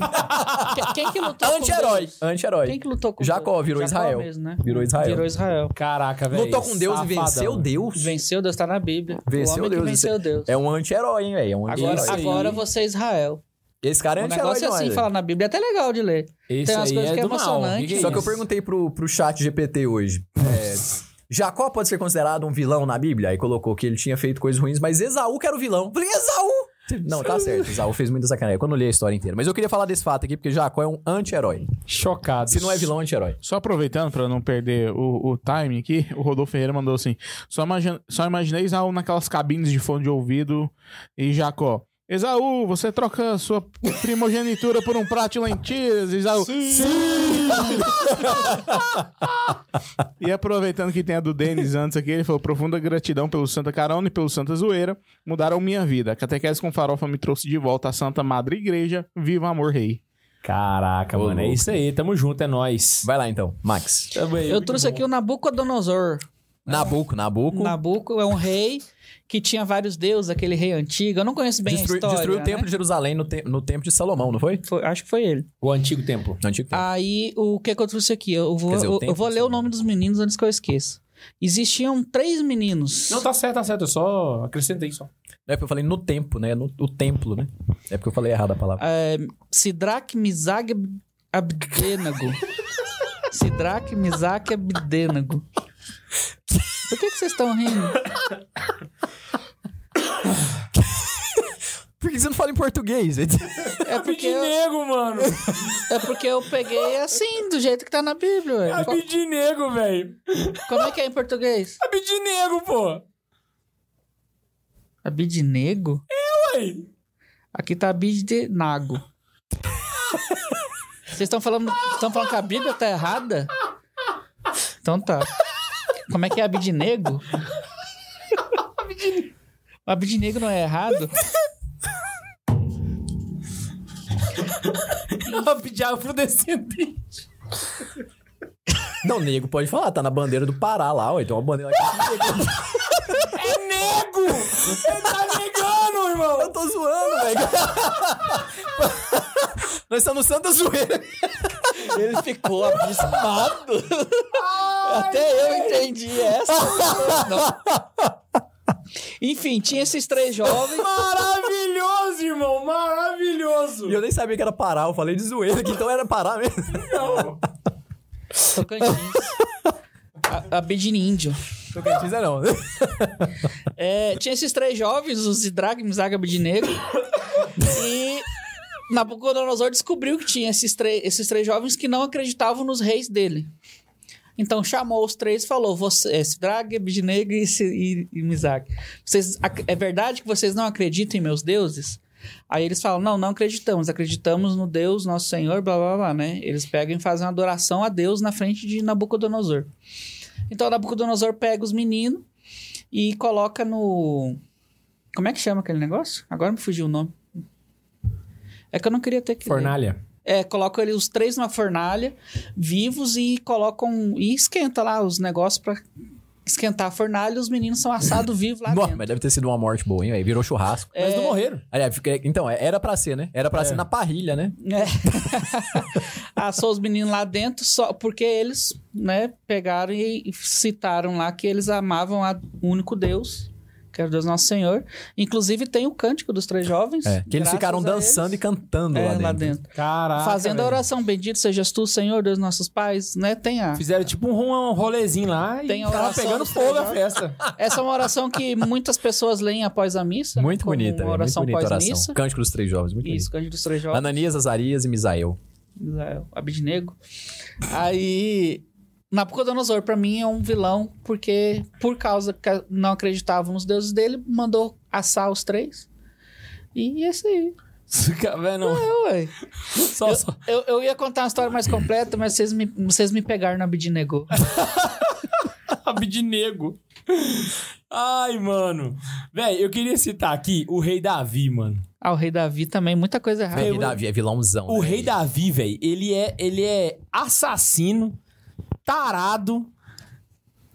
Speaker 4: quem- Quem que lutou com
Speaker 3: Anti-herói,
Speaker 4: Deus?
Speaker 3: anti-herói.
Speaker 4: Quem que lutou com
Speaker 3: Jacó
Speaker 4: Deus?
Speaker 3: virou
Speaker 4: Jacó
Speaker 3: Israel.
Speaker 4: mesmo, né?
Speaker 3: Virou Israel.
Speaker 4: Virou Israel.
Speaker 2: Caraca, velho.
Speaker 3: Lutou com Deus e
Speaker 2: safadão.
Speaker 3: venceu Deus.
Speaker 4: Venceu Deus, tá na Bíblia. o
Speaker 3: Venceu
Speaker 4: homem
Speaker 3: Deus.
Speaker 4: que venceu
Speaker 3: isso é-
Speaker 4: Deus.
Speaker 3: É um anti-herói, hein, velho? É um
Speaker 4: Agora,
Speaker 2: Isso
Speaker 3: anti-herói.
Speaker 2: aí.
Speaker 4: agora você é Israel.
Speaker 3: Esse cara é
Speaker 4: O
Speaker 3: anti-herói
Speaker 4: negócio é assim,
Speaker 3: demais,
Speaker 4: falar na Bíblia é até legal de ler.
Speaker 2: Esse
Speaker 4: Tem umas
Speaker 2: aí
Speaker 4: coisas
Speaker 2: é
Speaker 4: que é
Speaker 2: do mal. O
Speaker 4: emocionante.
Speaker 2: que que é
Speaker 3: Só que eu
Speaker 2: isso?
Speaker 3: perguntei pro, pro chat GPT hoje. é, Jacó pode ser considerado um vilão na Bíblia? Aí colocou que ele tinha feito coisas ruins, mas Esaú que era o vilão. Falei, Esaú! Não, tá certo. Esaú fez muita sacanagem. É Quando eu li a história inteira. Mas eu queria falar desse fato aqui, porque Jacó é um anti-herói.
Speaker 2: Chocado.
Speaker 3: Se não é vilão, é anti-herói.
Speaker 5: Só aproveitando pra não perder o, o time aqui, o Rodolfo Ferreira mandou assim: só, imagina, só imaginei Esaú naquelas cabines de fone de ouvido e Jacó. Esaú, você troca sua primogenitura por um prato de lentilhas, Esaú. Sim! e aproveitando que tem a do Denis antes aqui, ele falou: profunda gratidão pelo Santa Carona e pelo Santa Zoeira, mudaram minha vida. A catequese com farofa me trouxe de volta à Santa Madre Igreja. Viva Amor Rei.
Speaker 2: Caraca,
Speaker 3: Ô,
Speaker 2: mano. É
Speaker 3: louco.
Speaker 2: isso aí. Tamo junto, é nóis.
Speaker 3: Vai lá então, Max.
Speaker 4: Eu trouxe aqui o Nabucodonosor.
Speaker 3: Nabuco, Nabuco.
Speaker 4: Nabuco é um rei que tinha vários deuses, aquele rei antigo. Eu não conheço bem
Speaker 3: Destrui-
Speaker 4: a história.
Speaker 3: destruiu o templo
Speaker 4: né?
Speaker 3: de Jerusalém no, te- no tempo de Salomão, não foi?
Speaker 4: Foi- acho que foi ele.
Speaker 2: O antigo templo.
Speaker 3: No antigo
Speaker 4: Ah.
Speaker 3: tempo.
Speaker 4: Aí, o que que eu trouxe aqui? Eu vou,
Speaker 3: Tá. Quer dizer, o
Speaker 4: eu- eu
Speaker 3: templo,
Speaker 4: vou ler
Speaker 3: sim.
Speaker 4: o nome dos meninos antes que eu esqueça. Existiam três meninos.
Speaker 2: Não, tá certo, tá certo. Eu só acrescentei só.
Speaker 3: É porque eu falei no tempo, né? No o templo, né? É porque eu falei errado a palavra.
Speaker 4: É, Sidraque, Misaque, Ab- Abdenago. Sidraque, Misaque, Abdenago. Por que, que vocês estão rindo?
Speaker 3: Por que você não fala em português?
Speaker 4: É porque, eu,
Speaker 2: nego, mano.
Speaker 4: é porque eu peguei assim, do jeito que tá na Bíblia. ué. Co-
Speaker 2: nego, velho. Tá
Speaker 4: como é que é em português?
Speaker 2: nego, pô.
Speaker 4: Abidnego?
Speaker 2: Ué.
Speaker 4: Aqui tá Abidnago. Vocês estão falando, estão falando que a Bíblia tá errada? Então tá. Como é que é Abidnego? Abidnego não é errado?
Speaker 2: Eu pedi afrodescendente.
Speaker 3: Não, nego pode falar, tá na bandeira do Pará lá, ó. Então uma bandeira
Speaker 2: É nego! Você tá negando, irmão!
Speaker 3: Eu tô zoando, velho. Nós estamos no Santa Zoeira.
Speaker 6: Ele ficou abismado.
Speaker 4: Até eu entendi essa. Não. Enfim, tinha esses três jovens.
Speaker 2: Maravilhoso, irmão! Maravilhoso!
Speaker 3: E eu nem sabia que era Pará, eu falei de zoeira aqui, então era Pará mesmo.
Speaker 4: Tocantins. A- Abidiníndio.
Speaker 3: Tocantins é não.
Speaker 4: É, tinha esses três jovens, os Zidrag, Misaga de Negro. e Nabucodonosor descobriu que tinha esses, três- esses três jovens que não acreditavam nos reis dele. Então chamou os três e falou: Você, é, Sidrag, Abidnego e, Si- e, e Misag. Vocês, ac- é verdade que vocês não acreditam em meus deuses? Aí eles falam: Não, não acreditamos. Acreditamos no Deus, nosso Senhor, blá blá blá, né? Eles pegam e fazem uma adoração a Deus na frente de Nabucodonosor. Então Nabucodonosor pega os meninos e coloca no. Como é que chama aquele negócio? Agora me fugiu o nome. É que eu não queria ter que. ler.
Speaker 2: Fornalha.
Speaker 4: É, colocam ali os três numa fornalha, vivos, e colocam. E esquenta lá os negócios pra esquentar a fornalha e os meninos são assados vivos lá
Speaker 3: Nossa,
Speaker 4: dentro.
Speaker 3: mas deve ter sido uma morte boa, hein, velho. Virou churrasco.
Speaker 2: Mas não morreram.
Speaker 3: Aliás, fica- então, é- era pra ser, né? Era pra ser na parrilha, né?
Speaker 4: É. Assou os meninos lá dentro só porque eles, né, pegaram e citaram lá que eles amavam a- o único Deus, que era o Deus Nosso Senhor. Inclusive tem o cântico dos três jovens.
Speaker 3: É, que eles
Speaker 4: graças
Speaker 3: ficaram
Speaker 4: a
Speaker 3: dançando e cantando
Speaker 4: É,
Speaker 3: lá dentro.
Speaker 4: lá dentro.
Speaker 2: Caraca.
Speaker 4: Fazendo a
Speaker 2: velho.
Speaker 4: oração, bendito sejas tu, Senhor, Deus nossos pais, né? Tem a.
Speaker 2: Fizeram tipo um, ro- um rolezinho lá e
Speaker 4: Tem tá a
Speaker 2: tava
Speaker 4: oração
Speaker 2: pegando
Speaker 4: dos
Speaker 2: fogo a
Speaker 4: três
Speaker 2: festa.
Speaker 4: Essa é uma oração que muitas pessoas leem após a missa. né?
Speaker 3: Muito
Speaker 4: Como
Speaker 3: bonita,
Speaker 4: Uma
Speaker 3: velho. Muito
Speaker 4: oração
Speaker 3: bonita a
Speaker 4: após
Speaker 3: oração.
Speaker 4: missa.
Speaker 3: Cântico dos Três Jovens, muito
Speaker 4: Isso, Cândido dos Três
Speaker 3: bonito.
Speaker 4: Jovens,
Speaker 3: Ananias, Azarias e Misael.
Speaker 4: Israel, Abidnego. Aí, Nabucodonosor, pra mim, é um vilão, porque por causa que não acreditavam nos deuses dele, mandou assar os três. E é isso aí.
Speaker 2: Véi, não.
Speaker 4: É, ué.
Speaker 2: Só, só.
Speaker 4: Eu, eu ia contar uma história mais completa, mas vocês me, vocês me pegaram na Bidnego.
Speaker 2: Abidinego. Ai, mano. Véi, eu queria citar aqui o rei Davi, mano.
Speaker 4: Ah, o Rei Davi também, muita coisa errada.
Speaker 3: Rei Davi é vilãozão.
Speaker 2: O
Speaker 3: né?
Speaker 2: rei Davi, velho, ele é, ele é assassino, tarado.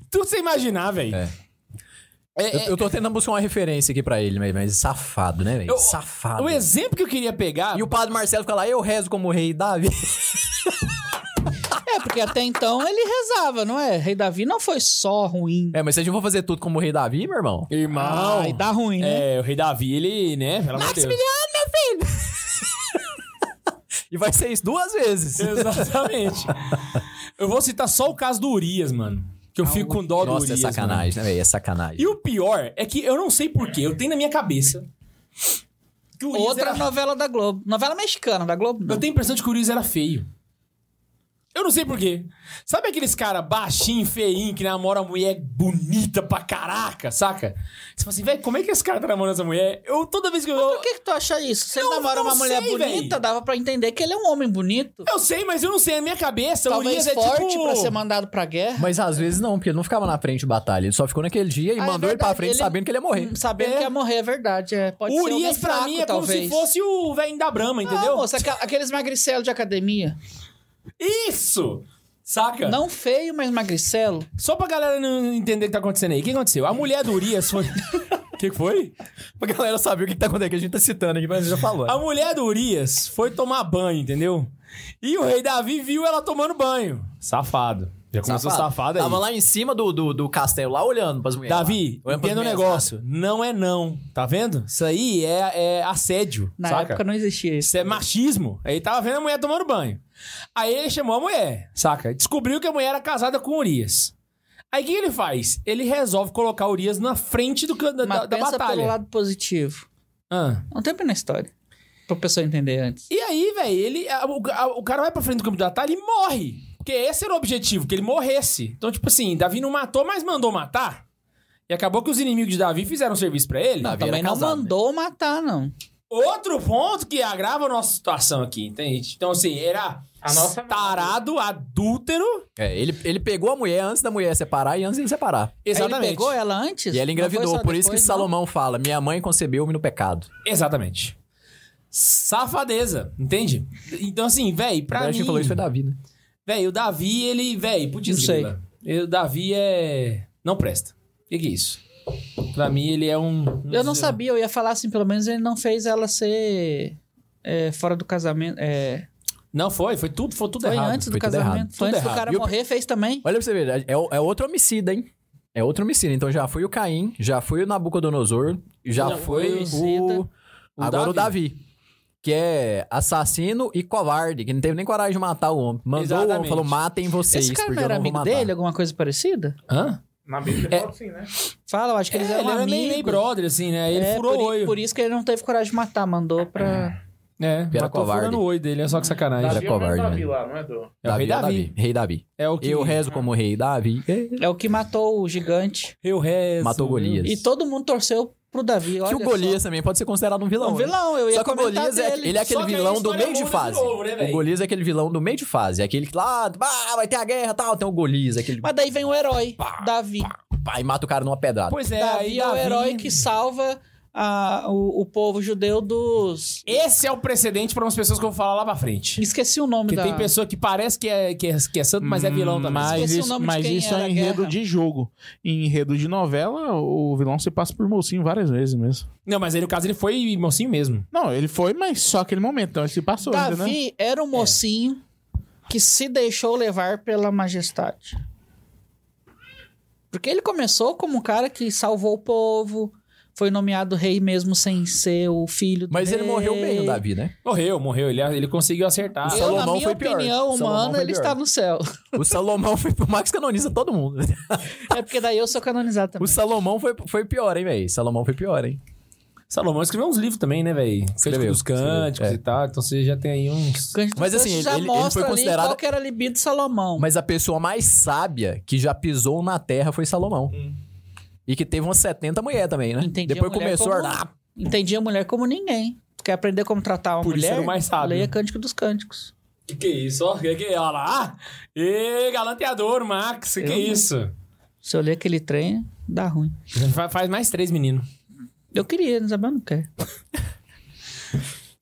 Speaker 2: Tudo você imaginar, velho.
Speaker 3: É.
Speaker 2: É,
Speaker 3: Eu, eu tô tentando buscar uma referência aqui pra ele, mas- mas safado, né, velho?
Speaker 2: Eu-
Speaker 3: Safado.
Speaker 2: O exemplo que eu queria pegar.
Speaker 3: E o padre Marcelo fica lá, eu rezo como rei Davi.
Speaker 4: É, porque até então ele rezava, não é? Rei Davi não foi só ruim.
Speaker 3: É, mas vocês não vão fazer tudo como rei Davi, meu irmão?
Speaker 2: Irmão.
Speaker 4: Ai, dá ruim, né?
Speaker 2: É, o rei Davi, ele, né? Pelo amor de Deus.
Speaker 3: E vai ser isso duas vezes.
Speaker 2: Exatamente. eu vou citar só o caso do Urias, mano. Que
Speaker 4: Ah,
Speaker 2: eu fico com dó do
Speaker 3: Nossa, é
Speaker 2: Urias.
Speaker 3: sacanagem, né, velho? É sacanagem.
Speaker 2: E o pior é que eu não sei porquê, eu tenho na minha cabeça. Que o Urias
Speaker 4: Outra
Speaker 2: era...
Speaker 4: novela da Globo. Novela mexicana, da Globo não.
Speaker 2: Eu tenho a impressão de que o Urias era feio. Eu não sei porquê. Sabe aqueles cara baixinho, feinho, que namora uma mulher bonita pra caraca, saca? Você fala assim, velho, como é que esse cara tá namorando essa mulher? Eu toda vez que eu.
Speaker 4: Por que, que tu acha isso? Se ele
Speaker 2: Não,
Speaker 4: namora
Speaker 2: não
Speaker 4: uma mulher
Speaker 2: sei,
Speaker 4: bonita,
Speaker 2: véi.
Speaker 4: dava pra entender que ele é um homem bonito.
Speaker 2: Eu sei, mas eu não sei. Na minha cabeça, o
Speaker 4: talvez
Speaker 2: Urias é
Speaker 4: forte
Speaker 2: tipo.
Speaker 4: pra ser mandado pra guerra.
Speaker 3: Mas às vezes não, porque ele não ficava na frente de batalha. Ele só ficou naquele dia e
Speaker 4: Ah, é
Speaker 3: mandou ele pra
Speaker 4: verdade,
Speaker 3: frente
Speaker 4: ele-
Speaker 3: sabendo que ele ia morrer.
Speaker 4: Hum, Sabendo
Speaker 2: É.
Speaker 4: que ia morrer, é verdade. É. Pode
Speaker 2: o
Speaker 4: ser alguém
Speaker 2: Urias, pra
Speaker 4: fraco,
Speaker 2: mim, é como
Speaker 4: talvez.
Speaker 2: se fosse o velho da Brama, entendeu?
Speaker 4: Ah, moça, aqua- aqueles magricelo de academia.
Speaker 2: Isso! Saca?
Speaker 4: Não feio, mas magricelo.
Speaker 2: Só pra galera não entender o que tá acontecendo aí. O que aconteceu? A mulher do Urias foi. O que que foi?
Speaker 3: Pra galera saber o que, que tá acontecendo, que a gente tá citando aqui, mas já falou. né?
Speaker 2: A mulher do Urias foi tomar banho, entendeu? E o rei Davi viu ela tomando banho. Safado. Já começou safado, aí.
Speaker 3: Tava lá em cima do, do, do castelo, lá olhando pras mulheres.
Speaker 2: Davi,
Speaker 3: lá. Olhando pras
Speaker 2: entenda um
Speaker 3: mulheres,
Speaker 2: negócio. Não é não. Tá vendo? Isso aí é, é assédio.
Speaker 4: Na
Speaker 2: saca?
Speaker 4: época não existia isso.
Speaker 2: Isso é machismo. Aí tava vendo a mulher tomando banho. Aí ele chamou a mulher, saca? Descobriu que a mulher era casada com o Urias. Aí o que ele faz? Ele resolve colocar o Urias na frente do, can- da,
Speaker 4: Mas
Speaker 2: da- da
Speaker 4: pensa pelo
Speaker 2: batalha.
Speaker 4: lado positivo.
Speaker 2: Ah.
Speaker 4: Não tem pena na história. Pra pessoa entender antes.
Speaker 2: E aí, velho, ele. a- o, a- o cara vai pra frente do campo de batalha e morre. Porque esse era o objetivo, que ele morresse. Então, tipo assim, Davi não matou, mas mandou matar. E acabou que os inimigos de Davi fizeram serviço pra ele.
Speaker 3: Davi
Speaker 4: Também
Speaker 3: era
Speaker 4: não
Speaker 3: casado, né?
Speaker 4: mandou matar, não.
Speaker 2: Outro ponto que agrava a nossa situação aqui, entende? Então, assim, era
Speaker 7: A nossa-
Speaker 2: tarado, adúltero.
Speaker 3: É, ele, ele pegou a mulher antes da mulher separar e antes dele separar.
Speaker 2: Exatamente.
Speaker 4: Ele pegou ela antes?
Speaker 3: E
Speaker 4: Não
Speaker 3: ela
Speaker 4: foi
Speaker 3: engravidou,
Speaker 4: só
Speaker 3: por isso que
Speaker 4: depois, não?
Speaker 3: Salomão fala: Minha mãe concebeu-me no pecado.
Speaker 2: Exatamente. Safadeza, entende? Então, assim, velho,
Speaker 3: Na
Speaker 2: pra
Speaker 3: verdade,
Speaker 2: mim...
Speaker 3: quem falou isso foi Davi, né?
Speaker 2: Véi, o Davi, ele, véi, putz,
Speaker 4: Não sei.
Speaker 2: grila. Ele- O Davi é. Não presta. O que, que é isso? Pra mim, ele é um. um
Speaker 4: Eu
Speaker 2: zero.
Speaker 4: não sabia, eu ia falar assim, pelo menos ele não fez ela ser é, fora do casamento. É,
Speaker 2: Não foi, foi tudo, foi tudo
Speaker 4: foi
Speaker 2: errado.
Speaker 4: antes do
Speaker 3: foi tudo
Speaker 4: casamento.
Speaker 3: errado,
Speaker 4: foi
Speaker 2: tudo
Speaker 4: antes do
Speaker 2: errado.
Speaker 4: cara
Speaker 3: E o-
Speaker 4: morrer, fez também.
Speaker 3: Olha pra você ver, é, o- é outro homicida, hein? É outro homicida. Então já foi o Caim, já foi o Nabucodonosor, já
Speaker 2: Já
Speaker 3: foi
Speaker 4: foi
Speaker 3: o.
Speaker 4: o
Speaker 3: Agora o Davi. Que é assassino e covarde, que não teve nem coragem de matar o homem. Mandou o homem,
Speaker 2: Exatamente.
Speaker 3: falou: matem vocês,
Speaker 4: Esse cara
Speaker 3: é porque
Speaker 4: não
Speaker 3: eu
Speaker 4: era
Speaker 3: não vou
Speaker 4: amigo
Speaker 3: matar.
Speaker 2: é
Speaker 4: dele, alguma coisa parecida?
Speaker 2: Hã?
Speaker 7: Na Bíblia
Speaker 2: É.
Speaker 7: fala assim, né?
Speaker 4: Fala, eu acho que
Speaker 2: É,
Speaker 4: eles
Speaker 2: ele
Speaker 4: eram
Speaker 2: era meio,
Speaker 4: amigos.
Speaker 2: meio brother, assim, né? Ele
Speaker 4: É,
Speaker 2: furou
Speaker 4: por,
Speaker 2: o
Speaker 4: i-
Speaker 2: olho.
Speaker 4: por isso que ele não teve coragem de matar, mandou pra.
Speaker 2: É,
Speaker 3: Era
Speaker 2: matou
Speaker 3: covarde.
Speaker 2: furando o olho dele, é só que sacanagem.
Speaker 3: Era
Speaker 7: Davi é o
Speaker 3: covarde,
Speaker 7: mesmo Davi
Speaker 3: né?
Speaker 7: lá, não é do...
Speaker 2: É o rei
Speaker 3: é o
Speaker 2: Davi.
Speaker 3: Rei Davi.
Speaker 2: É o que
Speaker 3: Eu rezo como rei Davi. É.
Speaker 4: É o que matou o gigante.
Speaker 2: Eu rezo.
Speaker 3: Matou Golias.
Speaker 4: E todo mundo torceu pro Davi.
Speaker 3: Que
Speaker 4: Olha
Speaker 3: o Golias também pode ser considerado um
Speaker 4: Só.
Speaker 3: vilão.
Speaker 4: Um
Speaker 3: né?
Speaker 4: vilão, eu ia
Speaker 3: Só que o
Speaker 4: comentar
Speaker 3: Golias é,
Speaker 4: dele.
Speaker 3: ele é aquele
Speaker 2: Só que aí a
Speaker 3: vilão do
Speaker 2: história
Speaker 3: meio de
Speaker 2: muda de
Speaker 3: fase.
Speaker 2: novo, né,
Speaker 3: o
Speaker 2: véi?
Speaker 3: Golias é aquele vilão do meio de fase. É aquele que lá, ah, vai ter a guerra e tal. Tem o Golias, aquele.
Speaker 4: Mas daí vem o herói, Davi.
Speaker 3: Pá, e mata o cara numa pedrada.
Speaker 2: Pois é, aí
Speaker 4: Davi é o
Speaker 2: Davi-
Speaker 4: herói que salva a- o, o povo judeu dos.
Speaker 2: Esse é o precedente pra umas pessoas que eu vou falar lá pra frente.
Speaker 4: Esqueci o nome
Speaker 2: Porque
Speaker 4: da.
Speaker 2: tem pessoa que parece que é, que é, que é santo,
Speaker 3: Hum,
Speaker 2: mas é vilão também.
Speaker 5: Mas
Speaker 4: Esqueci o
Speaker 5: isso,
Speaker 4: nome de
Speaker 5: mas
Speaker 4: quem
Speaker 5: isso
Speaker 4: era
Speaker 5: é
Speaker 4: a
Speaker 5: enredo
Speaker 4: guerra.
Speaker 5: de jogo. Em enredo de novela, o vilão se passa por mocinho várias vezes mesmo.
Speaker 2: Não, mas aí no caso ele foi mocinho mesmo.
Speaker 5: Não, ele foi, mas só aquele momento. Então ele se passou ainda, né?
Speaker 4: Davi era
Speaker 3: É.
Speaker 4: um mocinho que se deixou levar pela majestade. Porque ele começou como um cara que salvou o povo, foi nomeado rei mesmo sem ser o filho do
Speaker 3: Mas ele
Speaker 4: rei.
Speaker 3: morreu bem, o Davi, né?
Speaker 2: Morreu, morreu. Ele, ele conseguiu acertar.
Speaker 4: Eu,
Speaker 3: Salomão
Speaker 4: na minha
Speaker 3: foi pior.
Speaker 4: opinião
Speaker 3: Salomão
Speaker 4: humana,
Speaker 3: foi
Speaker 4: ele
Speaker 3: pior.
Speaker 4: está no céu.
Speaker 3: O Salomão foi. O Max canoniza todo mundo.
Speaker 4: É porque daí eu sou canonizado também.
Speaker 3: O Salomão foi, foi pior, hein, velho? Salomão foi pior, hein?
Speaker 2: Salomão escreveu uns livros também, né, velho?
Speaker 3: Escreveu,
Speaker 2: Dos cânticos
Speaker 3: escreveu, é.
Speaker 2: e tal. Então você já tem aí uns.
Speaker 4: O Cândido
Speaker 3: Mas, assim,
Speaker 4: Santos
Speaker 3: ele-
Speaker 4: Então, já
Speaker 3: ele- ele foi
Speaker 4: mostra
Speaker 3: considerado-
Speaker 4: ali qual que era a libido de Salomão.
Speaker 3: Mas a pessoa mais sábia que já pisou na terra foi Salomão. E que teve umas 70 mulheres também, né?
Speaker 4: Hum. Entendi,
Speaker 3: Depois
Speaker 4: a mulher
Speaker 3: começou
Speaker 4: como-
Speaker 3: a. Ah,
Speaker 4: Entendia a mulher como ninguém. Tu quer aprender como tratar uma
Speaker 2: Por isso
Speaker 4: mulher?
Speaker 2: era o mais sábio.
Speaker 4: Leia Cântico dos Cânticos.
Speaker 2: Que que é isso? Ó, que que é? Olha lá. E galanteador, Max. Que, que é
Speaker 4: Eu-
Speaker 2: isso?
Speaker 4: Se eu ler aquele trem, dá ruim.
Speaker 2: Fa- Faz mais três, menino.
Speaker 4: Eu queria, mas eu não quer.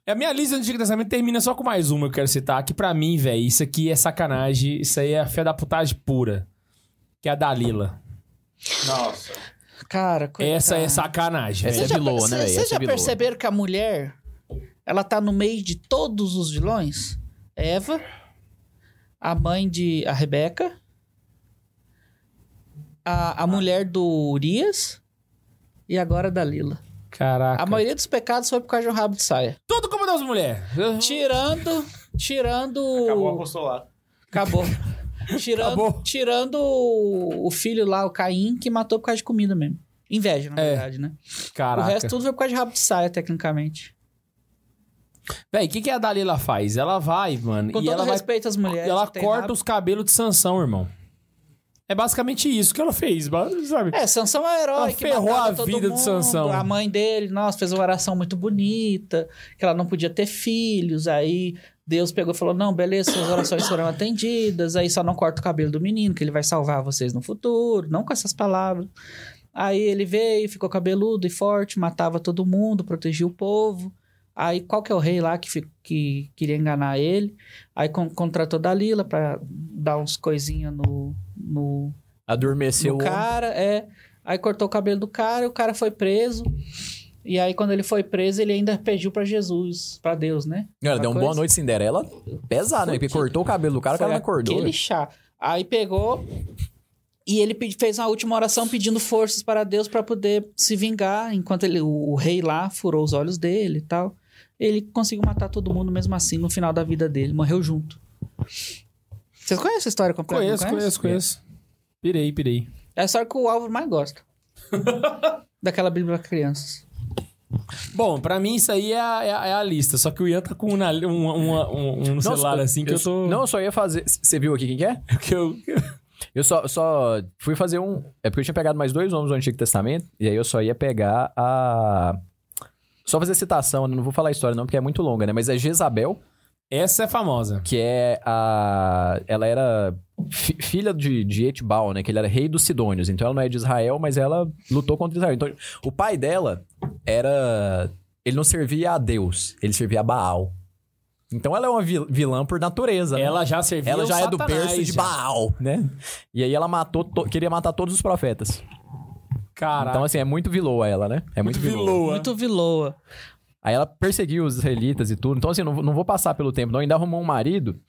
Speaker 2: É, A minha lista do Antigo Testamento termina só com mais uma que eu quero citar, que pra mim, velho, isso aqui é sacanagem, isso aí é fé da putagem pura, que é a Dalila.
Speaker 7: Nossa.
Speaker 4: Cara, coitado.
Speaker 2: Essa é sacanagem,
Speaker 3: Essa
Speaker 2: velho.
Speaker 4: Vocês
Speaker 3: é
Speaker 4: já,
Speaker 3: vilô, né,
Speaker 4: cê-
Speaker 3: velho?
Speaker 4: cês
Speaker 3: Essa
Speaker 4: já
Speaker 3: é vilô.
Speaker 4: perceberam que a mulher, ela tá no meio de todos os vilões? Eva, a mãe de... a Rebeca, a, a mulher do Urias e agora a Dalila.
Speaker 2: é- Caraca.
Speaker 4: A maioria dos pecados foi por causa de um rabo de saia.
Speaker 2: Tudo como das mulheres.
Speaker 4: Tirando... Tirando...
Speaker 7: Acabou o apostolado.
Speaker 4: Acabou. Tirando,
Speaker 2: Acabou.
Speaker 4: tirando o o filho lá, o Caim, que matou por causa de comida mesmo. Inveja, na
Speaker 2: É.
Speaker 4: verdade, né?
Speaker 2: Caraca.
Speaker 4: O resto tudo foi por causa de rabo de saia, tecnicamente.
Speaker 2: Véi, o que, que a Dalila faz? Ela vai, mano,
Speaker 4: Com
Speaker 2: e
Speaker 4: todo
Speaker 2: ela, vai,
Speaker 4: respeito às mulheres.
Speaker 2: e ela
Speaker 4: que têm
Speaker 2: corta
Speaker 4: rabo.
Speaker 2: os cabelos de Sansão, irmão. É basicamente isso que ela fez, sabe?
Speaker 4: É, Sansão é um herói
Speaker 2: Ela
Speaker 4: que
Speaker 2: ferrou
Speaker 4: matava
Speaker 2: a
Speaker 4: todo
Speaker 2: vida de
Speaker 4: mundo.
Speaker 2: Sansão.
Speaker 4: A mãe dele, nossa, fez uma oração muito bonita, que ela não podia ter filhos, aí Deus pegou e falou, não, beleza, suas orações serão atendidas, aí só não corta o cabelo do menino, que ele vai salvar vocês no futuro, não com essas palavras. Aí ele veio, ficou cabeludo e forte, matava todo mundo, protegia o povo. Aí qual que é o rei lá que, fi- que queria enganar ele? Aí con- contratou Dalila pra dar uns coisinhas no- no
Speaker 3: Adormeceu
Speaker 4: o
Speaker 3: o homem.
Speaker 4: cara, é. Aí cortou o cabelo do cara, o cara foi preso. E aí, quando ele foi preso, ele ainda pediu pra Jesus, pra Deus, né?
Speaker 3: Cara, deu uma boa
Speaker 4: coisa. tipo,
Speaker 3: noite Cinderela pesada, né? Porque cortou o cabelo do cara, o cara
Speaker 4: Foi
Speaker 3: não acordou. né?
Speaker 4: Aquele
Speaker 3: velho.
Speaker 4: chá. Aí pegou e ele pedi- fez uma última oração pedindo forças para Deus pra poder se vingar, enquanto ele, o, o rei lá furou os olhos dele e tal. Ele conseguiu matar todo mundo mesmo assim no final da vida dele, morreu junto. Vocês conhecem essa história completa? não
Speaker 2: Conheço, conheço,
Speaker 4: conhece?
Speaker 2: conheço. Pirei, pirei.
Speaker 4: É a história que o Álvaro mais gosta. Daquela Bíblia para crianças.
Speaker 2: Bom, pra mim isso aí é a, é a- é a lista. Só que o Ian tá com uma, uma, uma- um, um
Speaker 3: Não,
Speaker 2: celular
Speaker 3: eu-
Speaker 2: assim que eu, tô.
Speaker 3: Não, eu só ia fazer. c- Você viu aqui quem que é?
Speaker 2: que eu- que eu-
Speaker 3: Eu só, só fui fazer um. É porque eu tinha pegado mais dois nomes do Antigo Testamento, e aí eu só ia pegar a. Só fazer citação, eu não vou falar a história, não, porque é muito longa, né? Mas é Jezabel,
Speaker 2: Essa é famosa.
Speaker 3: que é a. Ela era fi- filha de, de Etbal, né? Que ele era rei dos Sidônios. Então ela não é de Israel, mas ela lutou contra Israel. Então o pai dela era. Ele não servia a Deus, ele servia a Baal. Então ela é uma vil- vilã por natureza. né?
Speaker 2: Ela já serviu.
Speaker 3: Ela já é do berço de Baal, né? E aí ela matou, to- queria matar todos os profetas.
Speaker 2: Caraca.
Speaker 3: Então, assim, é muito viloa ela, né? É muito, viloa.
Speaker 4: Muito viloa.
Speaker 3: Aí ela perseguiu os israelitas e tudo. Então, assim, não, vou- não vou passar pelo tempo, não. Ainda arrumou um marido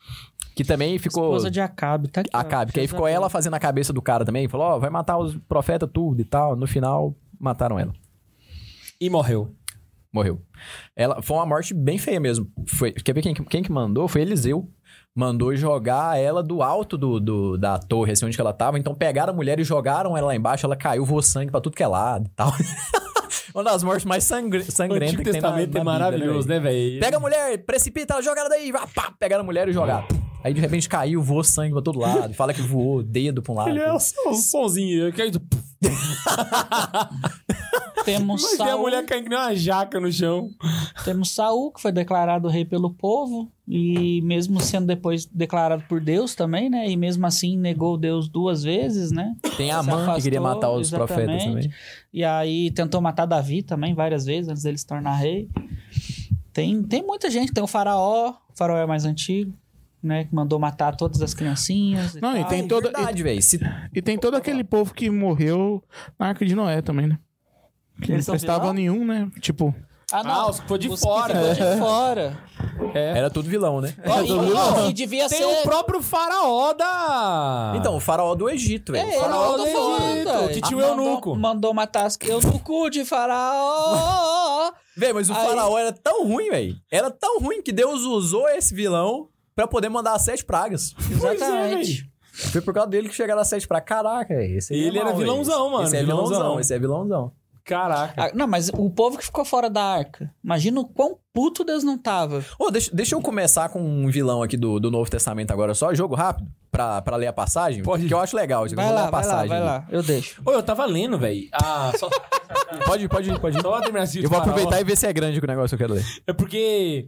Speaker 3: que também ficou.
Speaker 4: Esposa de Acabe, tá aqui. ó.
Speaker 3: Acabe, que Ah, aí ficou
Speaker 2: um
Speaker 4: Jezabel.
Speaker 3: ela fazendo a cabeça do cara também. Falou, ó, vai matar os profetas tudo e tal. No final, mataram ela.
Speaker 2: E morreu.
Speaker 3: Morreu. Ela, foi uma morte bem feia mesmo. Foi, quer ver quem, que- quem que mandou? Foi Eliseu. Mandou jogar ela do alto do, do- da torre, assim, onde que ela tava. Então pegaram a mulher e jogaram ela lá embaixo. Ela caiu, voou sangue pra tudo que é lado e tal. uma das mortes mais sangre,
Speaker 2: O
Speaker 3: sangrentas
Speaker 2: Antigo
Speaker 3: que tem na, na
Speaker 2: Testamento
Speaker 3: Bíblia,
Speaker 2: é maravilhoso,
Speaker 3: né?
Speaker 2: né, velho?
Speaker 3: velho? Pega a mulher, precipita ela, joga ela daí. Vá, pá, pegaram a mulher e jogaram. Aí de repente caiu, voou sangue pra todo lado. Fala que voou, dedo pra um lado.
Speaker 2: Ele é o som- sonzinho. Que aí tu-
Speaker 4: Temos
Speaker 3: é
Speaker 2: Mas tem a
Speaker 4: Saul,
Speaker 2: mulher caindo que nem uma jaca no chão.
Speaker 4: temos Saul, que foi declarado rei pelo povo, e mesmo sendo depois declarado por Deus também, né? E mesmo assim negou Deus duas vezes, né?
Speaker 3: Tem a
Speaker 4: Se
Speaker 3: mãe que
Speaker 4: afastou,
Speaker 3: queria matar os profetas
Speaker 4: exatamente. É
Speaker 3: também.
Speaker 4: E aí tentou matar Davi também várias vezes antes dele se tornar rei. Tem, tem muita gente, tem o faraó, o faraó é mais antigo, né? Que mandou matar todas as criancinhas. e
Speaker 5: Não, e
Speaker 4: tal.
Speaker 5: tem toda, e-
Speaker 3: Verdade, velho. Se
Speaker 5: E tem todo aquele povo que morreu na Arca de Noé também, né? Que
Speaker 4: Eles são
Speaker 5: não prestava
Speaker 4: vilão?
Speaker 5: nenhum, né? Tipo,
Speaker 4: Ah, não.
Speaker 2: Ah, os que foi de
Speaker 4: os
Speaker 2: fora. É.
Speaker 4: Que ficou de fora. é.
Speaker 3: Era tudo vilão, né?
Speaker 4: Ó, e- ó, e, devia
Speaker 2: Tem um
Speaker 4: ser.
Speaker 2: o próprio faraó da.
Speaker 3: Então, o faraó do Egito, velho.
Speaker 4: É,
Speaker 2: faraó
Speaker 4: eu tô
Speaker 2: do então.
Speaker 4: falando,
Speaker 2: Egito,
Speaker 4: velho.
Speaker 2: que tinha o
Speaker 4: Mandou-
Speaker 2: eunuco.
Speaker 4: Mandou matar as eu no cu de faraó.
Speaker 3: Véi, mas o
Speaker 4: Aí-
Speaker 3: faraó era tão ruim, velho. Era tão ruim que Deus usou esse vilão pra poder mandar as sete pragas.
Speaker 4: Exatamente.
Speaker 3: Foi por causa dele que chegaram as sete pragas. Caraca, véi, esse aí é
Speaker 2: Ele era
Speaker 3: mau, véi.
Speaker 2: vilãozão, mano,
Speaker 3: Esse é vilãozão,
Speaker 2: vilãozão.
Speaker 3: esse é vilãozão.
Speaker 2: Caraca.
Speaker 4: Ah, Não, mas o povo que ficou fora da arca. Imagina o quão puto Deus não tava.
Speaker 3: Ô, deixa, deixa eu começar com um vilão aqui do, do Novo Testamento agora só. Jogo rápido, pra, pra ler a passagem. Pode. Que eu acho legal. tipo,
Speaker 4: Vai
Speaker 3: vou ler
Speaker 4: lá,
Speaker 3: a
Speaker 4: vai lá,
Speaker 3: passagem.
Speaker 2: né?
Speaker 4: vai lá. Eu deixo.
Speaker 2: Ô, eu tava lendo, velho. Ah, só,
Speaker 3: Pode ir, pode ir, pode ir.
Speaker 2: só terminar assim.
Speaker 3: Eu vou aproveitar e ver se é grande o negócio que eu quero ler.
Speaker 2: É porque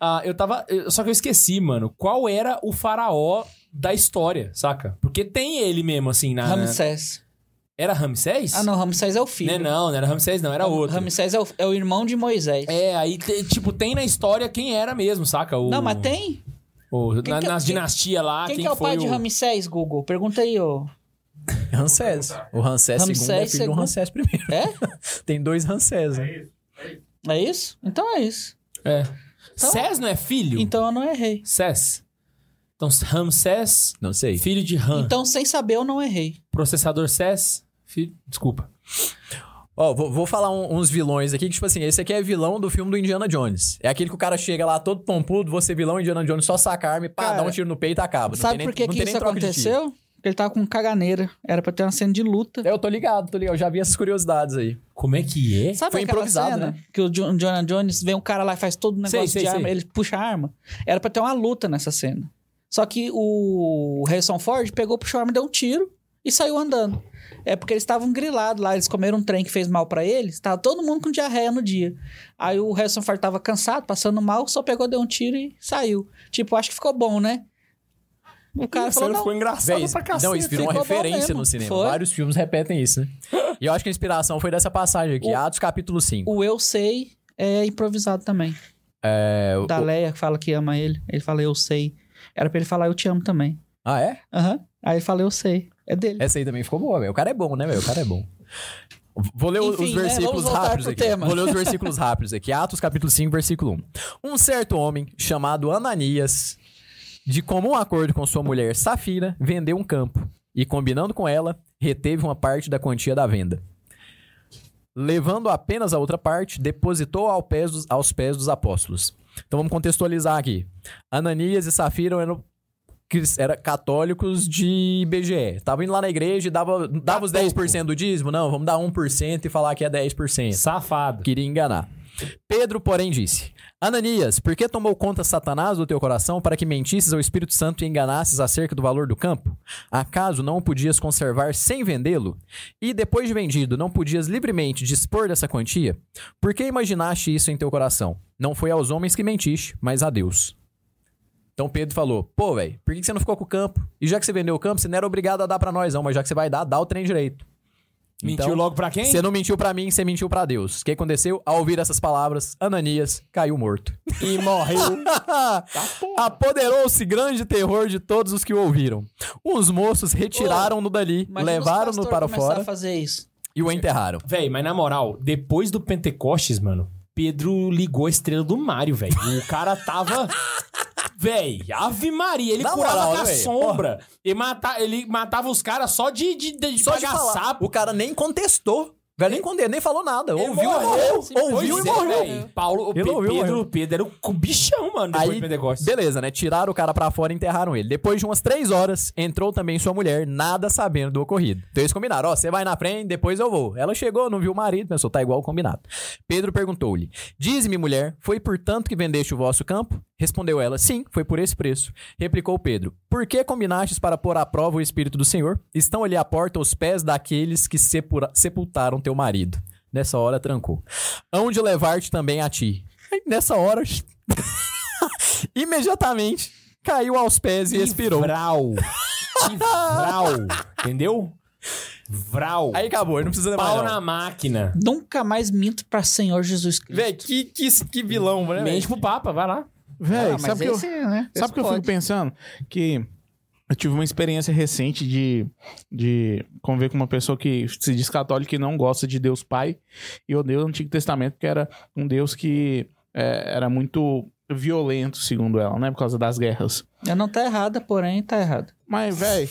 Speaker 2: ah, eu tava. eu- Só que eu esqueci, mano, qual era o faraó da história, saca? Porque tem ele mesmo, assim, na.
Speaker 4: Ramsés.
Speaker 2: Era Ramsés?
Speaker 4: Ah, não, Ramsés é o
Speaker 2: Não,
Speaker 4: filho.
Speaker 2: não, não era Ramsés, não, era
Speaker 4: Ram-
Speaker 2: outro.
Speaker 4: Ramsés é o, é o irmão de Moisés.
Speaker 2: É, aí, te- tipo, tem na história quem era mesmo, saca? O,
Speaker 4: Não, mas tem?
Speaker 2: o-
Speaker 4: Quem
Speaker 2: na-
Speaker 4: que é-
Speaker 2: nas
Speaker 4: quem-
Speaker 2: dinastias lá,
Speaker 4: Quem,
Speaker 2: quem,
Speaker 4: que é o
Speaker 2: foi
Speaker 4: pai de Ramsés, Google? Pergunta aí, ô.
Speaker 3: Ramsés. O Ramsés II é filho
Speaker 4: Ramsés
Speaker 3: do
Speaker 4: segundo.
Speaker 3: Ramsés primeiro.
Speaker 4: É?
Speaker 3: Tem dois Ramsés, né?
Speaker 4: É isso? Então é isso.
Speaker 2: É.
Speaker 4: Então-
Speaker 2: Cés não é filho?
Speaker 4: Então eu não errei.
Speaker 2: Cés. Então, Ramsés,
Speaker 3: Não sei.
Speaker 2: filho de Ram.
Speaker 4: Então, sem saber, eu não errei.
Speaker 2: Processador Cés, filho... Desculpa.
Speaker 3: Ó, vou, vou falar um- uns vilões aqui, que, tipo assim, esse aqui é vilão do filme do Indiana Jones. É aquele que o cara chega lá todo pompudo, você é vilão Indiana Jones, só saca a arma e pá,
Speaker 4: Cara,
Speaker 3: dá um tiro no peito e acaba. Não tem
Speaker 4: Sabe
Speaker 3: nem-
Speaker 4: por que,
Speaker 3: não
Speaker 4: que
Speaker 3: tem nem
Speaker 4: isso
Speaker 3: troca de tiro. É,
Speaker 4: aconteceu? Porque ele tava com um caganeira. Era pra ter uma cena de luta.
Speaker 3: Eu tô ligado, tô ligado. Eu já vi essas curiosidades aí.
Speaker 2: Como é que é?
Speaker 4: Sabe
Speaker 3: Foi
Speaker 4: aquela
Speaker 3: improvisado,
Speaker 4: cena
Speaker 3: né?
Speaker 4: que o Jo- Jonah Jones vem um cara lá e faz todo o negócio
Speaker 2: Sei, sei,
Speaker 4: de arma,
Speaker 2: sei.
Speaker 4: ele puxa a arma? Era pra ter uma luta nessa cena. Só que o Harrison Ford pegou, puxou a arma, deu um tiro e saiu andando. É porque eles estavam grilados lá, eles comeram um trem que fez mal pra eles, tava todo mundo com diarreia no dia. Aí o Harrison Ford tava cansado, passando mal, só pegou, deu um tiro e saiu. Tipo, acho que ficou bom, né? O cara falou, não,
Speaker 2: engraçado
Speaker 3: Véi, não, isso virou uma
Speaker 4: ficou bom
Speaker 3: referência
Speaker 4: mesmo.
Speaker 3: no cinema.
Speaker 4: Foi.
Speaker 3: Vários filmes repetem isso, né? E eu acho que a inspiração foi dessa passagem aqui,
Speaker 4: O-
Speaker 3: Atos capítulo 5.
Speaker 4: o eu sei é improvisado também.
Speaker 3: É, o-
Speaker 4: da Leia que fala que ama ele. Ele fala, eu sei. Era pra ele falar, eu te amo também.
Speaker 3: Ah, é?
Speaker 4: Aham. Aí ele fala, eu sei. É dele.
Speaker 3: Essa aí também ficou boa, velho. O cara é bom, né, velho? O cara é bom. Vou ler
Speaker 4: Enfim,
Speaker 3: os
Speaker 4: né?
Speaker 3: versículos
Speaker 4: Vamos voltar
Speaker 3: rápidos
Speaker 4: pro
Speaker 3: aqui.
Speaker 4: tema.
Speaker 3: Vou ler os versículos rápidos aqui. Atos capítulo 5, versículo 1. Um certo homem chamado Ananias, de comum acordo com sua mulher Safira, vendeu um campo e, combinando com ela, reteve uma parte da quantia da venda. Levando apenas a outra parte, depositou ao pés dos- aos pés dos apóstolos. Então vamos contextualizar aqui. Ananias e Safira eram cris- era católicos de IBGE. Tava indo lá na igreja e dava, dava os 10% do dízimo? Não, vamos dar 1% e falar que é 10%.
Speaker 2: Safado.
Speaker 3: Queria enganar. Pedro, porém, disse: Ananias, por que tomou conta Satanás do teu coração para que mentisses ao Espírito Santo e enganasses acerca do valor do campo? Acaso não o podias conservar sem vendê-lo? E depois de vendido, não podias livremente dispor dessa quantia? Por que imaginaste isso em teu coração? Não foi aos homens que mentiste, mas a Deus. Então Pedro falou: Pô, velho, por que que você não ficou com o campo? E já que você vendeu o campo, você não era obrigado a dar pra nós, não, mas já que você vai dar, dá o trem direito.
Speaker 2: Mentiu
Speaker 3: Então,
Speaker 2: logo pra quem?
Speaker 3: Você não mentiu pra mim, você mentiu pra Deus. O que aconteceu? Ao ouvir essas palavras, Ananias caiu morto.
Speaker 2: E morreu.
Speaker 3: Apoderou-se grande terror de todos os que o ouviram. Os moços retiraram-no dali,
Speaker 5: É,
Speaker 4: Imagina os
Speaker 3: levaram-no
Speaker 4: pastores
Speaker 3: para
Speaker 4: começar
Speaker 3: fora
Speaker 4: a fazer isso.
Speaker 3: e o enterraram.
Speaker 2: Véi, mas na moral, depois do Pentecostes, mano, Pedro ligou a estrela do Mário, velho. O cara tava. Véi, Ave Maria, ele
Speaker 3: Na
Speaker 2: curava
Speaker 3: moral,
Speaker 2: com a
Speaker 3: véi,
Speaker 2: sombra. Ele, mata, ele matava os caras só de, de, de, de
Speaker 3: Só de
Speaker 2: pagar
Speaker 3: falar,
Speaker 2: sapo.
Speaker 3: o cara nem contestou. Velho, nem contestou, nem falou nada.
Speaker 2: Ele
Speaker 3: Ouviu e
Speaker 2: morreu.
Speaker 3: morreu. Ouviu e
Speaker 2: Pois é,
Speaker 3: morreu.
Speaker 2: véi. Paulo, o
Speaker 3: Ele
Speaker 2: Pe-
Speaker 3: ouviu,
Speaker 2: Pedro,
Speaker 3: morreu.
Speaker 2: Pedro era o bichão, mano, depois
Speaker 3: Aí,
Speaker 2: do Pentecostes.
Speaker 3: beleza, né? Tiraram o cara pra fora e enterraram ele. Depois de umas três horas, entrou também sua mulher, nada sabendo do ocorrido. Então eles combinaram, ó, você vai na frente, depois eu vou. Ela chegou, não viu o marido, pensou, tá igual o combinado. Pedro perguntou-lhe, diz-me, mulher, foi por tanto que vendeste o vosso campo? Respondeu ela, sim, foi por esse preço. Replicou Pedro, por que combinastes para pôr à prova o Espírito do Senhor? Estão ali à porta os pés daqueles que sepura- sepultaram teu marido. Nessa hora, trancou. Hão de levar-te também a ti. Aí, nessa hora, imediatamente caiu aos pés e expirou.
Speaker 2: Vral. Que vral. Entendeu? Vral.
Speaker 3: Aí acabou, ele não precisa levar.
Speaker 2: Pau
Speaker 3: não.
Speaker 2: na máquina.
Speaker 4: Nunca mais minto pra Senhor Jesus Cristo.
Speaker 3: Véi, que, que, que vilão, né? véi?
Speaker 2: Mente pro Papa, vai lá.
Speaker 5: Véi,
Speaker 4: Ah, mas
Speaker 5: sabe o que eu,
Speaker 4: esse, né?
Speaker 5: sabe
Speaker 4: Esse
Speaker 5: que eu
Speaker 4: pode.
Speaker 5: fico pensando? Que eu tive uma experiência recente de, de conviver com uma pessoa que se diz católica e não gosta de Deus Pai e odeia o Antigo Testamento, que era um Deus que é, era muito violento, segundo ela, né? Por causa das guerras.
Speaker 4: Eu não tá errada, porém, tá errada.
Speaker 5: Mas, véi,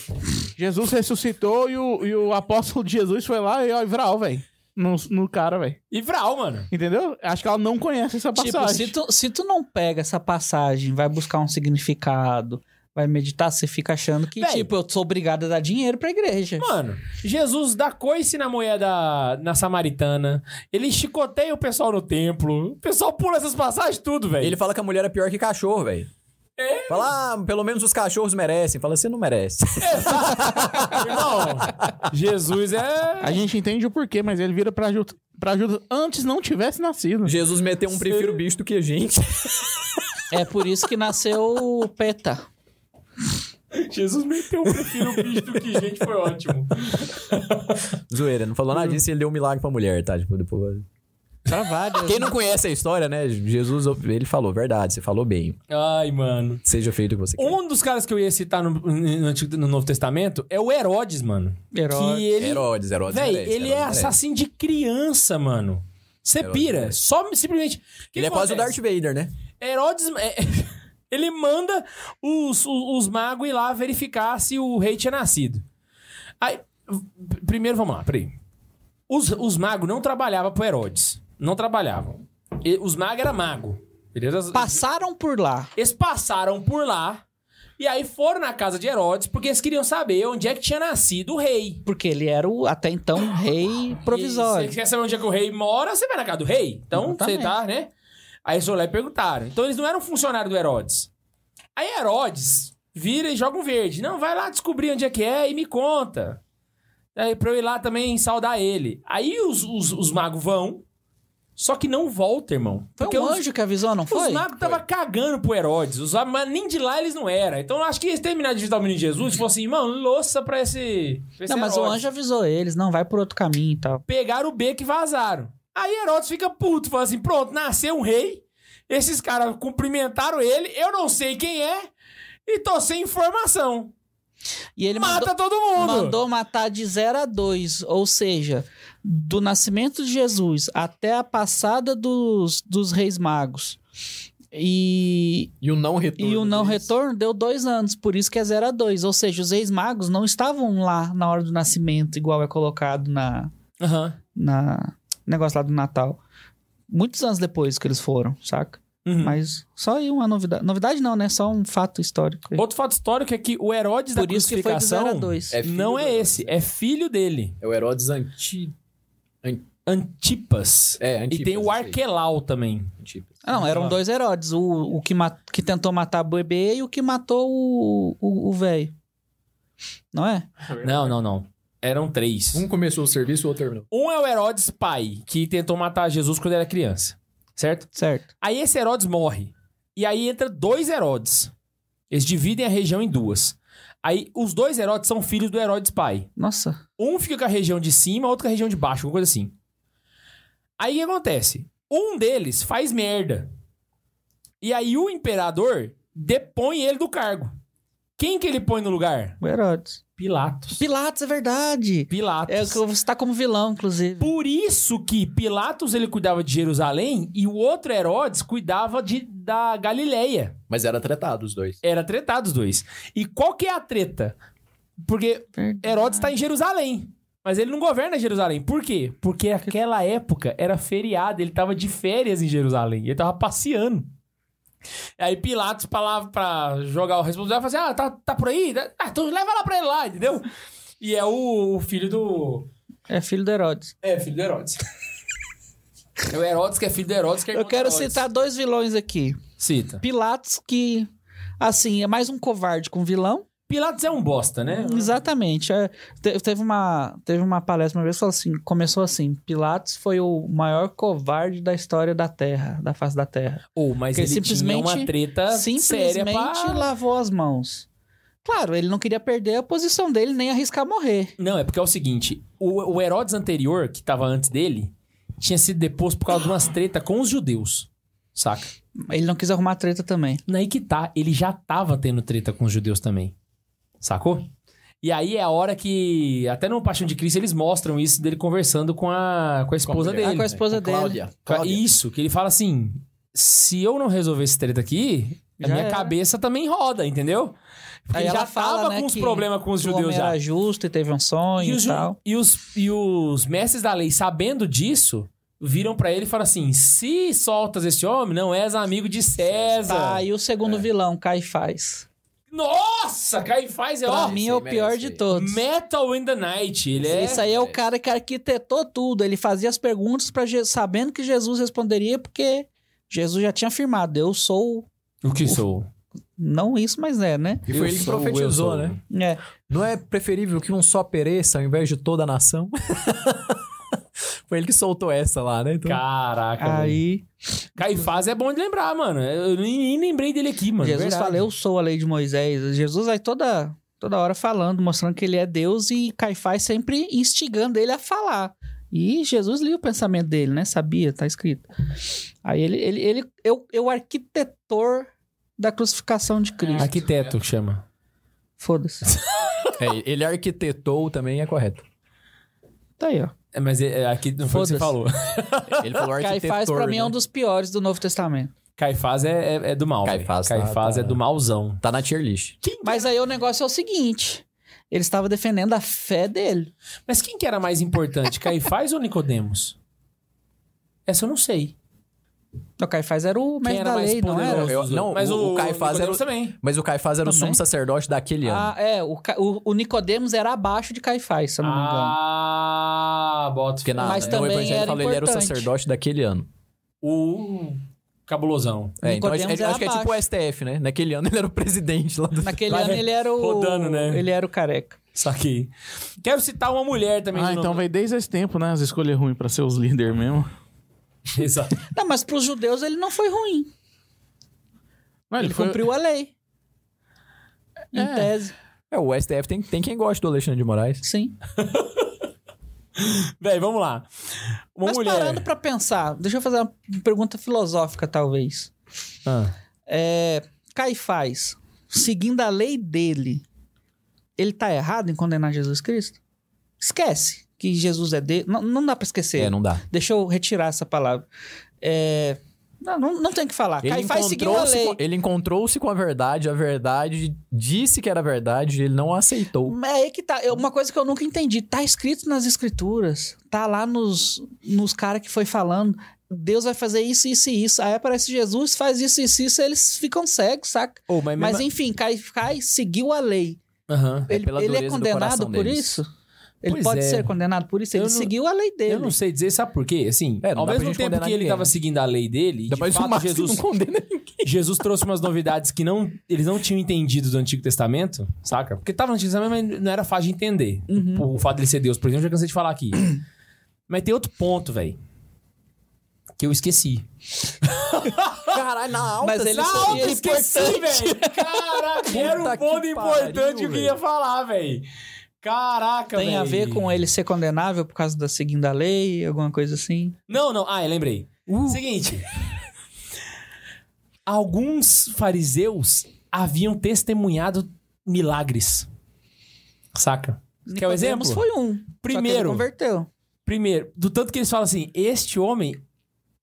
Speaker 5: Jesus ressuscitou e o, e o apóstolo de Jesus foi lá e ó, e vral, véi. No, no cara, véi.
Speaker 2: E vral, mano.
Speaker 5: Entendeu? Acho que ela não conhece essa
Speaker 4: Tipo,
Speaker 5: passagem.
Speaker 4: se tu, se tu não pega essa passagem, vai buscar um significado, Vai meditar, você fica achando que,
Speaker 2: Véi.
Speaker 4: tipo, eu sou obrigado a dar dinheiro pra igreja.
Speaker 2: Mano, Jesus dá coice na moeda na samaritana. Ele chicoteia o pessoal no templo. O pessoal pula essas passagens, tudo, velho.
Speaker 3: Ele fala que a mulher é pior que cachorro, velho.
Speaker 2: É.
Speaker 3: Fala, ah, pelo menos os cachorros merecem. Fala, você não merece.
Speaker 2: Irmão, Jesus é.
Speaker 5: A gente entende o porquê, mas ele vira pra Judas, pra Judas antes não tivesse nascido.
Speaker 3: Jesus meteu um prefiro bicho do que a gente.
Speaker 4: É por isso que nasceu o PETA.
Speaker 2: Jesus meteu o prefiro bicho do que gente, foi ótimo.
Speaker 3: Zoeira, não falou nada disso e ele deu um milagre pra mulher, tá? Tipo, depois...
Speaker 4: Pra várias.
Speaker 3: Quem não conhece a história, né? Jesus, ele falou, verdade, você falou bem.
Speaker 2: Ai, mano.
Speaker 3: Seja feito o que você quer.
Speaker 2: Um dos caras que eu ia citar no, no, Antigo- no Novo Testamento é o Herodes, mano.
Speaker 4: Herodes.
Speaker 2: Que ele,
Speaker 3: Herodes, Herodes.
Speaker 2: Véi,
Speaker 3: merece,
Speaker 2: ele
Speaker 3: Herodes
Speaker 2: é
Speaker 3: merece.
Speaker 2: assassino de criança, mano. Você
Speaker 3: Herodes
Speaker 2: pira.
Speaker 3: merece.
Speaker 2: Só simplesmente. que
Speaker 3: Ele é quase o Darth
Speaker 2: acontece?
Speaker 3: Vader, né?
Speaker 2: Herodes. é, ele manda os, o- os magos ir lá verificar se o rei tinha nascido. Aí. p- Primeiro, vamos lá, peraí. Os, os magos não trabalhavam pro Herodes. Não trabalhavam. E os magos eram mago. Beleza?
Speaker 4: Passaram por lá.
Speaker 2: Eles passaram por lá. E aí foram na casa de Herodes, porque eles queriam saber onde é que tinha nascido o rei.
Speaker 4: Porque ele era o, até então, rei provisório.
Speaker 2: E Se você quer saber onde é que o rei mora, você vai na casa do rei. Então, você
Speaker 4: Exatamente.
Speaker 2: tá, né? Aí eles foram lá e perguntaram. Então, eles não eram funcionários do Herodes. Aí Herodes vira e joga um verde. Não, vai lá descobrir onde é que é e me conta. Aí, pra eu ir lá também saudar ele. Aí os, os, os magos vão, só que não volta, irmão.
Speaker 4: Foi
Speaker 2: Porque
Speaker 4: um
Speaker 2: os-
Speaker 4: anjo que avisou, não
Speaker 2: os
Speaker 4: foi?
Speaker 2: magos estavam cagando pro Herodes. Os, mas nem de lá eles não eram. Então, eu acho que eles terminaram de visitar o menino Jesus e falaram assim, mano, louça pra esse. Pra esse
Speaker 4: Não, mas o
Speaker 2: Herodes."
Speaker 4: anjo avisou eles, não, vai por outro caminho e tal.
Speaker 2: pegaram o beco e vazaram. Aí Herodes fica puto, fala assim: pronto, nasceu um rei. Esses caras cumprimentaram ele, eu não sei quem é, e tô sem informação.
Speaker 4: E ele
Speaker 2: Mata
Speaker 4: mandou,
Speaker 2: todo mundo.
Speaker 4: mandou matar de 0 a 2, ou seja, do nascimento de Jesus até a passada dos, dos reis magos. E,
Speaker 3: E o não retorno.
Speaker 4: e o não retorno deu dois anos, por isso que é 0 a 2. Ou seja, os reis magos não estavam lá na hora do nascimento, igual é colocado na,
Speaker 2: Aham.
Speaker 4: na negócio lá do Natal. Muitos anos depois que eles foram, saca?
Speaker 2: Uhum.
Speaker 4: Mas só aí uma novidade. Novidade não, né? Só um fato histórico. aí.
Speaker 2: Outro fato histórico é que o Herodes
Speaker 4: Por
Speaker 2: da
Speaker 4: isso que foi de 0 a
Speaker 2: crucificação
Speaker 4: 2.
Speaker 3: É filho
Speaker 2: não
Speaker 3: do
Speaker 2: é
Speaker 3: Herodes.
Speaker 2: esse, é filho dele,
Speaker 3: É o Herodes anti...
Speaker 2: Antipas.
Speaker 3: É, anti.
Speaker 2: e tem o Arquelau também.
Speaker 4: Ah, não, eram dois Herodes. O, o que, ma- que tentou matar o bebê e o que matou o- o o velho. não é?
Speaker 2: Não, não, não. Eram três.
Speaker 3: Um começou o serviço, o outro terminou.
Speaker 2: Um é o Herodes pai, que tentou matar Jesus quando era criança. Certo?
Speaker 4: Certo.
Speaker 2: Aí esse Herodes morre. E aí entra dois Herodes. Eles dividem a região em duas. Aí os dois Herodes são filhos do Herodes pai.
Speaker 4: Nossa.
Speaker 2: Um fica com a região de cima, outro com a região de baixo, alguma coisa assim. Aí o que acontece? Um deles faz merda. E aí o imperador depõe ele do cargo. Quem que ele põe no lugar?
Speaker 4: O Herodes.
Speaker 2: Pilatos.
Speaker 4: Pilatos, é verdade.
Speaker 2: Pilatos.
Speaker 4: É o que eu vou citar como vilão, inclusive.
Speaker 2: Por isso que Pilatos ele cuidava de Jerusalém e o outro Herodes cuidava de, da Galileia.
Speaker 3: Mas era tratado os dois.
Speaker 2: Era tretado os dois. E qual que é a treta? Porque Herodes está em Jerusalém. Mas ele não governa Jerusalém. Por quê? Porque aquela época era feriado, ele tava de férias em Jerusalém. Ele tava passeando. Aí Pilatos, pra, lá, pra jogar o responsável, fala assim: Ah, tá, tá por aí? Ah, então leva lá pra ele lá, entendeu? E é o, o filho do.
Speaker 4: É filho do Herodes.
Speaker 2: É, filho do Herodes. É o Herodes que é filho do Herodes que é
Speaker 4: Eu
Speaker 2: irmão do
Speaker 4: quero
Speaker 2: Herodes.
Speaker 4: citar dois vilões aqui.
Speaker 2: Cita.
Speaker 4: Pilatos, que, assim, é mais um covarde com vilão.
Speaker 2: Pilatos é um bosta, né?
Speaker 4: Exatamente. É, te- teve, uma, teve uma palestra uma vez que falou assim, começou assim: Pilatos foi o maior covarde da história da Terra, da face da Terra.
Speaker 2: Ou, mas
Speaker 4: Porque
Speaker 2: ele
Speaker 4: simplesmente-
Speaker 2: tinha uma treta Ah, séria
Speaker 4: Simplesmente
Speaker 2: pra...
Speaker 4: lavou as mãos. Claro, ele não queria perder a posição dele nem arriscar morrer.
Speaker 2: Não, é porque é o seguinte, o, o Herodes anterior, que tava antes dele, tinha sido deposto por causa de umas treta com os judeus, saca?
Speaker 4: Ele não quis arrumar treta também.
Speaker 2: Aí que tá, ele já tava tendo treta com os judeus também, sacou? E aí é a hora que, até no Paixão de Cristo, eles mostram isso dele conversando com a, com a esposa
Speaker 3: mulher.
Speaker 2: dele. né?
Speaker 4: ah, com a esposa dele.
Speaker 3: Cláudia.
Speaker 2: Isso, que ele fala assim: se eu não resolver esse treta aqui, a
Speaker 4: Já
Speaker 2: minha
Speaker 4: era.
Speaker 2: cabeça também roda, entendeu? Porque
Speaker 4: Aí
Speaker 2: ele
Speaker 4: ela
Speaker 2: já
Speaker 4: fala,
Speaker 2: tava
Speaker 4: né,
Speaker 2: com os
Speaker 4: que
Speaker 2: problemas com os
Speaker 4: O
Speaker 2: judeus
Speaker 4: homem
Speaker 2: já.
Speaker 4: era justo e teve um sonho
Speaker 2: E
Speaker 4: e,
Speaker 2: os, ju-
Speaker 4: tal.
Speaker 2: e os- e os mestres da lei, sabendo disso, viram pra ele e falaram assim: se soltas esse homem, não és amigo de César.
Speaker 4: Tá, e o segundo vilão, Caifás.
Speaker 2: Nossa, Caio Faz é
Speaker 4: Pra
Speaker 2: ó.
Speaker 4: mim é o
Speaker 3: merece.
Speaker 4: pior de todos.
Speaker 2: Metal in the Night. Ele é.
Speaker 4: Isso aí é o cara que arquitetou tudo. Ele fazia as perguntas para sabendo que Jesus responderia, porque Jesus já tinha afirmado: Eu sou.
Speaker 2: O que sou?
Speaker 4: Não isso, mas é, né?
Speaker 3: E foi ele que profetizou, né?
Speaker 4: É.
Speaker 3: Não é preferível que um só pereça ao invés de toda a nação? foi ele que soltou essa lá, né? Então,
Speaker 2: Caraca. velho.
Speaker 4: Aí
Speaker 2: Caifás é bom de lembrar, mano. Eu nem, nem lembrei dele aqui, mano.
Speaker 4: Jesus
Speaker 2: é Verdade.
Speaker 4: fala: Eu sou a lei de Moisés. Jesus aí toda, toda hora falando, mostrando que ele é Deus e Caifás sempre instigando ele a falar. E Jesus lia o pensamento dele, né? Sabia, tá escrito. Aí ele, ele, ele eu, eu arquitetor da crucificação de Cristo.
Speaker 2: Arquiteto que chama.
Speaker 4: Foda-se.
Speaker 3: é, ele arquitetou também, é correto.
Speaker 4: Tá aí, ó.
Speaker 2: É, mas é, é, aqui não foi o que você
Speaker 4: Foda-se.
Speaker 2: falou.
Speaker 3: Ele falou arquitetor,
Speaker 4: Caifás, pra mim, é um
Speaker 3: né?
Speaker 4: dos piores do Novo Testamento.
Speaker 2: Caifás é, é, é do mal. velho.
Speaker 3: Caifás tá-
Speaker 2: Caifás
Speaker 3: tá-
Speaker 2: é do malzão.
Speaker 3: Tá na tier list.
Speaker 4: Mas aí o negócio é o seguinte: ele estava defendendo a fé dele.
Speaker 2: Mas quem que era mais importante, Caifás ou Nicodemos? Essa eu não sei.
Speaker 4: O Então, Caifás era o
Speaker 2: Quem
Speaker 4: mestre
Speaker 2: era
Speaker 4: da
Speaker 2: mais
Speaker 4: lei, não
Speaker 2: poderoso
Speaker 4: era?
Speaker 2: dos
Speaker 3: Eu-
Speaker 2: outros?
Speaker 3: não,
Speaker 2: mas
Speaker 3: o-
Speaker 2: o,
Speaker 3: o Caifás
Speaker 2: Nicodemos
Speaker 3: era
Speaker 2: também.
Speaker 3: Mas o Caifás era o
Speaker 4: Também?
Speaker 3: sumo sacerdote daquele ano.
Speaker 4: Ah, é. O, Ca- o, o Nicodemos era abaixo de Caifás, se eu não me engano.
Speaker 2: Ah, bota.
Speaker 3: Porque na,
Speaker 4: mas
Speaker 3: no
Speaker 4: também
Speaker 3: evangelho
Speaker 4: era
Speaker 3: fala ele era o
Speaker 4: importante.
Speaker 3: sacerdote daquele ano.
Speaker 2: O cabulosão.
Speaker 3: É, então acho,
Speaker 4: Nicodemos
Speaker 3: acho
Speaker 4: era
Speaker 3: que é tipo o
Speaker 4: abaixo.
Speaker 3: STF, né? Naquele ano ele era o presidente lá do...
Speaker 4: Naquele
Speaker 2: Vai
Speaker 4: ano ele era o.
Speaker 2: rodando, né?
Speaker 4: Ele era o careca.
Speaker 2: Saquei. Quero citar uma mulher também.
Speaker 5: Ah,
Speaker 2: de novo.
Speaker 5: então vem desde esse tempo, né? As escolhas ruins pra ser os líderes mesmo.
Speaker 2: Exato.
Speaker 4: Não, mas pros judeus ele não foi ruim.
Speaker 2: Ah,
Speaker 5: Não,
Speaker 4: Ele, cumpriu a lei. Em
Speaker 5: É.
Speaker 4: tese,
Speaker 3: É, o STF tem, tem quem gosta do Alexandre de Moraes.
Speaker 4: sim.
Speaker 2: Véi, vamos lá. Uma
Speaker 4: mas
Speaker 2: mulher.
Speaker 4: parando pra pensar, deixa eu fazer uma pergunta filosófica, talvez.
Speaker 2: Ah,
Speaker 4: é, Caifás, seguindo a lei dele, ele tá errado em condenar Jesus Cristo? Esquece que Jesus é dele. Não, não dá pra esquecer.
Speaker 3: É, não dá.
Speaker 4: Deixa eu retirar essa palavra. É, não, não, não tem o que falar.
Speaker 3: Ele
Speaker 4: Caifás seguiu a
Speaker 3: encontrou-se
Speaker 4: lei.
Speaker 3: com, ele encontrou-se com a verdade, a verdade disse que era verdade, ele não aceitou.
Speaker 4: É aí que tá. É Uma coisa que eu nunca entendi. Tá escrito nas escrituras. Tá lá nos, nos caras que foi falando. Deus vai fazer isso, isso e isso. Aí aparece Jesus, faz isso, isso e isso. Eles ficam cegos, saca?
Speaker 2: oh, mas
Speaker 4: Mas
Speaker 2: mesmo-
Speaker 4: enfim, Caifás seguiu a lei.
Speaker 2: Aham.
Speaker 4: Ele,
Speaker 3: pela
Speaker 4: ele é
Speaker 3: dureza do
Speaker 4: condenado
Speaker 3: coração
Speaker 4: por
Speaker 3: deles.
Speaker 4: isso? Ele
Speaker 2: Pois
Speaker 4: pode
Speaker 2: é.
Speaker 4: ser condenado por isso? Ele
Speaker 2: Eu não-
Speaker 4: seguiu a lei dele.
Speaker 2: Eu não sei dizer, sabe por quê? Assim,
Speaker 3: É, não
Speaker 2: ao
Speaker 3: dá pra
Speaker 2: mesmo
Speaker 3: gente
Speaker 2: tempo
Speaker 3: condenar
Speaker 2: que ele
Speaker 3: ninguém,
Speaker 2: tava
Speaker 3: né?
Speaker 2: seguindo a lei dele, e de
Speaker 3: Depois o
Speaker 2: fato,
Speaker 3: Marx não
Speaker 2: Jesus,
Speaker 3: condena ninguém.
Speaker 2: Jesus trouxe umas novidades que não, eles não tinham entendido do Antigo Testamento, saca? Porque tava no Antigo Testamento, mas não era fácil de entender. O fato dele ser Deus, por exemplo, eu já cansei de falar aqui. mas tem outro ponto, velho, que eu esqueci.
Speaker 3: Caralho, na alta.
Speaker 4: Mas ele seria importante.
Speaker 2: velho! Caraca, era um
Speaker 3: Puta que
Speaker 2: ponto importante
Speaker 3: pariu,
Speaker 2: que eu
Speaker 3: velho.
Speaker 2: ia falar, velho. Caraca, velho.
Speaker 4: Tem a ver com ele ser condenável por causa da seguindo a lei, alguma coisa assim.
Speaker 2: Não, não. Ah, eu lembrei.
Speaker 4: Uh.
Speaker 2: Seguinte. Alguns fariseus haviam testemunhado milagres. Saca? Quer o
Speaker 4: Nicodemos
Speaker 2: exemplo?
Speaker 4: foi um. só que ele
Speaker 2: Primeiro,
Speaker 4: converteu.
Speaker 2: primeiro, do tanto que eles falam assim, este homem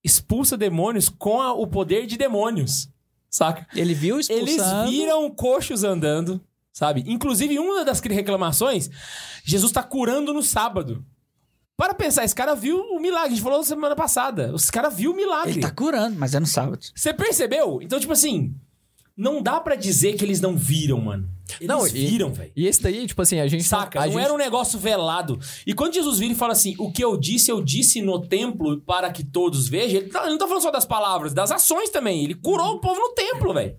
Speaker 2: expulsa demônios com a- o poder de demônios. Saca?
Speaker 4: Ele viu
Speaker 2: Eles
Speaker 4: expulsando.
Speaker 2: viram coxos andando, sabe? Inclusive, uma das reclamações, Jesus tá curando no sábado. Para pensar, esse cara viu o milagre. A gente falou semana passada. Os cara viu o milagre.
Speaker 4: Ele tá curando, mas é no sábado.
Speaker 2: Você percebeu? Então, tipo assim, não dá pra dizer que eles não viram, mano. Eles
Speaker 3: Não, e-
Speaker 2: viram, velho.
Speaker 3: E esse daí, tipo assim, a gente.
Speaker 2: Saca?
Speaker 3: a
Speaker 2: não
Speaker 3: gente-
Speaker 2: era um negócio velado. E quando Jesus vira e fala assim, o que eu disse, eu disse no templo para que todos vejam, ele, tá- ele não tá falando só das palavras, das ações também. Ele curou o povo no templo, velho.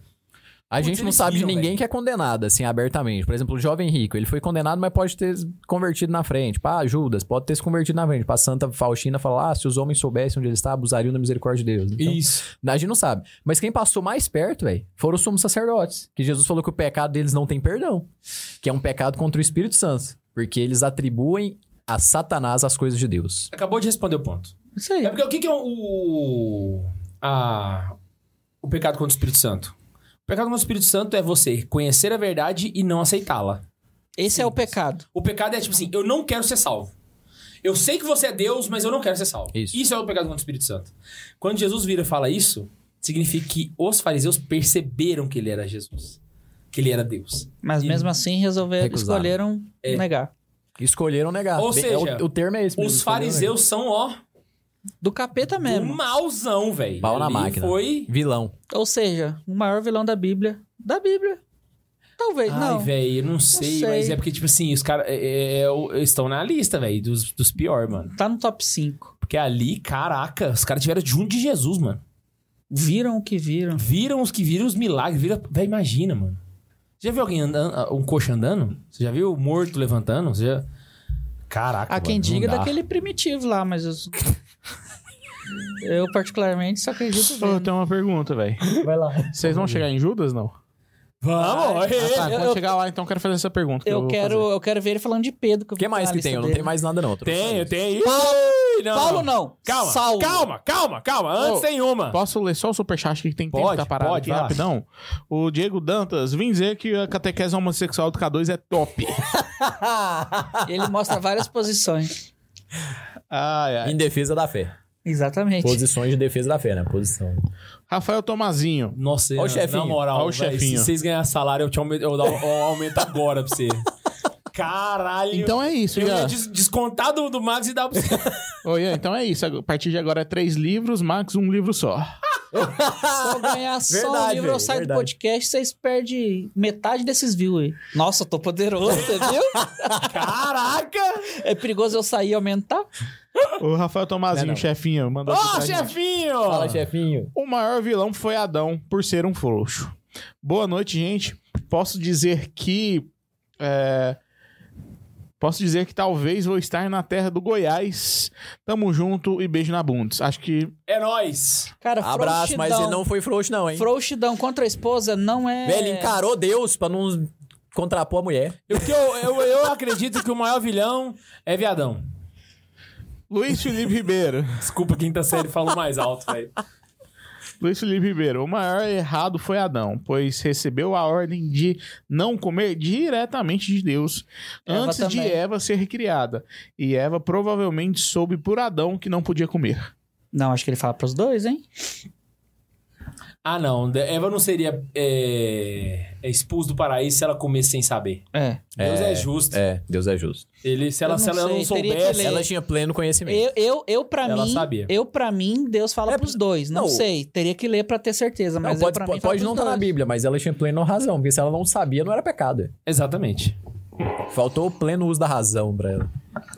Speaker 3: A gente
Speaker 2: Putz,
Speaker 3: não
Speaker 2: eles
Speaker 3: sabe de
Speaker 2: viram,
Speaker 3: ninguém
Speaker 2: velho.
Speaker 3: que é condenado, assim, abertamente. Por exemplo, o jovem rico, ele foi condenado, mas pode ter se convertido na frente. Pá, Judas, pode ter se convertido na frente. Pra Santa Faustina falar, ah, se os homens soubessem onde ele está, abusariam da misericórdia de Deus. Então,
Speaker 2: Isso.
Speaker 3: A gente não sabe. Mas quem passou mais perto, velho, foram os sumos sacerdotes. Que Jesus falou que o pecado deles não tem perdão. Que é um pecado contra o Espírito Santo. Porque eles atribuem a Satanás as coisas de Deus.
Speaker 2: Acabou de responder o ponto.
Speaker 4: Isso aí.
Speaker 2: É porque o que, que é o. A, o pecado contra o Espírito Santo? O pecado contra o Espírito Santo é você conhecer a verdade e não aceitá-la.
Speaker 4: Esse é o pecado.
Speaker 2: O pecado é tipo assim: eu não quero ser salvo. Eu sei que você é Deus, mas eu não quero ser salvo.
Speaker 3: Isso.
Speaker 2: é o pecado contra o Espírito Santo. Quando Jesus vira e fala isso, significa que os fariseus perceberam que ele era Jesus. Que ele era Deus.
Speaker 4: Mas
Speaker 2: E-
Speaker 4: mesmo assim resolveram,
Speaker 3: Recusaram.
Speaker 4: escolheram
Speaker 2: É.
Speaker 4: negar.
Speaker 3: Escolheram negar.
Speaker 2: Ou
Speaker 3: Bem, é o-
Speaker 2: seja,
Speaker 3: o, termo é esse mesmo,
Speaker 2: Os
Speaker 3: escolheram negar.
Speaker 2: fariseus são, ó,
Speaker 4: Do capeta
Speaker 2: um
Speaker 4: mesmo.
Speaker 2: mauzão, velho.
Speaker 3: Pau na
Speaker 2: Ali
Speaker 3: máquina.
Speaker 2: Foi.
Speaker 3: Vilão.
Speaker 4: Ou seja, o maior vilão da Bíblia. Da Bíblia. Talvez,
Speaker 2: Ai,
Speaker 4: não.
Speaker 2: velho, eu não sei,
Speaker 4: sei.
Speaker 2: mas é porque, tipo assim, os caras é, é, é, o- estão na lista, velho, dos, dos pior, mano.
Speaker 4: Tá no top 5.
Speaker 2: Porque ali, caraca, os caras tiveram junto de Jesus, mano.
Speaker 4: Viram o que viram.
Speaker 2: Viram os que viram os milagres, viram... Véi, imagina, mano. Já viu alguém andando, um coxo andando? Você já viu o morto levantando? Você já... Caraca,
Speaker 4: Há quem
Speaker 2: mano, não
Speaker 4: diga
Speaker 2: dá.
Speaker 4: daquele primitivo lá, mas eu... eu particularmente só acredito
Speaker 5: Ô, Eu
Speaker 4: vendo.
Speaker 5: tenho uma pergunta, velho.
Speaker 4: Vai lá.
Speaker 5: Vocês vão chegar em Judas, não?
Speaker 2: Vamos!
Speaker 5: Ah, tá,
Speaker 4: Eu-
Speaker 5: quando
Speaker 4: eu-
Speaker 5: chegar lá, então, eu quero fazer essa pergunta. que
Speaker 4: Eu
Speaker 5: vou
Speaker 4: quero,
Speaker 5: fazer.
Speaker 4: eu quero ver ele falando de Pedro.
Speaker 3: O que mais que tem? Eu não tenho mais nada, não.
Speaker 2: Tenho, tenho. Ih, não,
Speaker 4: Paulo não.
Speaker 2: Calma,
Speaker 4: Saulo.
Speaker 2: calma, calma, calma. Antes
Speaker 5: Ô,
Speaker 2: tem uma.
Speaker 5: Posso ler só o superchat que tem tempo
Speaker 2: Pode,
Speaker 5: que tá parado
Speaker 2: pode,
Speaker 5: aqui
Speaker 2: vai lá.
Speaker 5: rapidão? O Diego Dantas, vim dizer que a catequese homossexual do K2 é top.
Speaker 4: Ele mostra várias posições.
Speaker 5: ai, ai.
Speaker 3: Em defesa da fé.
Speaker 4: Exatamente.
Speaker 3: Posições de defesa da fé, né? Posição.
Speaker 5: Rafael Tomazinho.
Speaker 2: Nossa,
Speaker 3: Ó o
Speaker 2: na-
Speaker 3: chefinho,
Speaker 2: na moral,
Speaker 5: ó o
Speaker 2: véi,
Speaker 5: chefinho.
Speaker 2: se vocês ganharem salário, eu te aumento, eu, dou- eu aumento agora pra você. Caralho.
Speaker 5: Então é isso,
Speaker 2: eu ia
Speaker 5: Ian.
Speaker 2: des- descontar do, do Max e dar pra você.
Speaker 5: Ô, Ian, então é isso. A partir de agora é três livros, max um livro só.
Speaker 4: Se eu ganhar só o
Speaker 3: Verdade,
Speaker 4: livro, eu
Speaker 3: velho,
Speaker 4: saio do
Speaker 3: verdade.
Speaker 4: podcast, vocês perdem metade desses views aí. Nossa, eu tô poderoso, você viu?
Speaker 2: Caraca!
Speaker 4: É perigoso eu sair e aumentar?
Speaker 5: O Rafael Tomazinho,
Speaker 3: Não é não.
Speaker 5: chefinho, mandou. aqui
Speaker 2: Ó,
Speaker 5: pra gente.
Speaker 2: chefinho!
Speaker 3: Fala, chefinho.
Speaker 5: O maior vilão foi Adão, por ser um frouxo. Boa noite, gente. Posso dizer que. é, Posso dizer que talvez vou estar na terra do Goiás. Tamo junto e beijo na bundes. Acho que.
Speaker 2: É nóis!
Speaker 4: Cara,
Speaker 3: Abraço, mas ele não foi frouxo, não, hein?
Speaker 4: Frouxidão contra a esposa não é...
Speaker 3: Velho, encarou Deus pra não contrapor a mulher.
Speaker 2: Eu, que eu, eu, eu acredito que o maior vilão é viadão.
Speaker 5: Luiz Felipe Ribeiro.
Speaker 2: Desculpa, tá quinta série falou mais alto, velho.
Speaker 5: Luiz Felipe Ribeiro. O maior errado foi Adão, pois recebeu a ordem de não comer diretamente de Deus
Speaker 4: Eva
Speaker 5: antes de
Speaker 4: também.
Speaker 5: Eva ser criada. E Eva provavelmente soube por Adão que não podia comer.
Speaker 4: Não, acho que ele fala pros dois, hein?
Speaker 2: Ah, não. de- Eva não seria é, expulso do paraíso se ela comesse sem saber.
Speaker 4: É.
Speaker 2: Deus é justo.
Speaker 3: É, Deus é justo.
Speaker 2: Ele, se
Speaker 4: Eu
Speaker 2: ela se
Speaker 4: não
Speaker 2: ela não,
Speaker 4: sei, teria que
Speaker 2: soubesse,
Speaker 4: ler.
Speaker 2: ela
Speaker 3: Ela tinha pleno conhecimento.
Speaker 4: Eu, eu, eu pra
Speaker 2: Ela
Speaker 4: mim,
Speaker 2: sabia.
Speaker 4: eu para mim, Deus fala
Speaker 3: É,
Speaker 4: pros dois. Não,
Speaker 3: não.
Speaker 4: sei, teria que ler pra ter certeza, mas
Speaker 3: Não,
Speaker 4: eu,
Speaker 3: pode
Speaker 4: pra
Speaker 3: pode,
Speaker 4: mim fala
Speaker 3: não
Speaker 4: pros
Speaker 3: estar na
Speaker 4: dois.
Speaker 3: Bíblia, mas ela tinha plena razão, porque se ela não sabia, não era pecado.
Speaker 2: Exatamente.
Speaker 3: Faltou o pleno uso da razão pra ela.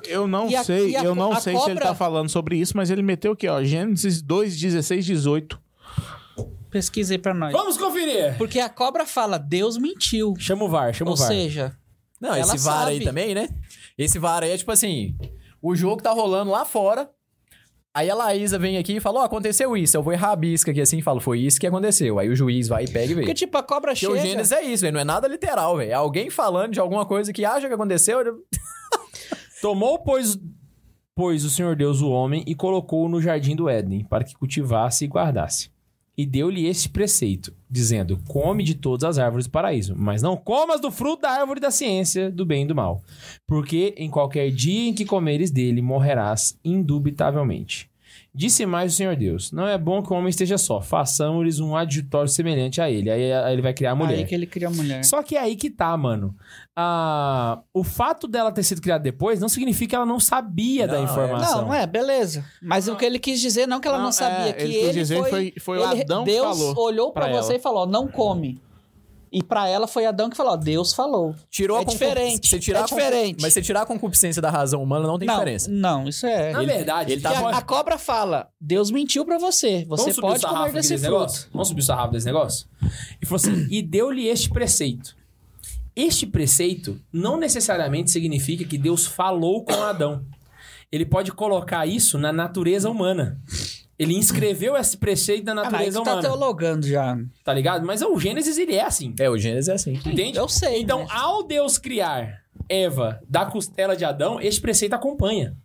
Speaker 5: Eu não
Speaker 4: E a-
Speaker 5: sei,
Speaker 4: e a co-
Speaker 5: eu não
Speaker 4: a
Speaker 5: sei se ele
Speaker 4: cobra-
Speaker 5: tá falando sobre isso, mas ele meteu aqui, ó, Gênesis 2, 16, 18.
Speaker 4: Pesquisei pra nós.
Speaker 2: Vamos conferir!
Speaker 4: Porque a cobra fala, Deus mentiu.
Speaker 2: Chama o VAR,
Speaker 3: Então
Speaker 2: chama
Speaker 4: Ou
Speaker 2: o VAR.
Speaker 4: seja,
Speaker 3: Não,
Speaker 4: Ela
Speaker 3: esse VAR aí
Speaker 4: sabe.
Speaker 3: também, né? Esse VAR aí é tipo assim: o jogo tá rolando lá fora. Aí a Laísa vem aqui e fala: Ó, aconteceu isso. Eu vou errar a bisca aqui assim e falo: Foi isso que aconteceu. Aí o juiz vai e pega e vê.
Speaker 4: porque
Speaker 3: Porque,
Speaker 4: tipo, a cobra chega...
Speaker 3: o Gênesis é isso, velho. Não é nada literal, velho. É Alguém falando de alguma coisa que acha que aconteceu.
Speaker 2: Tomou, pois, pois o Senhor Deus o homem e colocou-o no jardim do Éden, para que cultivasse e guardasse. E deu-lhe este preceito, dizendo: Come de todas as árvores do paraíso, mas não comas do fruto da árvore da ciência, do bem e do mal. Porque em qualquer dia em que comeres dele, morrerás indubitavelmente. Disse mais o Senhor Deus: Não é bom que o homem esteja só, façamos-lhes um adjutório semelhante a ele. Aí, aí ele vai
Speaker 3: é
Speaker 2: criar a mulher.
Speaker 4: Aí que ele cria a mulher.
Speaker 2: Só que é aí que tá, mano. Ah, o fato dela ter sido criada depois não significa que ela não sabia da
Speaker 3: Não, é.
Speaker 2: informação.
Speaker 4: Não, não é, beleza. Mas o que ele quis dizer, não que ela não,
Speaker 5: Não,
Speaker 4: sabia,
Speaker 5: é,
Speaker 4: que
Speaker 5: ele
Speaker 4: ele,
Speaker 5: quis dizer
Speaker 4: foi...
Speaker 5: foi- foi o
Speaker 4: ele-
Speaker 5: Adão que
Speaker 4: Deus
Speaker 5: falou
Speaker 4: olhou pra,
Speaker 5: pra
Speaker 4: você
Speaker 5: ela.
Speaker 4: e falou, não come. E pra ela foi Adão que falou, ó, Deus falou.
Speaker 3: Tirou
Speaker 4: É
Speaker 3: a concup-
Speaker 4: diferente,
Speaker 3: Você tirar
Speaker 4: é
Speaker 3: a concu-
Speaker 4: diferente.
Speaker 3: Mas você tirar a concupiscência da razão humana não tem
Speaker 4: não,
Speaker 3: diferença.
Speaker 4: não, isso é...
Speaker 2: Na verdade,
Speaker 3: ele tá
Speaker 4: Porque
Speaker 2: já-
Speaker 4: a, a cobra fala, Deus mentiu pra você, você
Speaker 2: Vamos subir o
Speaker 4: pode
Speaker 2: sarrafo
Speaker 4: comer
Speaker 2: aqui
Speaker 4: desse
Speaker 2: desse
Speaker 4: fruto.
Speaker 2: negócio? Vamos subir o sarrafo desse negócio? E falou assim: e deu-lhe este preceito. Este preceito não necessariamente significa que Deus falou com Adão. Ele pode colocar isso na natureza humana. Ele inscreveu esse preceito na
Speaker 4: Ah, mas aí
Speaker 2: natureza
Speaker 4: tu tá
Speaker 2: humana.
Speaker 4: teologando já.
Speaker 2: Tá ligado? Mas o Gênesis ele é assim.
Speaker 3: É, o Gênesis é assim.
Speaker 2: Entende?
Speaker 4: Eu sei,
Speaker 2: Então,
Speaker 4: mas-
Speaker 2: ao Deus criar Eva da costela de Adão, este preceito acompanha.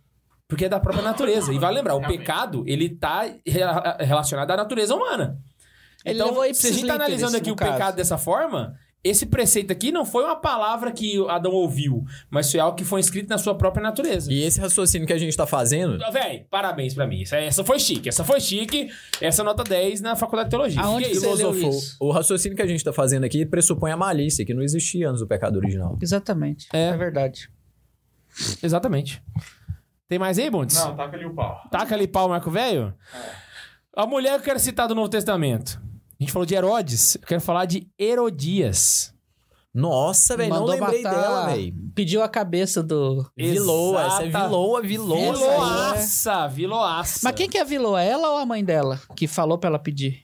Speaker 2: Porque é da própria natureza. E vale lembrar, o pecado, ele tá rela- relacionado à natureza humana.
Speaker 4: Ele
Speaker 2: então,
Speaker 4: levou
Speaker 2: se a gente tá
Speaker 4: ipsis
Speaker 2: analisando
Speaker 4: literis,
Speaker 2: aqui
Speaker 4: no
Speaker 2: o
Speaker 4: caso.
Speaker 2: pecado dessa forma, esse preceito aqui não foi uma palavra que Adão ouviu, mas foi algo que foi escrito na sua própria natureza.
Speaker 3: E esse raciocínio que a gente tá fazendo.
Speaker 2: Ah, Véi, parabéns pra mim. Essa, essa foi chique, essa foi chique. Essa é nota 10 na faculdade de teologia.
Speaker 4: Aonde
Speaker 2: Que
Speaker 4: que você leu
Speaker 2: filosofou?
Speaker 4: isso?
Speaker 3: O raciocínio que a gente tá fazendo aqui pressupõe a malícia, que não existia antes do pecado original.
Speaker 4: Exatamente, é,
Speaker 2: É.
Speaker 4: verdade.
Speaker 2: Exatamente. Tem mais aí, Bundes?
Speaker 7: Não, taca ali o pau.
Speaker 2: Taca ali pau, Marco Velho. A mulher que eu quero citar do Novo Testamento. A gente falou de Herodes. Eu quero falar de Herodias.
Speaker 6: Nossa, velho, não
Speaker 4: Mandou
Speaker 6: lembrei
Speaker 4: matar-
Speaker 6: dela, velho.
Speaker 4: Pediu a cabeça do.
Speaker 6: Viloa, essa é
Speaker 2: Exata-
Speaker 6: Viloa, Viloa.
Speaker 2: Viloaça, viloaça.
Speaker 4: Mas quem é? que avilou? Ela ou a mãe dela? Que falou pra ela pedir?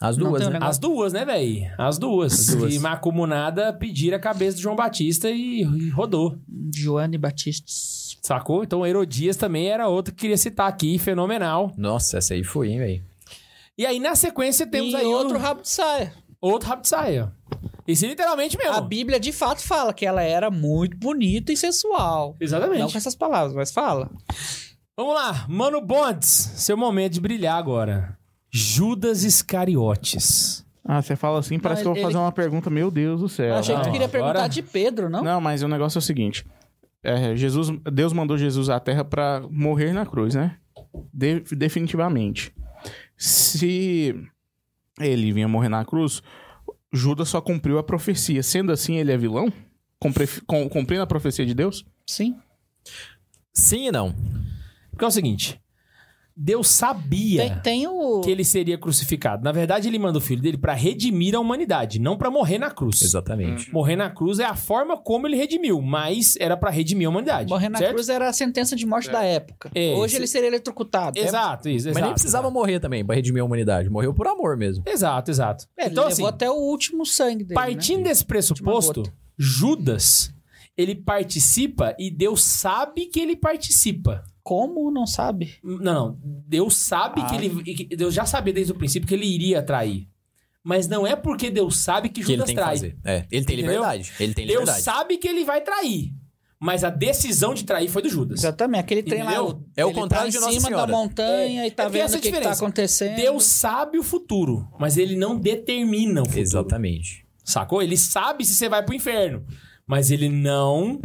Speaker 6: As
Speaker 4: Não
Speaker 6: duas,
Speaker 4: tem um
Speaker 6: né?
Speaker 4: negócio-
Speaker 2: As duas, né, velho? As duas.
Speaker 6: As duas.
Speaker 2: E macumunada pediram a cabeça do João Batista e e rodou.
Speaker 4: Joane Batistes.
Speaker 2: Sacou? Então Herodias também era outro que queria citar aqui, fenomenal.
Speaker 6: Nossa, essa aí foi, hein, velho.
Speaker 2: E aí, na sequência, temos
Speaker 4: e
Speaker 2: aí
Speaker 4: outro
Speaker 2: um,
Speaker 4: rabo de saia.
Speaker 2: outro rabo de saia. Isso é literalmente mesmo.
Speaker 4: A Bíblia de fato fala que ela era muito bonita e sensual.
Speaker 2: Exatamente.
Speaker 4: Não com essas palavras, mas fala.
Speaker 2: Vamos lá, Mano Bondes, seu momento de brilhar agora. Judas Iscariotes.
Speaker 5: Ah, você fala assim, parece
Speaker 4: Não,
Speaker 5: que eu vou
Speaker 4: ele-
Speaker 5: fazer uma pergunta, meu Deus do céu.
Speaker 4: Eu achei que
Speaker 2: não,
Speaker 4: tu queria
Speaker 2: agora-
Speaker 4: perguntar de Pedro, não?
Speaker 5: Não, mas o negócio é o seguinte. É, Jesus, Deus mandou Jesus à Terra pra morrer na cruz, né? De- definitivamente. Se ele vinha morrer na cruz, Judas só cumpriu a profecia. Sendo assim, ele é vilão? Cumpri- cum- cumprindo a profecia de Deus?
Speaker 4: Sim.
Speaker 6: Sim e não.
Speaker 2: Porque é o seguinte, Deus sabia
Speaker 4: Tem, tem o.
Speaker 2: que ele seria crucificado. Na verdade, ele manda o filho dele pra redimir a humanidade, não pra morrer na cruz.
Speaker 6: Exatamente.
Speaker 2: Morrer na cruz é a forma como ele redimiu, mas era pra redimir a humanidade.
Speaker 4: Morrer na
Speaker 2: certo?
Speaker 4: cruz era a sentença de morte da época.
Speaker 2: É,
Speaker 4: Hoje
Speaker 2: se-
Speaker 4: ele seria eletrocutado.
Speaker 2: Exato, isso, exato.
Speaker 6: Mas nem precisava morrer também pra redimir a humanidade. Morreu por amor mesmo.
Speaker 2: Exato, exato.
Speaker 4: É, ele
Speaker 2: então,
Speaker 4: levou
Speaker 2: assim,
Speaker 4: até o último sangue dele.
Speaker 2: partindo
Speaker 4: né?
Speaker 2: desse pressuposto, Judas, ele participa e Deus sabe que ele participa.
Speaker 4: Como não sabe?
Speaker 2: Não, não. Deus sabe que ele. que Deus já sabia desde o princípio que ele iria trair. Mas não é porque Deus sabe que
Speaker 6: que ele
Speaker 2: Judas
Speaker 6: tem que
Speaker 2: trai.
Speaker 6: fazer. É, ele tem
Speaker 2: Entendeu?
Speaker 6: liberdade. Ele é tem
Speaker 2: Deus
Speaker 6: liberdade.
Speaker 2: sabe que ele vai trair. Mas a decisão de trair foi do Judas.
Speaker 4: Exatamente. Aquele trem lá.
Speaker 2: Entendeu?
Speaker 6: É o
Speaker 4: ele
Speaker 6: contrário
Speaker 4: tá em
Speaker 6: de Nossa
Speaker 4: cima
Speaker 6: Senhora.
Speaker 4: da montanha e tá
Speaker 2: É porque
Speaker 4: vendo
Speaker 2: essa é
Speaker 4: o
Speaker 2: a
Speaker 4: que, que tá
Speaker 2: diferença.
Speaker 4: acontecendo.
Speaker 2: Deus sabe o futuro, mas ele não determina o futuro.
Speaker 6: Exatamente.
Speaker 2: Sacou? Ele sabe se você vai pro inferno, mas ele não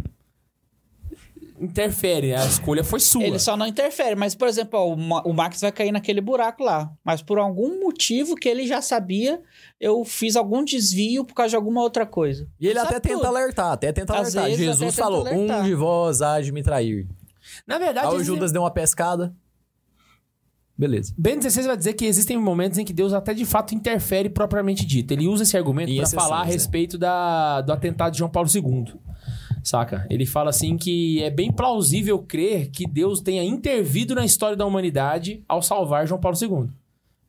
Speaker 2: interfere. A escolha foi sua.
Speaker 4: Ele só não interfere. Mas, por exemplo, ó, o Ma- o Max vai cair naquele buraco lá. Mas por algum motivo que ele já sabia, eu fiz algum desvio por causa de alguma outra coisa.
Speaker 6: E ele
Speaker 4: Sabe
Speaker 6: até tenta
Speaker 4: tudo.
Speaker 6: alertar, até tenta
Speaker 4: Às
Speaker 6: alertar.
Speaker 4: vezes, até
Speaker 6: Jesus
Speaker 4: tenta
Speaker 6: falou:
Speaker 4: alertar.
Speaker 6: um de vós há de me trair.
Speaker 2: Na verdade,
Speaker 6: Aí Ah, o
Speaker 2: existe-
Speaker 6: Judas deu uma pescada. Beleza.
Speaker 2: Ben 16 vai dizer que existem momentos em que Deus até de fato interfere propriamente dito. Ele usa esse argumento
Speaker 6: Em
Speaker 2: pra
Speaker 6: exceções,
Speaker 2: falar a
Speaker 6: é.
Speaker 2: respeito da, do atentado de João Paulo II. Saca? Ele fala assim que é bem plausível crer que Deus tenha intervido na história da humanidade ao salvar João Paulo II.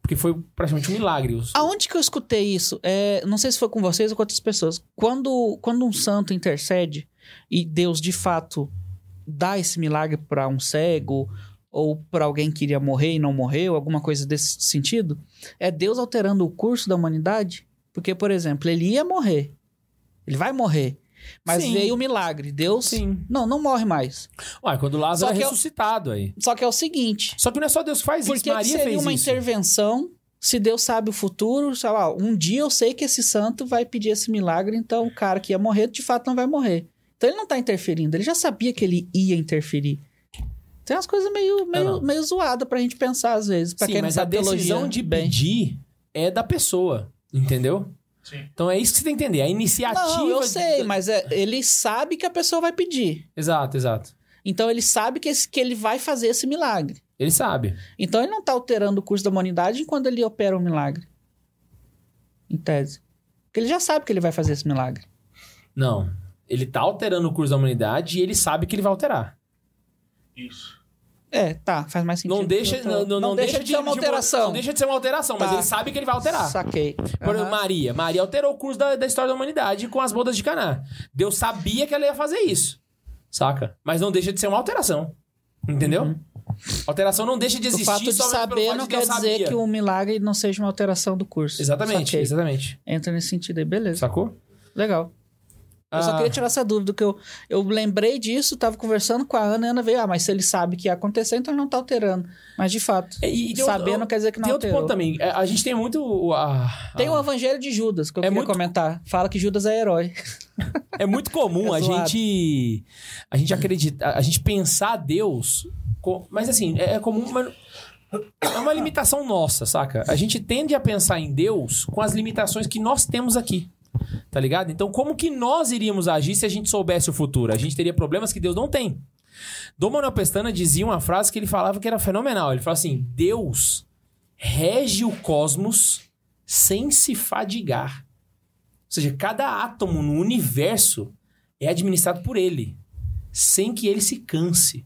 Speaker 2: Porque foi praticamente um milagre. Os-
Speaker 4: Aonde que eu escutei isso? É, não sei se foi com vocês ou com outras pessoas. Quando, quando um santo intercede e Deus de fato dá esse milagre para um cego ou para alguém que iria morrer e não morreu, alguma coisa desse sentido, é Deus alterando o curso da humanidade? Porque, por exemplo, ele ia morrer. Ele vai morrer. Mas
Speaker 2: Sim.
Speaker 4: veio o milagre. Deus.
Speaker 2: Sim.
Speaker 4: Não, não morre mais.
Speaker 2: Ué, quando Lázaro
Speaker 4: Só
Speaker 2: é
Speaker 4: que eu-
Speaker 2: ressuscitado aí.
Speaker 4: Só que é o seguinte:
Speaker 2: Só que não é só Deus que faz
Speaker 4: por
Speaker 2: isso.
Speaker 4: que, que
Speaker 2: Maria
Speaker 4: seria
Speaker 2: fez
Speaker 4: uma
Speaker 2: isso.
Speaker 4: intervenção se Deus sabe o futuro? Sei lá, um dia eu sei que esse santo vai pedir esse milagre, então o cara que ia morrer, de fato, não vai morrer. Então ele não tá interferindo, ele já sabia que ele ia interferir. Tem umas coisas meio, meio,
Speaker 2: não.
Speaker 4: meio zoadas pra gente pensar às vezes. Pra
Speaker 2: Sim,
Speaker 4: quem não
Speaker 2: mas a
Speaker 4: sabe
Speaker 2: decisão
Speaker 4: teologia
Speaker 2: de
Speaker 4: bem.
Speaker 2: pedir é da pessoa. Entendeu?
Speaker 7: Sim.
Speaker 2: Então é isso que você tem que entender. A iniciativa.
Speaker 4: Não, eu sei,
Speaker 2: da-
Speaker 4: mas é- ele sabe que a pessoa vai pedir.
Speaker 2: Exato, exato.
Speaker 4: Então ele sabe que, esse- que ele vai fazer esse milagre.
Speaker 2: Ele sabe.
Speaker 4: Então ele não tá alterando o curso da humanidade enquanto ele opera o milagre. Em tese. Porque ele já sabe que ele vai fazer esse milagre.
Speaker 2: Não. Ele tá alterando o curso da humanidade e ele sabe que ele vai alterar.
Speaker 7: Isso.
Speaker 4: É, tá, faz mais sentido.
Speaker 2: Não deixa, não, não, não deixa,
Speaker 4: de ser uma alteração.
Speaker 2: Não deixa de ser uma alteração, mas
Speaker 4: Tá.
Speaker 2: ele sabe que ele vai alterar.
Speaker 4: Saquei.
Speaker 2: Por exemplo,
Speaker 4: Aham.
Speaker 2: Maria. Maria alterou o curso da, da história da humanidade com as bodas de Caná. Deus sabia que ela ia fazer isso. Saca? Mas não deixa de ser uma alteração. Entendeu? Alteração não deixa de
Speaker 4: Uhum. O
Speaker 2: existir.
Speaker 4: fato de
Speaker 2: somente pelo
Speaker 4: saber
Speaker 2: fato
Speaker 4: não
Speaker 2: de Deus
Speaker 4: quer dizer
Speaker 2: sabia.
Speaker 4: que o milagre não seja uma alteração do curso.
Speaker 2: Exatamente,
Speaker 4: Saquei.
Speaker 2: exatamente.
Speaker 4: Entra nesse sentido aí, beleza.
Speaker 2: Sacou?
Speaker 4: Legal. Eu só
Speaker 2: Ah.
Speaker 4: queria tirar essa dúvida, que eu, eu lembrei disso, tava conversando com a Ana, e a Ana veio, ah, mas se ele sabe que ia acontecer, então ele não tá alterando. Mas, de fato,
Speaker 2: E- e tem
Speaker 4: saber
Speaker 2: outro-
Speaker 4: não quer dizer que não
Speaker 2: Tem outro
Speaker 4: alterou.
Speaker 2: ponto também. É, A gente tem muito. o- a-
Speaker 4: Tem um
Speaker 2: a-
Speaker 4: o Evangelho de Judas, que eu
Speaker 2: Ah. É
Speaker 4: queria
Speaker 2: muito-
Speaker 4: comentar. Fala que Judas é herói.
Speaker 2: É muito comum
Speaker 4: É
Speaker 2: a
Speaker 4: zoado.
Speaker 2: gente a gente acreditar, a gente pensar Deus, co- mas assim, é, é comum, mas é uma limitação nossa, saca? A gente tende a pensar em Deus com as limitações que nós temos aqui. Tá ligado? Então, como que nós iríamos agir se a gente soubesse o futuro? A gente teria problemas que Deus não tem. Dom Manuel Pestana dizia uma frase que ele falava que era fenomenal. Ele falava assim: Deus rege o cosmos sem se fadigar. seja, cada átomo no universo é administrado por ele, sem que ele se canse.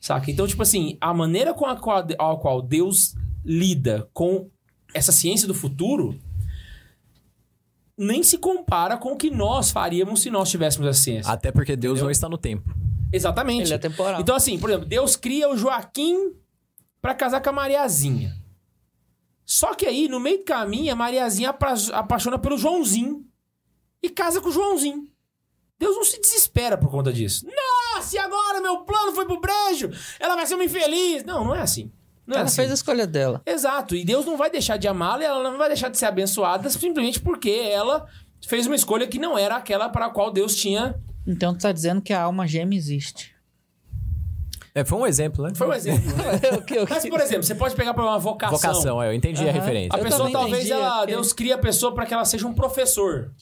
Speaker 2: Saca? Então, tipo assim, a maneira com a qual, ao qual Deus lida com essa ciência do futuro nem se compara com o que nós faríamos se nós tivéssemos a ciência.
Speaker 3: Até porque Deus não está no tempo.
Speaker 2: Exatamente.
Speaker 4: Ele é temporal.
Speaker 2: Então, assim, por exemplo, Deus cria o Joaquim pra casar com a Mariazinha. Só que aí, no meio do caminho, a Mariazinha apa- apaixona pelo Joãozinho e casa com o Joãozinho. Deus não se desespera por conta disso. Nossa, e agora meu plano foi pro brejo? Ela vai ser uma infeliz. Não, não é assim. Não é
Speaker 4: ela
Speaker 2: assim.
Speaker 4: fez a escolha dela.
Speaker 2: Exato. E Deus não vai deixar de amá-la e ela não vai deixar de ser abençoada simplesmente porque ela fez uma escolha que não era aquela para a qual Deus tinha.
Speaker 4: Então tu tá dizendo que a alma gêmea existe.
Speaker 3: É, foi um exemplo, né?
Speaker 2: Foi um exemplo. né?
Speaker 4: É, O que- o que-
Speaker 2: Mas, por exemplo, você pode pegar por uma vocação.
Speaker 3: Vocação, é, eu entendi a
Speaker 4: Aham.
Speaker 2: A
Speaker 3: referência.
Speaker 4: Eu
Speaker 2: pessoa
Speaker 4: também
Speaker 2: talvez
Speaker 4: entendi,
Speaker 2: ela.
Speaker 4: é porque-
Speaker 2: Deus cria a pessoa para que ela seja um professor.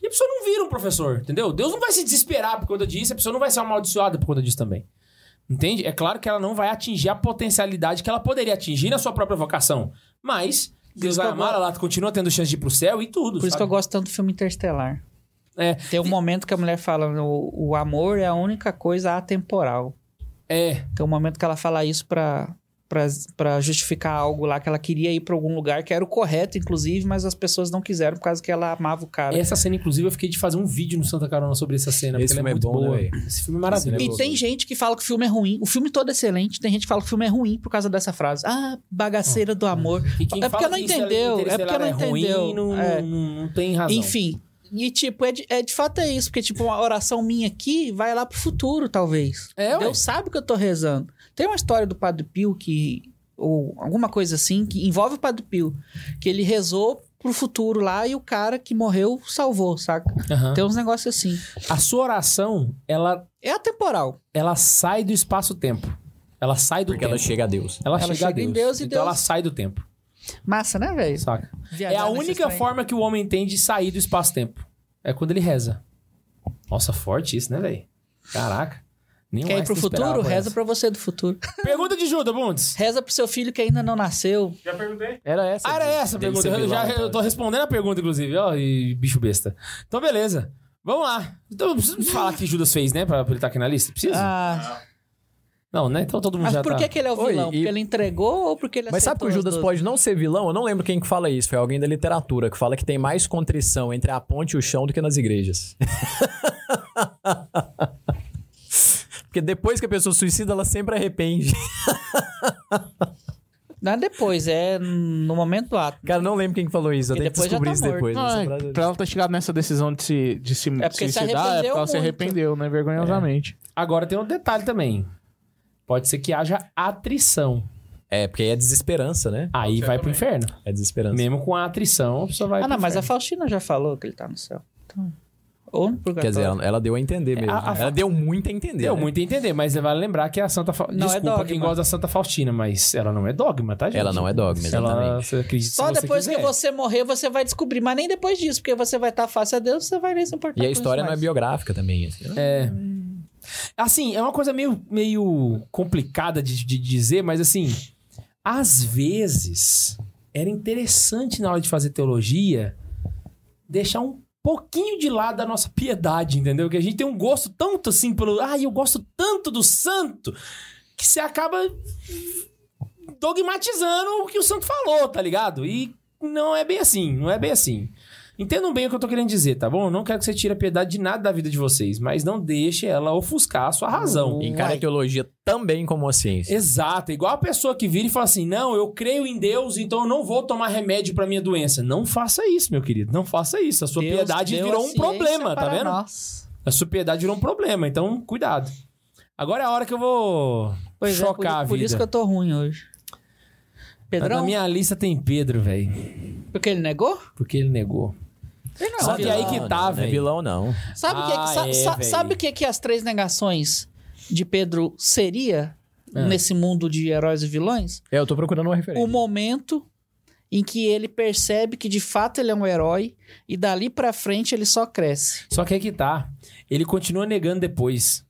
Speaker 2: E a pessoa não vira um professor, entendeu? Deus não vai se desesperar por conta disso, a pessoa não vai ser amaldiçoada por conta disso também. Entende? É claro que ela não vai atingir a potencialidade que ela poderia atingir na sua própria vocação. Mas Deus
Speaker 4: isso
Speaker 2: vai
Speaker 4: que eu
Speaker 2: amar, ela continua tendo chance de ir pro céu e tudo.
Speaker 4: Por isso que eu
Speaker 2: sabe?
Speaker 4: gosto tanto do filme Interestelar.
Speaker 2: É.
Speaker 4: Tem um momento que a mulher fala: o, o amor é a única coisa atemporal.
Speaker 2: É,
Speaker 4: Tem um momento que ela fala isso pra, pra, pra justificar algo lá, que ela queria ir pra algum lugar, que era o correto, inclusive, mas as pessoas não quiseram por causa que ela amava o cara.
Speaker 2: essa cena, inclusive, eu fiquei de fazer um vídeo no Santa Carona sobre essa cena.
Speaker 3: Esse
Speaker 2: porque ela
Speaker 3: filme é
Speaker 2: muito
Speaker 3: bom,
Speaker 2: boa.
Speaker 3: né, véi?
Speaker 2: Esse filme é maravilhoso.
Speaker 4: E tem gente que fala que o filme é ruim. O filme todo é excelente. Tem gente que fala que o filme é ruim por causa dessa frase. Ah, bagaceira do amor.
Speaker 2: E quem
Speaker 4: É porque
Speaker 2: fala
Speaker 4: não
Speaker 2: que isso é
Speaker 4: entendeu, é porque não
Speaker 2: interestelar ruim,
Speaker 4: entendeu.
Speaker 2: não,
Speaker 4: É.
Speaker 2: não- não tem razão.
Speaker 4: Enfim. E, tipo, é de, é de fato é isso. Porque, tipo, uma oração minha aqui vai lá pro futuro, talvez.
Speaker 2: É, ué.
Speaker 4: Deus sabe que eu tô rezando. Tem uma história do Padre Pio que... Ou alguma coisa assim, que envolve o Padre Pio. Que ele rezou pro futuro lá e o cara que morreu salvou, saca?
Speaker 2: Aham.
Speaker 4: Tem uns negócios assim.
Speaker 2: então, A sua oração, ela
Speaker 4: É atemporal.
Speaker 2: ela sai do espaço-tempo. Ela sai do
Speaker 3: Porque
Speaker 2: tempo.
Speaker 3: ela chega a Deus.
Speaker 2: Ela
Speaker 4: ela
Speaker 2: chega a
Speaker 4: chega
Speaker 2: Deus.
Speaker 4: em Deus e
Speaker 2: então
Speaker 4: Deus-
Speaker 2: ela sai do tempo,
Speaker 4: Massa, né, velho?
Speaker 2: saca?
Speaker 4: Viajar
Speaker 2: é a
Speaker 4: nesses
Speaker 2: única
Speaker 4: trem.
Speaker 2: forma que o homem tem de sair do espaço-tempo. É quando ele reza. Nossa, forte isso, né, velho? Caraca. Nem
Speaker 4: Quer ir pro futuro? Reza
Speaker 2: pra...
Speaker 4: pra você do futuro.
Speaker 2: Pergunta de Judas, Bundes.
Speaker 4: Reza pro seu filho que ainda não nasceu.
Speaker 7: Já perguntei.
Speaker 3: Era essa.
Speaker 2: Ah, era essa a
Speaker 3: dele
Speaker 2: pergunta.
Speaker 3: ser
Speaker 2: Eu, já,
Speaker 3: vilão,
Speaker 4: então.
Speaker 2: eu tô
Speaker 3: tá?
Speaker 2: respondendo a pergunta, inclusive. Ó, e bicho besta. Então, beleza. Vamos lá. Então, eu preciso falar o que Judas fez, né? Pra, pra ele estar aqui na lista. Precisa?
Speaker 4: Ah,
Speaker 2: Não, né? Então todo mundo
Speaker 4: mas
Speaker 2: já
Speaker 4: por
Speaker 2: tá...
Speaker 4: que, que ele é o
Speaker 3: Oi,
Speaker 4: vilão?
Speaker 3: e-
Speaker 4: Porque ele entregou ou porque ele
Speaker 3: Mas sabe que
Speaker 4: aceitou
Speaker 3: o
Speaker 4: as
Speaker 3: Judas
Speaker 4: duas?
Speaker 3: pode não ser vilão? Eu não lembro quem que fala isso. Foi alguém da literatura que fala que tem mais contrição entre a ponte e o chão do que nas igrejas. Porque depois que a pessoa suicida, ela sempre arrepende.
Speaker 4: Não é depois, é no momento do ato. né?
Speaker 3: Cara, eu não lembro quem que falou isso. Eu
Speaker 4: E
Speaker 3: tenho que
Speaker 4: depois já
Speaker 3: descobrir
Speaker 4: tá
Speaker 3: isso
Speaker 4: morto.
Speaker 3: depois.
Speaker 5: Não,
Speaker 3: essa
Speaker 5: é,
Speaker 3: frase-
Speaker 5: pra ela ter chegado nessa decisão de se, de se
Speaker 4: É porque se
Speaker 5: suicidar, é porque ela
Speaker 4: arrependeu
Speaker 5: se
Speaker 4: muito.
Speaker 5: arrependeu, né? Vergonhosamente.
Speaker 2: Agora tem um detalhe também. Pode ser que haja atrição.
Speaker 3: É, porque aí é desesperança, né?
Speaker 2: Aí vai pro inferno.
Speaker 3: É desesperança.
Speaker 2: Mesmo com a atrição, a pessoa vai.
Speaker 4: Ah,
Speaker 2: pro
Speaker 4: não, mas a
Speaker 2: inferno.
Speaker 4: Faustina já falou que ele tá no céu. Então, ou no purgatório.
Speaker 3: Quer dizer, ela, ela deu a entender mesmo.
Speaker 2: É, a- a-
Speaker 3: ela deu muito a entender.
Speaker 2: Deu
Speaker 3: né?
Speaker 2: muito a entender, mas vale lembrar que a Santa Faustina.
Speaker 4: Não é
Speaker 2: Desculpa quem
Speaker 4: dogma.
Speaker 2: gosta da Santa Faustina, mas ela não é dogma, tá, gente?
Speaker 3: Ela não é dogma,
Speaker 2: Ela,
Speaker 3: exatamente.
Speaker 2: você acredita
Speaker 4: Só
Speaker 2: se você
Speaker 4: depois que
Speaker 2: quiser.
Speaker 4: você morrer, você vai descobrir. Mas nem depois disso, porque você vai estar face a Deus, você vai nem se importar.
Speaker 3: E
Speaker 4: com
Speaker 3: a
Speaker 4: isso
Speaker 3: história não é
Speaker 4: mais.
Speaker 3: biográfica também. assim, né?
Speaker 2: É. Assim, é uma coisa meio, meio complicada de, de dizer, mas assim, às vezes era interessante na hora de fazer teologia deixar um pouquinho de lado a nossa piedade, entendeu? Que a gente tem um gosto tanto assim pelo. Ai, eu gosto tanto do santo que você acaba dogmatizando o que o santo falou, tá ligado? E não é bem assim, não é bem assim. Entendam bem o que eu tô querendo dizer, tá bom? Eu não quero que você tire a piedade de nada da vida de vocês, mas não deixe ela ofuscar a sua razão.
Speaker 3: Encara a teologia também como a ciência.
Speaker 2: Exato, é igual a pessoa que vira e fala assim: "Não, eu creio em Deus, então eu não vou tomar remédio pra minha doença". Não faça isso, meu querido. Não faça isso. A sua
Speaker 4: Deus
Speaker 2: piedade
Speaker 4: deu a
Speaker 2: virou um
Speaker 4: ciência
Speaker 2: problema, tá
Speaker 4: para
Speaker 2: vendo?
Speaker 4: Nós.
Speaker 2: A sua piedade virou um problema, então cuidado. Agora é a hora que eu vou
Speaker 4: Pois é, por,
Speaker 2: chocar a vida.
Speaker 4: por isso que eu tô ruim hoje.
Speaker 2: Na
Speaker 4: Pedrão,
Speaker 2: minha lista tem Pedro, velho,
Speaker 4: porque ele negou?
Speaker 2: porque ele negou.
Speaker 4: Ele não.
Speaker 2: Só
Speaker 4: é
Speaker 2: que aí
Speaker 4: vilão.
Speaker 2: que tá,
Speaker 3: não, Não é
Speaker 2: velho.
Speaker 3: vilão, não.
Speaker 4: Sabe o que,
Speaker 2: Ah,
Speaker 4: sa-
Speaker 2: é,
Speaker 4: sa-
Speaker 2: véi.
Speaker 4: sabe o que, que as três negações de Pedro seria
Speaker 2: Ah.
Speaker 4: nesse mundo de heróis e vilões?
Speaker 3: É, eu tô procurando uma
Speaker 4: O
Speaker 3: referência.
Speaker 4: momento em que ele percebe que de fato ele é um herói e dali pra frente ele só cresce.
Speaker 2: Só que aí que tá. Ele continua negando depois.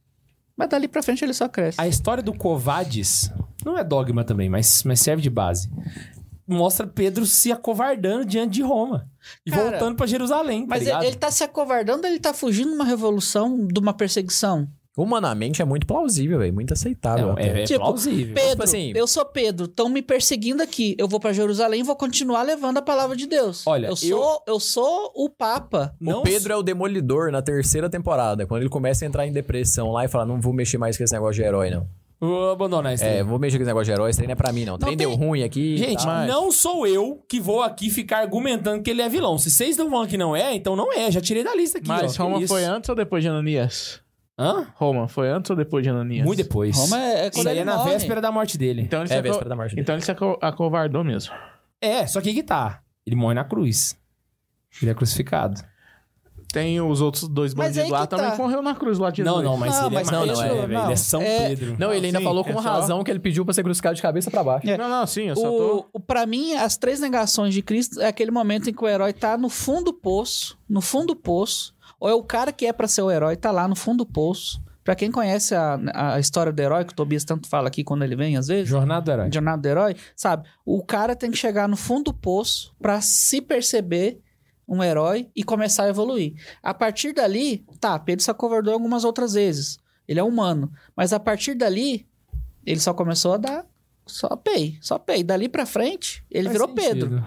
Speaker 4: Mas dali pra frente ele só cresce.
Speaker 2: A história do Covades não é dogma também, mas, mas serve de base. mostra Pedro se acovardando diante de Roma e
Speaker 4: Cara,
Speaker 2: voltando pra Jerusalém, tá
Speaker 4: Mas
Speaker 2: ligado?
Speaker 4: ele, ele tá se acovardando, ele tá fugindo de uma revolução, de uma perseguição.
Speaker 3: Humanamente é muito plausível, velho. Muito aceitável.
Speaker 2: Não,
Speaker 3: até.
Speaker 2: é, é
Speaker 4: Tipo,
Speaker 2: plausível.
Speaker 4: Pedro,
Speaker 3: assim-
Speaker 4: eu sou Pedro, estão me perseguindo aqui. Eu vou pra Jerusalém e vou continuar levando a palavra de Deus.
Speaker 2: Olha,
Speaker 4: eu sou, eu... sou o Papa.
Speaker 2: Não
Speaker 3: O Pedro é o demolidor na terceira temporada, quando ele começa a entrar em depressão lá e fala: Não vou mexer mais com esse negócio de herói, não.
Speaker 2: Vou abandonar isso.
Speaker 3: É, vou mexer com esse negócio de herói, esse trem não é pra mim, não. O trem
Speaker 2: tem-
Speaker 3: deu ruim aqui. e tá.
Speaker 2: Gente,
Speaker 3: tal.
Speaker 2: não sou eu que vou aqui ficar argumentando que ele é vilão. Se vocês não falam que não é, então não é. Já tirei da lista aqui.
Speaker 5: Mas
Speaker 2: ó, que
Speaker 5: Roma
Speaker 2: isso.
Speaker 5: foi antes ou depois de Ananias?
Speaker 2: Hã?
Speaker 5: Roma foi antes ou depois de Ananias?
Speaker 2: Muito depois.
Speaker 4: Roma é, é quando
Speaker 2: isso aí
Speaker 4: ele
Speaker 2: é na
Speaker 4: morre.
Speaker 2: véspera da morte dele.
Speaker 5: Então ele,
Speaker 3: É,
Speaker 5: se, aco-
Speaker 3: véspera da morte dele.
Speaker 5: então ele se aco- acovardou mesmo.
Speaker 2: É, só que aí que tá. Ele morre na cruz. Ele é crucificado.
Speaker 5: Tem os outros dois
Speaker 4: Mas
Speaker 5: bandidos
Speaker 4: aí
Speaker 5: lá
Speaker 4: que
Speaker 5: também
Speaker 4: tá.
Speaker 5: que morreu na cruz lá de
Speaker 2: Não,
Speaker 5: Jesus.
Speaker 2: não, mas
Speaker 4: Não,
Speaker 2: ele
Speaker 4: mas
Speaker 2: é
Speaker 3: não,
Speaker 2: mais-
Speaker 3: não, é,
Speaker 2: velho,
Speaker 4: não.
Speaker 2: Ele é São
Speaker 4: É-
Speaker 2: Pedro.
Speaker 3: Não, ele ainda
Speaker 5: Sim,
Speaker 3: falou com
Speaker 5: é
Speaker 3: uma
Speaker 5: só-
Speaker 3: razão que ele pediu pra ser crucificado de cabeça pra baixo.
Speaker 5: Não, não, sim, eu só
Speaker 4: É. O,
Speaker 5: tô...
Speaker 4: o, pra mim, as três negações de Cristo é aquele momento em que o herói tá no fundo do poço, no fundo do poço, ou é o cara que é pra ser o herói, tá lá no fundo do poço. Pra quem conhece a, a história do herói, que o Tobias tanto fala aqui quando ele vem, às vezes,
Speaker 2: Jornada do Herói.
Speaker 4: Jornada do um Herói, sabe? O cara tem que chegar no fundo do poço pra se perceber um herói e começar a evoluir. A partir dali, tá, Pedro se acovardou algumas outras vezes. Ele é humano. Mas a partir dali, ele só começou a dar só pei, só pei. Dali pra frente, ele
Speaker 2: Faz
Speaker 4: virou
Speaker 2: sentido.
Speaker 4: Pedro.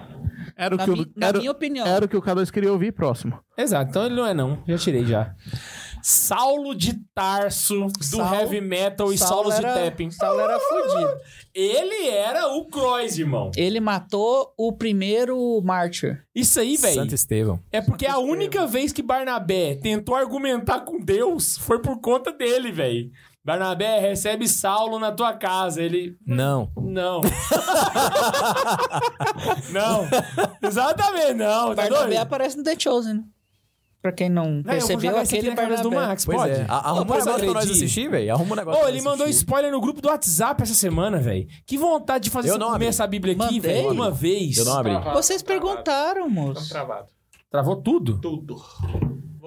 Speaker 5: Era o
Speaker 4: na
Speaker 5: que
Speaker 4: mi-
Speaker 5: o...
Speaker 4: na
Speaker 5: Era...
Speaker 4: minha opinião.
Speaker 5: Era o que o K2 queria ouvir próximo.
Speaker 2: Exato, então ele não é não. Já tirei já. Saulo de Tarso, do
Speaker 4: Saulo-
Speaker 2: heavy metal e Saulo
Speaker 4: Saulo
Speaker 2: de
Speaker 4: era-
Speaker 2: tapping.
Speaker 4: Saulo era fudido.
Speaker 2: Ele era o Croix, irmão.
Speaker 4: Ele matou o primeiro mártir.
Speaker 2: Isso aí, velho.
Speaker 3: Santo Estevão.
Speaker 2: É porque a única vez que Barnabé tentou argumentar com Deus foi por conta dele, velho. Barnabé, recebe Saulo na tua casa. Ele.
Speaker 3: Não.
Speaker 2: Não. não. Exatamente, não. Tá
Speaker 4: Barnabé
Speaker 2: doido?
Speaker 4: aparece no The Chosen. né? Pra quem não
Speaker 2: Véi, eu vou
Speaker 4: percebeu,
Speaker 2: jogar isso aqui
Speaker 4: aquele
Speaker 2: na cabeça
Speaker 4: Barnabé.
Speaker 2: do Max,
Speaker 3: Pois
Speaker 2: pode?
Speaker 3: é. A-
Speaker 2: Não,
Speaker 3: Arruma um
Speaker 2: posso
Speaker 3: negócio pra nós
Speaker 2: agredir.
Speaker 3: assistir, velho. Arruma um negócio
Speaker 2: Ô,
Speaker 3: pra nós
Speaker 2: ele mandou
Speaker 3: assistir.
Speaker 2: spoiler no grupo do WhatsApp essa semana, velho. Que vontade de fazer
Speaker 3: Eu
Speaker 2: essa-
Speaker 3: não abri.
Speaker 2: comer essa Bíblia aqui,
Speaker 4: Mandei.
Speaker 2: velho, de uma vez.
Speaker 3: Eu não abri.
Speaker 5: Tá,
Speaker 4: Vocês perguntaram,
Speaker 7: Estamos
Speaker 4: moço.
Speaker 7: travados.
Speaker 2: Travou tudo?
Speaker 7: Tudo.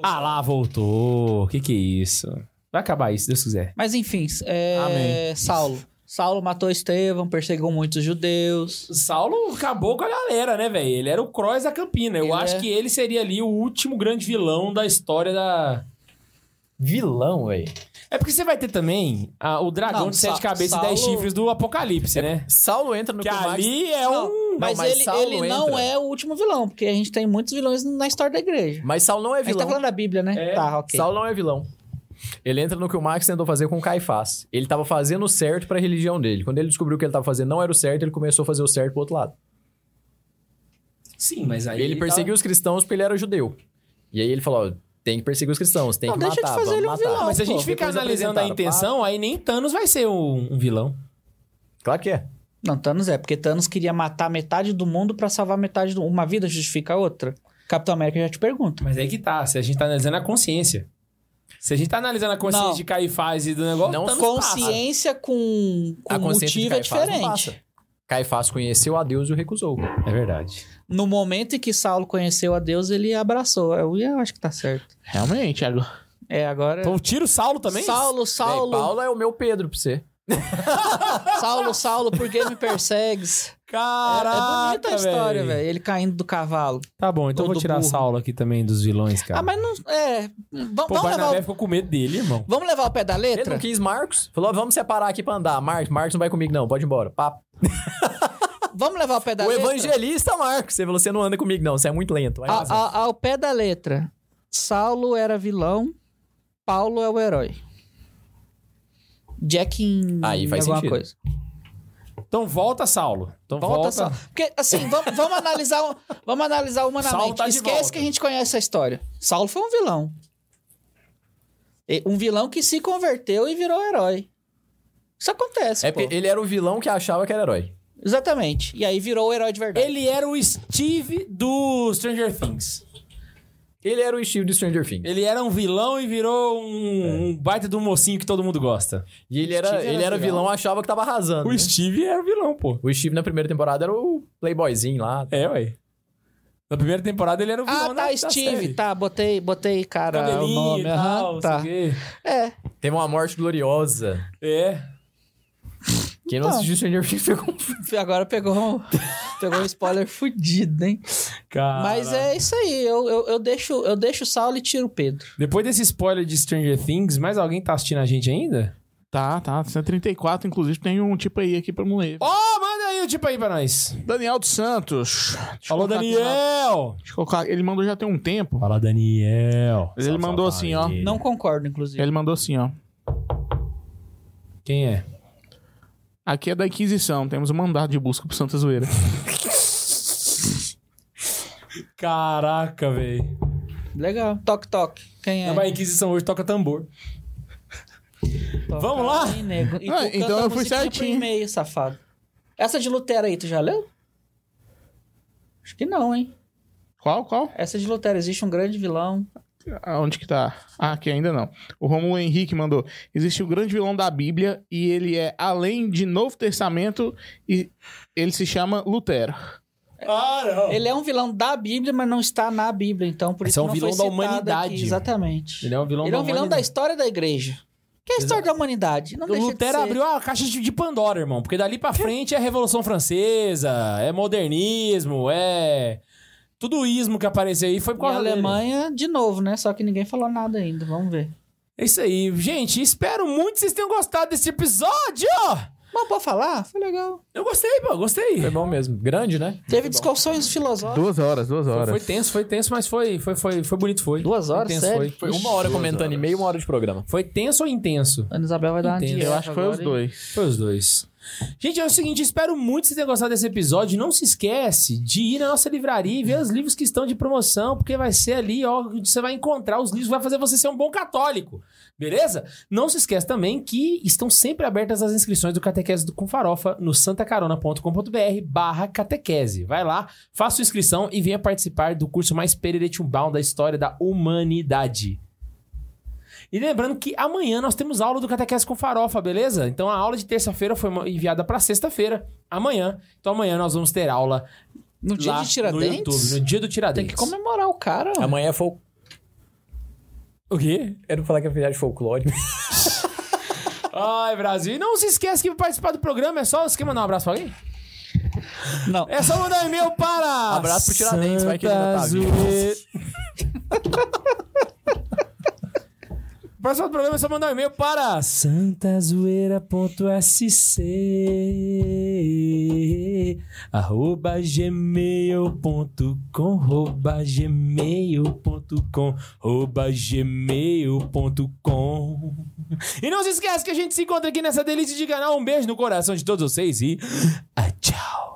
Speaker 2: Ah lá, voltou. Que que é isso? Vai acabar isso, se Deus quiser.
Speaker 4: Mas enfim, é,
Speaker 5: Amém.
Speaker 4: Saulo. Saulo matou Estevão, perseguiu muitos judeus.
Speaker 2: Saulo acabou com a galera, né, velho? Ele era o Cross da Campina. Eu
Speaker 4: Ele
Speaker 2: acho
Speaker 4: é.
Speaker 2: que ele seria ali o último grande vilão da história da.
Speaker 3: Vilão, velho.
Speaker 2: É porque você vai ter também ah, o dragão
Speaker 4: Não,
Speaker 2: de sete
Speaker 4: Sa-
Speaker 2: cabeças
Speaker 4: Saulo-
Speaker 2: e dez chifres do Apocalipse, né?
Speaker 3: Saulo entra no
Speaker 2: Que
Speaker 3: que o Max-
Speaker 2: ali é
Speaker 4: Não,
Speaker 2: um.
Speaker 4: mas,
Speaker 3: mas
Speaker 4: ele,
Speaker 3: Saulo
Speaker 4: ele não
Speaker 3: entra.
Speaker 4: é o último vilão, porque a gente tem muitos vilões na história da igreja.
Speaker 3: Mas Saulo não é
Speaker 4: A gente tá
Speaker 3: vilão.
Speaker 4: falando da Bíblia, né?
Speaker 2: É.
Speaker 4: Tá, ok.
Speaker 3: Saulo não é vilão. Ele entra no que o Max tentou fazer com o Caifás. Ele tava fazendo o certo pra religião dele. Quando ele descobriu que ele tava fazendo não era o certo, ele começou a fazer o certo pro outro lado.
Speaker 2: Sim, mas aí. tá
Speaker 3: ele tá- perseguiu os cristãos porque ele era judeu. E aí ele falou: ó, tem que perseguir os cristãos, tem
Speaker 4: Não,
Speaker 3: que
Speaker 4: deixa de
Speaker 3: matar,
Speaker 4: fazer
Speaker 3: vamos
Speaker 4: ele um
Speaker 3: matar.
Speaker 4: vilão,
Speaker 2: Mas se a gente
Speaker 3: Depois
Speaker 2: ficar analisando a
Speaker 3: apresentaram, pá.
Speaker 2: intenção, aí nem Thanos vai ser um- um vilão.
Speaker 3: Claro que é.
Speaker 4: Não, Thanos é, porque Thanos queria matar metade do mundo pra salvar metade do Uma vida justifica a outra. Capitão América já te pergunta.
Speaker 2: Mas aí que tá, se a gente tá analisando a consciência. Se a gente tá analisando a consciência
Speaker 4: Não.
Speaker 2: de Caifás e do negócio,
Speaker 3: Não
Speaker 2: Thanos passa.
Speaker 4: consciência com, com
Speaker 3: a consciência
Speaker 4: motivo é
Speaker 3: de Caifás não
Speaker 4: diferente.
Speaker 3: passa. Caifás conheceu a Deus e o recusou.
Speaker 2: É verdade.
Speaker 4: No momento em que Saulo conheceu a Deus, ele abraçou. Eu, eu acho que tá certo.
Speaker 5: Realmente, agora...
Speaker 4: É, agora.
Speaker 2: Então tira o Saulo também?
Speaker 4: Saulo,
Speaker 3: Paulo...
Speaker 4: Saulo,
Speaker 3: Paulo é o meu Pedro pra você.
Speaker 4: Saulo, Saulo, por que me persegues?
Speaker 3: Ah,
Speaker 4: é
Speaker 2: Caraca,
Speaker 4: bonita
Speaker 3: tá
Speaker 4: a história, velho. Ele caindo do cavalo.
Speaker 2: Tá bom, então
Speaker 4: Ou
Speaker 2: eu vou
Speaker 4: do
Speaker 2: tirar
Speaker 4: burro.
Speaker 2: Saulo aqui também dos vilões, cara.
Speaker 3: Tá.
Speaker 4: Ah, mas não. É. Vam-
Speaker 2: Pô, o
Speaker 4: vamos,
Speaker 2: Barnabé
Speaker 4: levar o,
Speaker 2: ficou com medo dele, irmão.
Speaker 4: vamos levar o pé da
Speaker 3: Ele
Speaker 4: letra?
Speaker 3: não quis Marcos. Falou, ó, vamos separar aqui pra andar. Marcos, Marcos não vai comigo não, pode ir embora. Papo.
Speaker 4: Vamos levar o pé da
Speaker 3: o
Speaker 4: letra? Ah,
Speaker 3: evangelista Marcos. Você falou, você não anda comigo não, você é muito lento. Vai
Speaker 4: A-
Speaker 3: vazar.
Speaker 4: a- ao pé da letra. Saulo era vilão, Paulo é o herói. Jack em
Speaker 3: Aí faz
Speaker 4: alguma
Speaker 3: sentido.
Speaker 4: coisa.
Speaker 2: Então volta, Saulo. Então
Speaker 4: Volta,
Speaker 2: volta.
Speaker 4: Saulo. Porque, assim, vamos, vamos analisar, o- vamos analisar
Speaker 2: Saulo
Speaker 4: humanamente.
Speaker 2: tá de
Speaker 4: Esquece
Speaker 2: volta.
Speaker 4: que a gente conhece a história. Saulo foi um vilão. E- Um vilão que se converteu e virou herói. Isso acontece,
Speaker 3: É
Speaker 4: pô.
Speaker 2: Tipo,
Speaker 3: porque ele era o vilão que achava que era herói.
Speaker 4: Exatamente. E aí virou o herói de verdade.
Speaker 2: Ele era o Steve do Stranger Things.
Speaker 3: Ele era o Steve do Stranger Things.
Speaker 2: Ele era um vilão e virou um, um baita do mocinho que todo mundo gosta.
Speaker 3: E ele era,
Speaker 2: Steve era
Speaker 3: ele era vilão, achava que tava arrasando. né?
Speaker 2: O Steve era vilão, pô.
Speaker 3: O Steve na primeira temporada era o playboyzinho lá.
Speaker 2: É, ué. Na primeira temporada ele era o é vilão
Speaker 4: Ah,
Speaker 2: da-
Speaker 4: tá,
Speaker 2: da
Speaker 4: Steve.
Speaker 2: série.
Speaker 4: Tá, botei, botei, cara, o
Speaker 2: Cabelinho
Speaker 4: nome.
Speaker 2: e
Speaker 4: aham,
Speaker 2: tal, sei
Speaker 4: tá.
Speaker 2: o quê.
Speaker 4: É.
Speaker 3: Teve uma morte gloriosa.
Speaker 2: É.
Speaker 3: Quem não
Speaker 4: Então.
Speaker 3: assistiu Stranger Things ficou...
Speaker 4: Agora pegou um... Pegou um spoiler fudido, hein?
Speaker 2: Cara.
Speaker 4: Mas é isso aí. Eu, eu, eu deixo, eu deixo o Saulo e tiro o Pedro.
Speaker 2: Depois desse spoiler de Stranger Things, mais alguém tá assistindo a gente ainda?
Speaker 5: Tá, tá. 134, inclusive, tem um tipo aí aqui pra mulher.
Speaker 2: Ó, manda aí o tipo aí pra nós.
Speaker 5: Daniel dos Santos. Deixa eu
Speaker 2: Alô,
Speaker 5: colocar aqui na-
Speaker 2: Daniel!
Speaker 5: deixa eu colocar- Ele mandou já tem um tempo.
Speaker 2: Fala, Daniel.
Speaker 5: Ele mandou assim, ó.
Speaker 4: Não concordo, inclusive.
Speaker 5: Ele mandou assim, ó.
Speaker 2: Quem é?
Speaker 5: Aqui é da Inquisição, temos um mandado de busca pro Santa Zoeira.
Speaker 2: Caraca, velho.
Speaker 4: Legal. Toque, toque. Quem é?
Speaker 2: Na Inquisição hoje toca tambor.
Speaker 4: Toca
Speaker 2: Vamos lá?
Speaker 4: aí, nego. E tu
Speaker 5: Ah,
Speaker 4: canta
Speaker 5: então eu fui
Speaker 4: musiquinha pro
Speaker 5: certinho.
Speaker 4: e-mail, safado. Essa de Lutero aí, tu já leu? Acho que não, hein?
Speaker 5: Qual, qual?
Speaker 4: Essa de Lutero. Existe um grande vilão.
Speaker 5: Onde que tá? Ah, aqui ainda não. O Romulo Henrique mandou. Existe o grande vilão da Bíblia e ele é além de Novo Testamento e ele se chama Lutero.
Speaker 2: Ah, não.
Speaker 4: Ele é um vilão da Bíblia, mas não está na Bíblia. Então, por
Speaker 2: Esse
Speaker 4: isso
Speaker 2: é um
Speaker 4: não
Speaker 2: vilão
Speaker 4: foi
Speaker 2: da
Speaker 4: citado
Speaker 2: humanidade.
Speaker 4: Aqui, exatamente.
Speaker 2: Ele é um vilão
Speaker 4: Ele é um
Speaker 2: da
Speaker 4: vilão da
Speaker 2: humanidade.
Speaker 4: história da igreja. Que é a história da humanidade. Não deixa
Speaker 2: O Lutero
Speaker 4: de ser.
Speaker 2: abriu a caixa de de Pandora, irmão. Porque dali pra frente é Revolução Francesa, é modernismo, é. Tudo ismo que apareceu aí foi por
Speaker 4: E a
Speaker 2: causa dele.
Speaker 4: Alemanha, de novo, né? Só que ninguém falou nada ainda. Vamos ver.
Speaker 2: É isso aí. Gente, espero muito que vocês tenham gostado desse episódio!
Speaker 4: Mas pode falar? Foi legal.
Speaker 2: Eu gostei, pô, gostei.
Speaker 3: Foi bom mesmo. Grande, né?
Speaker 4: Teve discussões filosóficas.
Speaker 5: Duas horas, duas
Speaker 2: Foi, foi tenso, foi tenso, mas foi, foi, foi, foi bonito, foi.
Speaker 4: Duas horas,
Speaker 2: Intenso,
Speaker 4: sério?
Speaker 2: foi.
Speaker 3: Foi uma hora comentando e meio, uma hora de programa.
Speaker 2: Foi tenso ou intenso?
Speaker 4: Ana Isabel vai dar uma
Speaker 2: Intenso.
Speaker 4: dieta
Speaker 5: Eu acho que foi
Speaker 4: agora,
Speaker 5: os
Speaker 4: hein?
Speaker 5: dois.
Speaker 2: Foi os dois. Gente, é o seguinte, espero muito que vocês tenham gostado desse episódio. Não se esquece de ir na nossa livraria e ver os livros que estão de promoção, porque vai ser ali, ó, onde você vai encontrar os livros, vai fazer você ser um bom católico. Beleza? Não se esquece também que estão sempre abertas as inscrições do Catequese do com Farofa no santacarona.com.br barra catequese. Vai lá, faça sua inscrição e venha participar do curso mais pereretumbal da história da humanidade. E lembrando que amanhã nós temos aula do Catequese com Farofa, beleza? Então a aula de terça-feira foi enviada para sexta-feira, amanhã. Então amanhã nós vamos ter aula
Speaker 4: No dia
Speaker 2: lá
Speaker 4: de
Speaker 2: no YouTube,
Speaker 4: Tiradentes,
Speaker 2: no dia do
Speaker 4: tem
Speaker 2: Tiradentes.
Speaker 4: que comemorar o cara. ó.
Speaker 3: Amanhã é fol...
Speaker 2: O quê?
Speaker 3: Eu não falar que é viagem folclórica.
Speaker 2: Ai, Brasil. E não se esquece que para participar do programa é só... Você quer mandar um abraço pra alguém?
Speaker 4: Não.
Speaker 2: É só mandar um e-mail para...
Speaker 3: Abraço pro Tiradentes, vai que ele ainda tá vivo.
Speaker 2: Próximo programa é só mandar um e-mail para santazoeira.sc arroba gmail.com arroba gmail.com arroba gmail.com E não se esquece que a gente se encontra aqui nessa delícia de canal. Um beijo no coração de todos vocês e ah, tchau!